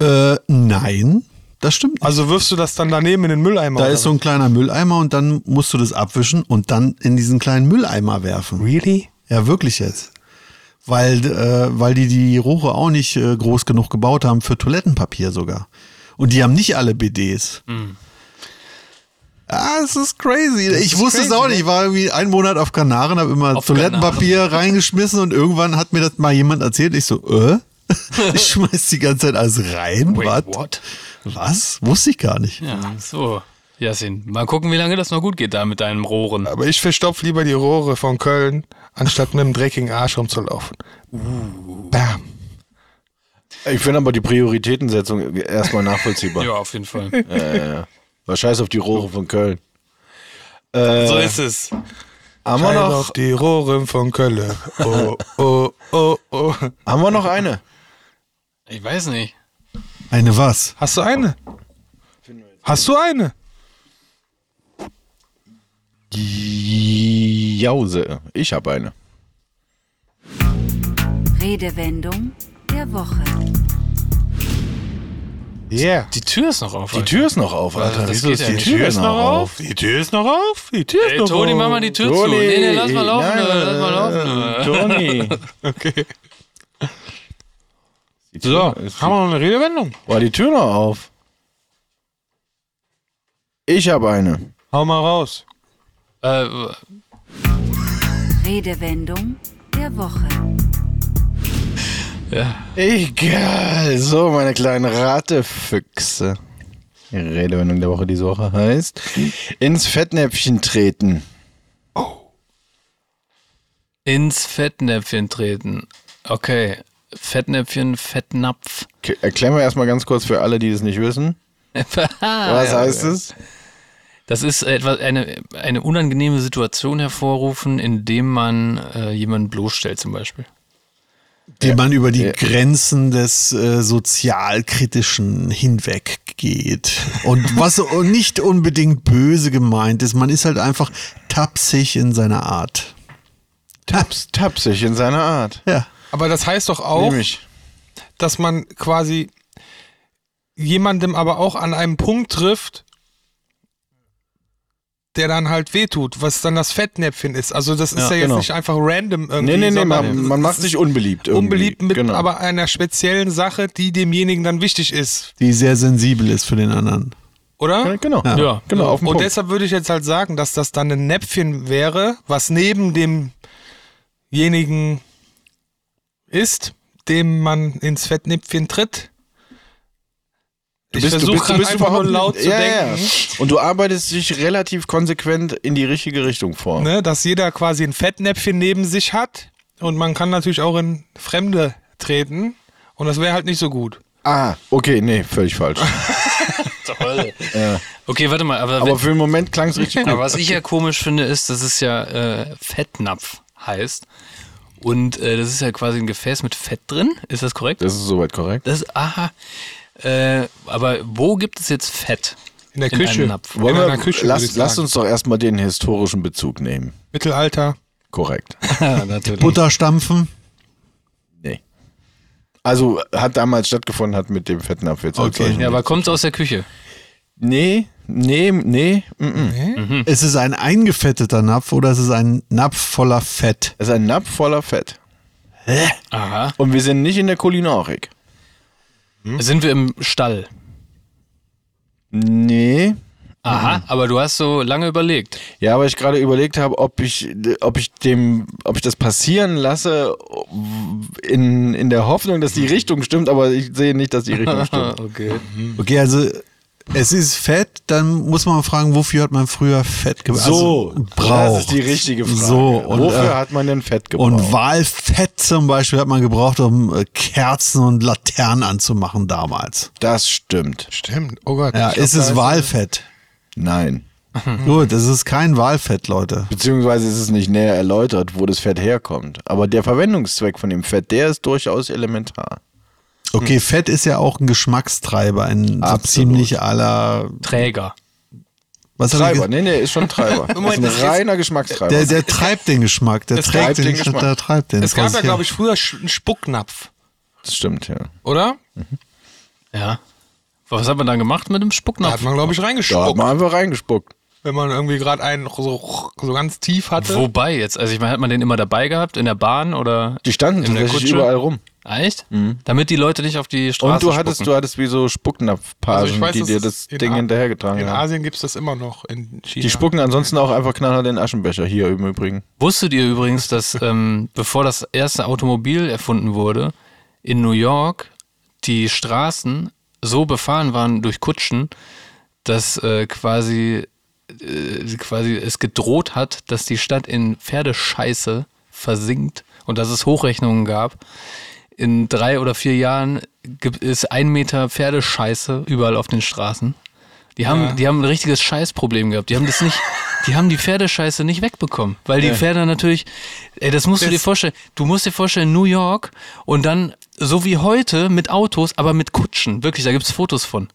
S1: Äh, nein, das stimmt nicht.
S6: Also wirfst du das dann daneben in den Mülleimer?
S1: Da
S6: oder
S1: ist so ein kleiner Mülleimer und dann musst du das abwischen und dann in diesen kleinen Mülleimer werfen.
S6: Really?
S1: Ja, wirklich jetzt. Weil, äh, weil die die Rohre auch nicht äh, groß genug gebaut haben für Toilettenpapier sogar. Und die haben nicht alle BDs.
S2: Hm.
S1: Ah, es ist crazy. ich wusste es
S6: crazy,
S1: auch nicht. Ich war irgendwie einen Monat auf Kanaren, habe immer
S2: ne? Auf
S1: Toilettenpapier reingeschmissen und irgendwann hat mir das mal jemand erzählt. Ich so, äh? Ich schmeiß die ganze Zeit alles rein.
S2: Wait,
S1: Wat?
S2: what?
S1: Was? Wusste ich gar nicht.
S2: Ja, so. Jasin, mal gucken, wie lange das noch gut geht da mit deinen Rohren.
S6: Aber ich verstopf lieber die Rohre von Köln, anstatt mit einem dreckigen Arsch rumzulaufen. Bam.
S4: Ich finde aber die Prioritätensetzung erstmal nachvollziehbar.
S2: Ja, auf jeden Fall.
S4: Was scheiß auf die Rohre von Köln. Äh,
S6: so ist es.
S4: Haben wir,
S6: Scheiß
S4: noch,
S6: auf die Rohre von Köln. Oh, oh, oh, oh.
S4: haben wir noch eine?
S2: Ich weiß nicht.
S1: Eine was?
S6: Hast du eine? Hast du eine?
S4: Jause. Ich habe eine.
S7: Redewendung der Woche.
S6: Yeah.
S2: Die Tür ist noch auf.
S4: Die Tür ist noch auf, Alter.
S2: das
S4: Wieso
S2: geht
S4: ist
S2: ja
S4: die
S2: nicht.
S4: Tür ist
S6: Genau.
S4: noch auf?
S6: Die Tür ist noch auf. Die Tür ist
S2: Ey,
S6: noch
S2: Toni,
S6: auf.
S2: mach mal die Tür zu.
S4: Toni,
S2: Nee, nee, lass mal laufen,
S4: nein,
S2: lass mal laufen.
S4: Toni.
S6: Okay.
S4: Die Tür
S6: So,
S4: ist-
S6: haben wir noch eine Redewendung?
S4: War die Tür noch auf? Ich habe eine.
S6: Hau mal raus.
S2: Äh,
S7: Redewendung der Woche.
S4: Egal. So, meine kleinen Ratefüchse. Die Redewendung der Woche diese Woche heißt: Ins Fettnäpfchen treten.
S2: Äh, ins Fettnäpfchen treten. Okay. Fettnäpfchen, Fettnapf.
S4: Okay, erklären wir erstmal ganz kurz für alle, die es nicht wissen. Was heißt es?
S2: Das ist etwas, eine, eine unangenehme Situation hervorrufen, indem man äh, jemanden bloßstellt zum Beispiel.
S1: den man über die Grenzen des äh, sozialkritischen hinweggeht und was so nicht unbedingt böse gemeint ist, man ist halt einfach tapsig in seiner Art.
S4: Taps, tapsig in seiner Art.
S1: Ja,
S6: Aber das heißt doch auch,
S4: Nämlich.
S6: dass man quasi jemandem aber auch an einem Punkt trifft, der dann halt wehtut, was dann das Fettnäpfchen ist. Also das ist ja,
S4: Ja,
S6: jetzt
S4: genau.
S6: nicht einfach random irgendwie.
S4: Nee, nee, nee,
S6: sondern
S4: man, man
S6: es
S4: macht
S6: ist
S4: sich unbeliebt. Irgendwie.
S6: unbeliebt mit
S4: genau.
S6: aber einer speziellen Sache, die demjenigen dann wichtig ist,
S1: die sehr sensibel ist für den
S4: Hm.
S1: anderen.
S6: oder?
S4: Ja, Genau,
S1: Ja.
S4: ja. genau auf den
S6: Und
S4: Punkt.
S6: deshalb würde ich jetzt halt sagen, dass das dann ein Näpfchen wäre, was neben demjenigen ist, dem man ins Fettnäpfchen tritt.
S4: Du
S6: ich versuche gerade einfach nur
S4: überhaupt
S6: laut
S4: nicht-
S6: zu
S4: ja, ja,
S6: denken,
S4: Ja. Und du arbeitest dich relativ konsequent in die richtige Richtung vor.
S6: Ne, dass jeder quasi ein Fettnäpfchen neben sich hat und man kann natürlich auch in Fremde treten und das wäre halt nicht so gut.
S4: Ah, okay, nee, völlig falsch.
S2: Toll. Okay, warte mal, aber,
S4: Aber für den Moment klang es richtig
S2: Aber
S4: gut.
S2: was ich ja komisch finde, ist, dass es ja äh, Fettnapf heißt. Und äh, das ist ja quasi ein Gefäß mit Fett drin. Ist das korrekt?
S4: Das ist soweit korrekt.
S2: Das, aha. Äh, aber wo gibt es jetzt Fett?
S6: In der
S2: In
S6: Küche.
S2: einem Napf.
S6: In
S4: Wollen wir,
S6: einer Küche. würde ich
S4: lass,
S6: sagen.
S4: lass uns doch erstmal den historischen Bezug nehmen.
S6: Mittelalter.
S4: Korrekt.
S2: Ja, natürlich.
S1: Butter stampfen,
S4: Nee. Also hat damals stattgefunden, hat mit dem fetten Apfel zu
S1: Okay.
S4: erzeugen.
S2: Ja, aber kommt aus der Küche.
S4: Nee, nee, nee. Mm -mm.
S1: ist es ein eingefetteter Napf oder ist es ein Napf voller Fett?
S4: Es ist ein Napf voller Fett.
S2: Aha.
S4: Und wir sind nicht in der Kulinarik. Hm?
S2: Sind wir im Stall?
S4: Nee. Mhm.
S2: Aha, aber du hast so lange überlegt.
S4: Ja, weil ich gerade überlegt habe, ob ich, ob ich dem, ob ich das passieren lasse, in, in der Hoffnung, dass die Richtung stimmt, aber ich sehe nicht, dass die Richtung stimmt.
S2: Okay.
S1: Okay, also Es ist fett, dann muss man fragen, wofür hat man früher Fett gebraucht?
S4: So,
S1: also, braucht.
S4: das ist die richtige Frage.
S1: So, und,
S4: Wofür
S1: äh,
S4: hat man denn Fett gebraucht?
S1: und Walfett zum Beispiel hat man gebraucht, um äh, Kerzen und Laternen anzumachen damals.
S4: das stimmt.
S6: Stimmt. Oh Gott.
S1: Ja,
S6: Ich glaub,
S1: ist
S6: da
S1: es Walfett?
S4: Nein.
S1: Gut, es ist kein Walfett, Leute.
S4: Beziehungsweise ist es nicht näher erläutert, wo das Fett herkommt. Aber der Verwendungszweck von dem Fett, der ist durchaus elementar.
S1: Okay, Fett ist ja auch ein Geschmackstreiber in so
S4: Absolut.
S1: ziemlich aller.
S2: Träger.
S1: Was hab ich
S4: Treiber,
S1: ge-
S4: nee, nee, ist schon Treiber.
S6: Moment,
S4: ist
S6: das
S4: ein
S6: ist-
S4: reiner Geschmackstreiber.
S1: Der, der treibt den Geschmack, der
S6: Es
S1: trägt
S4: treibt
S1: den,
S4: den
S1: Geschmack. Der
S4: Geschmack.
S1: treibt den.
S6: Es gab da,
S1: ja-
S6: glaube ich, früher Sch- einen Spucknapf,
S4: das stimmt, ja.
S6: oder?
S2: Ja. Was hat man dann gemacht mit dem
S6: Da hat
S2: Spucknapf?
S6: man, glaube ich,
S4: Da hat
S6: reingespuckt.
S4: man einfach reingespuckt.
S6: Wenn man irgendwie gerade einen so, so ganz tief hatte.
S2: Wobei jetzt? Also ich meine, hat man den immer dabei gehabt? In der Bahn oder?
S4: Die standen
S2: In der
S4: tatsächlich
S2: Kutsche?
S4: überall rum.
S2: Ah, Echt? Damit die Leute nicht auf die Straße
S4: Mhm. Und du hattest,
S2: spucken. Also
S4: du hattest wie so Spucknapfpagen, die
S6: dass
S4: dir
S6: es
S4: das
S6: in
S4: Ding
S6: A-
S4: hinterhergetragen
S6: In
S4: haben.
S6: Asien gibt es das immer noch. In China.
S4: Die spucken ansonsten auch einfach knallhart den Aschenbecher hier im Übrigen.
S2: Wusstet ihr übrigens, dass ähm, bevor das erste Automobil erfunden wurde, in New York die Straßen so befahren waren durch Kutschen, dass äh, quasi, äh, quasi es gedroht hat, dass die Stadt in Pferdescheiße versinkt und dass es Hochrechnungen gab. In drei oder vier Jahren gibt- ist ein Meter Pferdescheiße überall auf den Straßen. Die haben, die haben ein richtiges Scheißproblem gehabt. Die haben das nicht, die haben die Pferdescheiße nicht wegbekommen, weil die Pferde natürlich, ey, das musst du dir vorstellen. Du musst dir vorstellen, New York und dann so wie heute mit Autos, aber mit Kutschen. Wirklich, da gibt's Fotos von.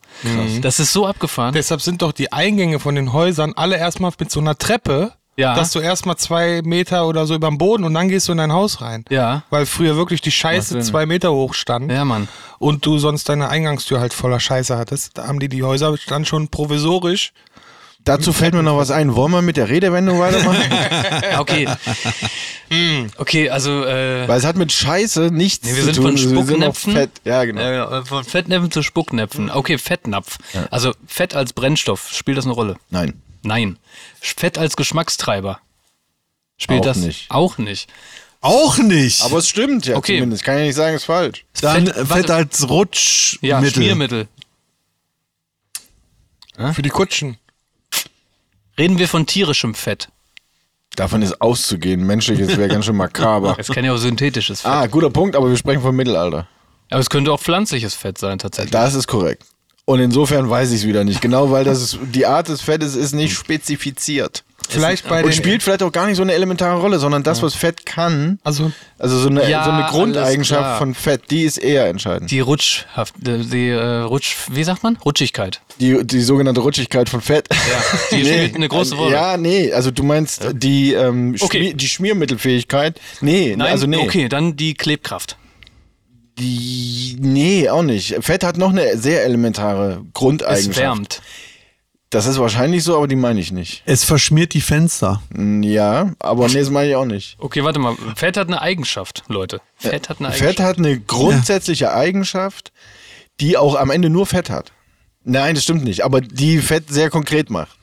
S2: Das ist so abgefahren.
S6: Deshalb sind doch die Eingänge von den Häusern alle erstmal mit so einer Treppe,
S2: Ja.
S6: dass du erstmal zwei Meter oder so über dem Boden und dann gehst du in dein Haus rein.
S2: Ja.
S6: Weil früher wirklich die Scheiße
S4: Macht Sinn.
S6: zwei Meter hoch stand
S2: Ja, Mann.
S6: und du sonst deine Eingangstür halt voller Scheiße hattest. Da haben die die Häuser dann schon provisorisch.
S4: Dazu fällt mir noch was ein. Wollen wir mit der Redewendung weitermachen?
S2: Ja, Okay. okay, also äh,
S4: Weil es hat mit Scheiße nichts
S2: Nee, wir
S4: zu
S2: sind von
S4: tun. wir sind auf
S2: Spucknäpfen.
S4: Fett. Ja, genau.
S2: äh, von Fettnäpfen zu Spucknäpfen. Okay, Fettnapf. Also Fett als Brennstoff, spielt das eine Rolle?
S4: Nein.
S2: Nein. Fett als Geschmackstreiber. Spielt
S4: Auch
S2: das
S4: nicht.
S2: auch nicht.
S1: Auch nicht.
S4: Aber es stimmt ja
S2: Okay.
S4: zumindest. Kann ja nicht sagen, ist falsch.
S1: Dann
S2: Fett-
S1: Fett,
S2: warte.
S1: als Rutschmittel.
S2: Ja, Schmiermittel.
S6: Für die Kutschen.
S2: Reden wir von tierischem Fett.
S4: Davon ist auszugehen. Menschliches wäre ganz schön makaber.
S2: Es kann ja auch synthetisches Fett.
S4: Ah, guter Punkt, aber wir sprechen vom Mittelalter.
S2: Aber es könnte auch pflanzliches Fett sein, tatsächlich.
S4: Das ist korrekt. Und insofern weiß ich es wieder nicht genau, weil das ist, die Art des Fettes ist nicht spezifiziert.
S6: Vielleicht bei den.
S4: Und spielt vielleicht auch gar nicht so eine elementare Rolle, sondern das, was Fett kann,
S6: also
S4: also so eine,
S2: Ja,
S4: so eine
S2: alles
S4: Grundeigenschaft
S2: klar.
S4: von Fett, die ist eher entscheidend.
S2: Die Rutschhaft, äh, die äh, Rutsch, wie sagt man? Rutschigkeit.
S4: Die, die sogenannte Rutschigkeit von Fett.
S2: Ja, die spielt eine große Rolle.
S4: Ja, nee, also du meinst die, ähm, Schmier,
S2: Okay.
S4: die Schmiermittelfähigkeit. Nee,
S2: Nein,
S4: also nee.
S2: okay, dann die Klebkraft.
S4: Die, nee, auch nicht. Fett hat noch eine sehr elementare
S2: Es
S4: Grundeigenschaft.
S2: wärmt.
S4: Das ist wahrscheinlich so, aber die meine ich nicht.
S1: Es verschmiert die Fenster.
S4: Mm, Ja, aber nee, das meine ich auch nicht.
S2: Okay, warte mal. Fett hat eine Eigenschaft, Leute. Fett hat eine Eigenschaft.
S4: Fett hat eine grundsätzliche Eigenschaft, die auch am Ende nur Fett hat. Nein, das stimmt nicht, aber die Fett sehr konkret macht.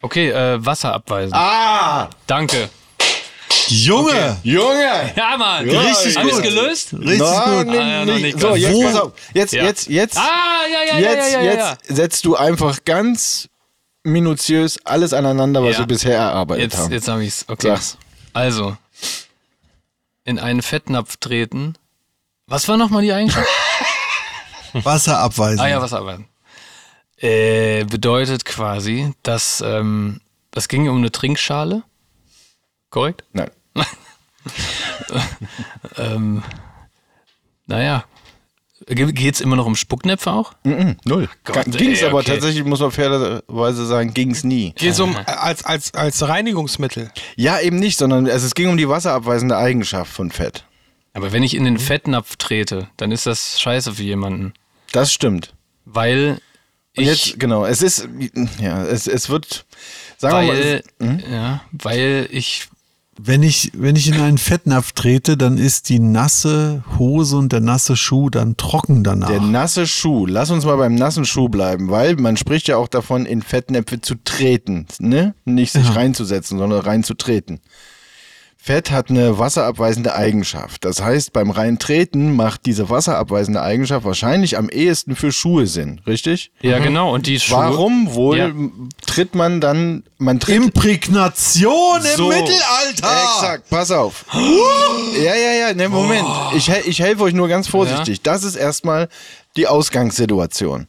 S2: Okay, äh, Wasser abweisen. Ah! Danke.
S1: Junge!
S4: Junge!
S2: Ja, Mann.
S4: Ja,
S2: Richtig
S4: richtig
S2: Haben wir's
S4: gut.
S2: gelöst?
S1: Richtig
S4: Na,
S1: gut.
S4: nee,
S2: Ah, ja, noch
S4: nicht.
S2: nicht
S4: so,
S2: ganz.
S4: jetzt,
S1: Wo?
S4: pass auf. Jetzt,
S2: Ja.
S4: jetzt, jetzt,
S2: Ah, ja, ja, ja,
S4: jetzt,
S2: ja, ja, ja.
S4: jetzt setzt du einfach ganz minutiös alles aneinander, was
S2: Ja.
S4: wir bisher erarbeitet
S2: Jetzt,
S4: haben.
S2: jetzt habe ich's. Okay.
S4: Sag's.
S2: Also, in einen Fettnapf treten. Was war nochmal die Eigenschaft?
S1: Wasser abweisen.
S2: ah ja, was arbeiten. Äh, bedeutet quasi, dass ähm, das ging um eine Trinkschale. Korrekt?
S4: Nein.
S2: Ähm, naja. Ge- Geht's immer noch um Spucknäpfe auch?
S4: Null.
S2: Gott,
S4: Ging es
S2: ey,
S4: aber
S2: okay.
S4: tatsächlich, muss man fairerweise sagen, ging es nie.
S6: geht es um als, als, als Reinigungsmittel.
S4: Ja, eben nicht, sondern also es ging um die wasserabweisende Eigenschaft von Fett.
S2: Aber wenn ich in den
S4: Mhm.
S2: Fettnapf trete, dann ist das scheiße für jemanden.
S4: Das stimmt.
S2: Weil
S4: Und
S2: ich.
S4: jetzt, genau, es ist, ja, es, es wird, sagen wir mal,
S2: weil,
S4: es,
S2: ja, weil ich
S1: Wenn ich, wenn ich in einen Fettnapf trete, dann ist die nasse Hose und der nasse Schuh dann trocken danach.
S2: Ah.
S4: der nasse Schuh, lass uns mal beim nassen Schuh bleiben, weil man spricht ja auch davon, in Fettnäpfe zu treten, ne? Nicht sich reinzusetzen, sondern reinzutreten. Fett hat eine wasserabweisende Eigenschaft. Das heißt, beim Reintreten macht diese wasserabweisende Eigenschaft wahrscheinlich am ehesten für Schuhe Sinn, richtig?
S2: Ja, genau. Und die Schuhe.
S4: Mhm. Warum wohl
S2: Ja.
S4: tritt man dann, man tritt
S1: Imprägnation im
S4: So.
S1: Mittelalter!
S4: Exakt, pass auf. ja, ja, ja, ne, Moment. Ich, hel- ich helfe euch nur ganz vorsichtig. Das ist erstmal die Ausgangssituation.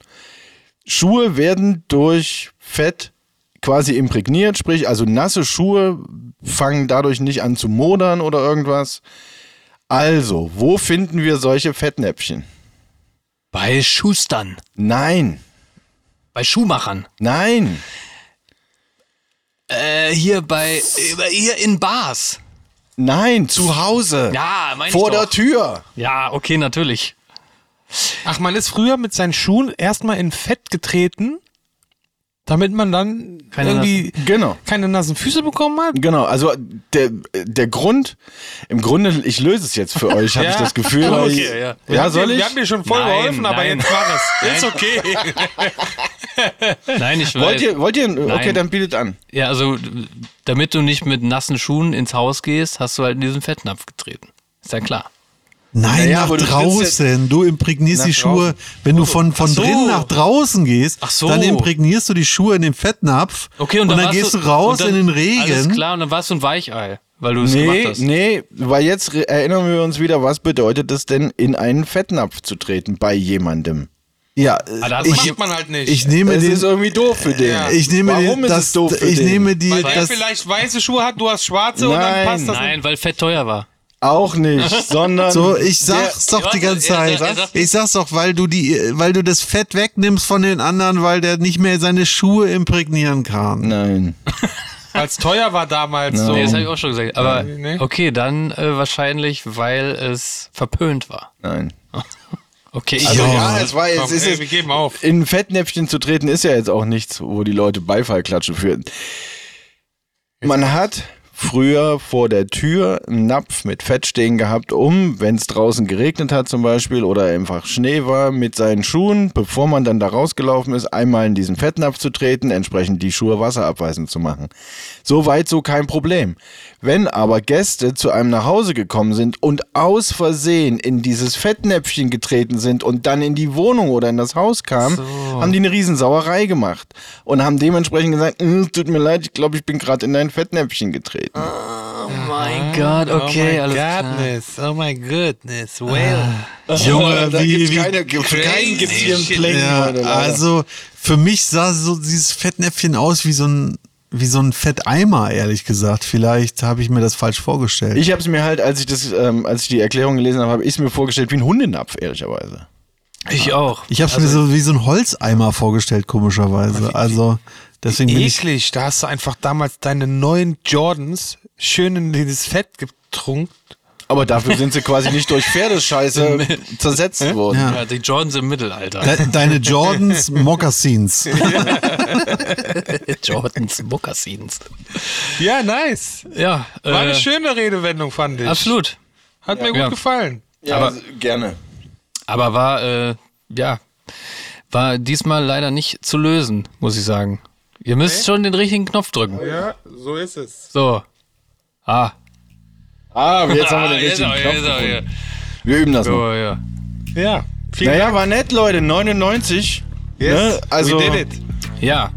S4: Schuhe werden durch Fett quasi imprägniert, sprich, also nasse Schuhe fangen dadurch nicht an zu modern oder irgendwas. Also, wo finden wir solche Fettnäpfchen?
S2: Bei Schustern.
S4: Nein,
S2: Bei Schuhmachern.
S4: nein.
S2: Äh, hier bei. Hier in Bars.
S4: Nein, zu Hause.
S2: Ja, mein ich
S4: vor der
S2: doch.
S4: Tür.
S2: Ja, okay, natürlich.
S6: Ach, man ist früher mit seinen Schuhen erstmal in Fett getreten, damit man dann
S2: Keine
S6: irgendwie
S4: Genau.
S6: keine nassen Füße bekommen hat.
S4: Genau, also der, der Grund, im Grunde, ich löse es jetzt für euch, habe
S6: Ja.
S4: ich das Gefühl. weil
S2: Okay,
S4: ich,
S2: ja.
S4: ja. soll
S6: wir,
S4: ich?
S6: Wir haben dir schon voll
S2: Nein,
S6: geholfen, aber
S2: nein.
S6: jetzt mach es. Ist okay.
S2: Nein, ich weiß.
S4: wollt ihr, wollt ihr, okay,
S2: Nein.
S4: dann bietet an.
S2: Ja, also, damit du nicht mit nassen Schuhen ins Haus gehst, hast du halt in diesen Fettnapf getreten. Ist ja klar.
S1: Nein,
S4: Naja,
S1: nach
S4: aber du trittst
S1: draußen. Du imprägnierst
S4: Nach
S1: die Schuhe. Wenn du von, von
S2: Ach so.
S1: drinnen nach draußen gehst,
S2: Ach so.
S1: dann imprägnierst du die Schuhe in den Fettnapf
S2: Okay, und
S1: und
S2: dann,
S1: dann,
S2: warst
S1: gehst du raus
S2: und dann-
S1: in den
S2: Alles
S1: Regen.
S2: klar, und dann warst du ein Weichei, weil du es gemacht
S4: Nee,
S2: hast.
S4: nee, weil jetzt re- erinnern wir uns wieder, was bedeutet es denn, in einen Fettnapf zu treten bei jemandem?
S1: Ja,
S2: Ah, da hat man
S1: ich,
S2: hier-
S6: Macht man halt nicht.
S1: ich nehme
S4: Das
S1: den.
S4: ist irgendwie doof für den.
S1: ich nehme
S4: Warum
S1: den,
S4: ist
S1: das,
S4: es doof für
S1: ich
S4: den?
S1: nehme die,
S6: weil der
S1: das,
S6: vielleicht weiße Schuhe hat, du hast schwarze und dann
S4: Nein.
S6: passt das
S2: Nein, weil Fett teuer war.
S4: Auch nicht, sondern.
S1: so, ich sag's doch die
S2: warte,
S1: ganze
S2: er
S1: Zeit.
S2: sagt- er sagt-
S1: ich sag's doch, weil du die, weil du das Fett wegnimmst von den anderen, weil der nicht mehr seine Schuhe imprägnieren kann.
S4: Nein.
S6: als teuer war damals so.
S2: Nee, halt- das habe ich auch schon gesagt. Aber
S6: Nee.
S2: okay, dann äh, wahrscheinlich, weil es verpönt war.
S4: Nein.
S2: Okay, ich
S4: Also,
S1: Ja.
S4: ja, es war, es
S6: Komm,
S4: ist
S6: ey,
S4: jetzt,
S6: wir geben auf.
S4: in Fettnäpfchen zu treten ist ja jetzt auch nichts, wo die Leute Beifall klatschen führen. Man hat früher vor der Tür einen Napf mit Fett stehen gehabt, um, wenn es draußen geregnet hat zum Beispiel oder einfach Schnee war, mit seinen Schuhen, bevor man dann da rausgelaufen ist, einmal in diesen Fettnapf zu treten, entsprechend die Schuhe wasserabweisend zu machen. Soweit so kein Problem. Wenn aber Gäste zu einem nach Hause gekommen sind und aus Versehen in dieses Fettnäpfchen getreten sind und dann in die Wohnung oder in das Haus kamen, haben die eine Riesensauerei gemacht und haben dementsprechend gesagt, "Mm, tut mir leid, ich glaube, ich bin gerade in dein Fettnäpfchen getreten.
S2: Oh mein Gott, okay,
S6: oh
S2: alles
S6: my
S2: klar.
S6: goodness, oh my goodness, well.
S1: Junge,
S4: Oh, da
S1: wie-
S4: gibt's
S1: wie-
S4: keine, gibt's keinen gibt's hier einen Play.
S1: Ja, also für mich sah so dieses Fettnäpfchen aus wie so ein wie so ein Fetteimer, ehrlich gesagt. Vielleicht habe ich mir das falsch vorgestellt.
S4: ich habe es mir halt, als ich das, ähm, als ich die Erklärung gelesen habe, habe ich es mir vorgestellt wie ein Hundenapf, ehrlicherweise.
S2: Ah, Ich auch. Also,
S1: ich habe es
S4: Also
S1: mir so wie so ein Holzeimer vorgestellt, komischerweise. Also deswegen bin ich.
S6: Eklig, da hast du einfach damals deine neuen Jordans schön in dieses Fett getrunken.
S4: Aber dafür sind sie quasi nicht durch Pferdescheiße zersetzt worden.
S2: Ja, die Jordans im Mittelalter.
S1: De deine Jordans Moccasins.
S2: Jordans Mokassins.
S6: Ja, nice.
S2: Ja, äh,
S6: War eine schöne Redewendung, fand ich.
S2: absolut.
S6: Hat mir gut
S2: Ja.
S6: gefallen.
S4: Ja,
S2: Aber-
S4: s- gerne.
S2: Aber war, äh, ja, war diesmal leider nicht zu lösen, muss ich sagen. Ihr müsst schon den richtigen Knopf drücken.
S6: Ja, so ist es.
S2: So. Ah.
S4: Ah, jetzt haben wir
S2: Ah,
S4: den
S2: jetzt
S4: richtigen
S2: auch,
S4: Knopf
S2: jetzt auch,
S4: gefunden. Wir üben das noch.
S2: ja. Oh, ja.
S6: Ja. Vielen
S4: Naja, war nett, Leute. 99.
S6: Yes,
S4: ne? Also-
S6: we did it.
S2: Ja.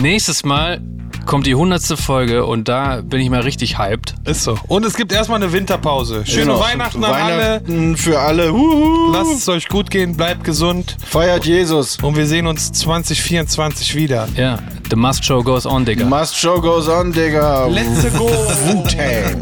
S2: Nächstes Mal kommt die hundertste Folge und da bin ich mal richtig hyped.
S6: Ist so. Und es gibt erstmal eine Winterpause. Schöne
S4: Genau.
S6: Weihnachten an alle.
S4: Weihnachten für alle. Huhu.
S6: Lasst es euch gut gehen, bleibt gesund
S4: Feiert Jesus.
S6: und wir sehen uns 2024 wieder.
S2: Ja. The Must Show goes on, Digga.
S4: Must show goes on, Digga.
S6: Let's go.
S4: Wu-Tang.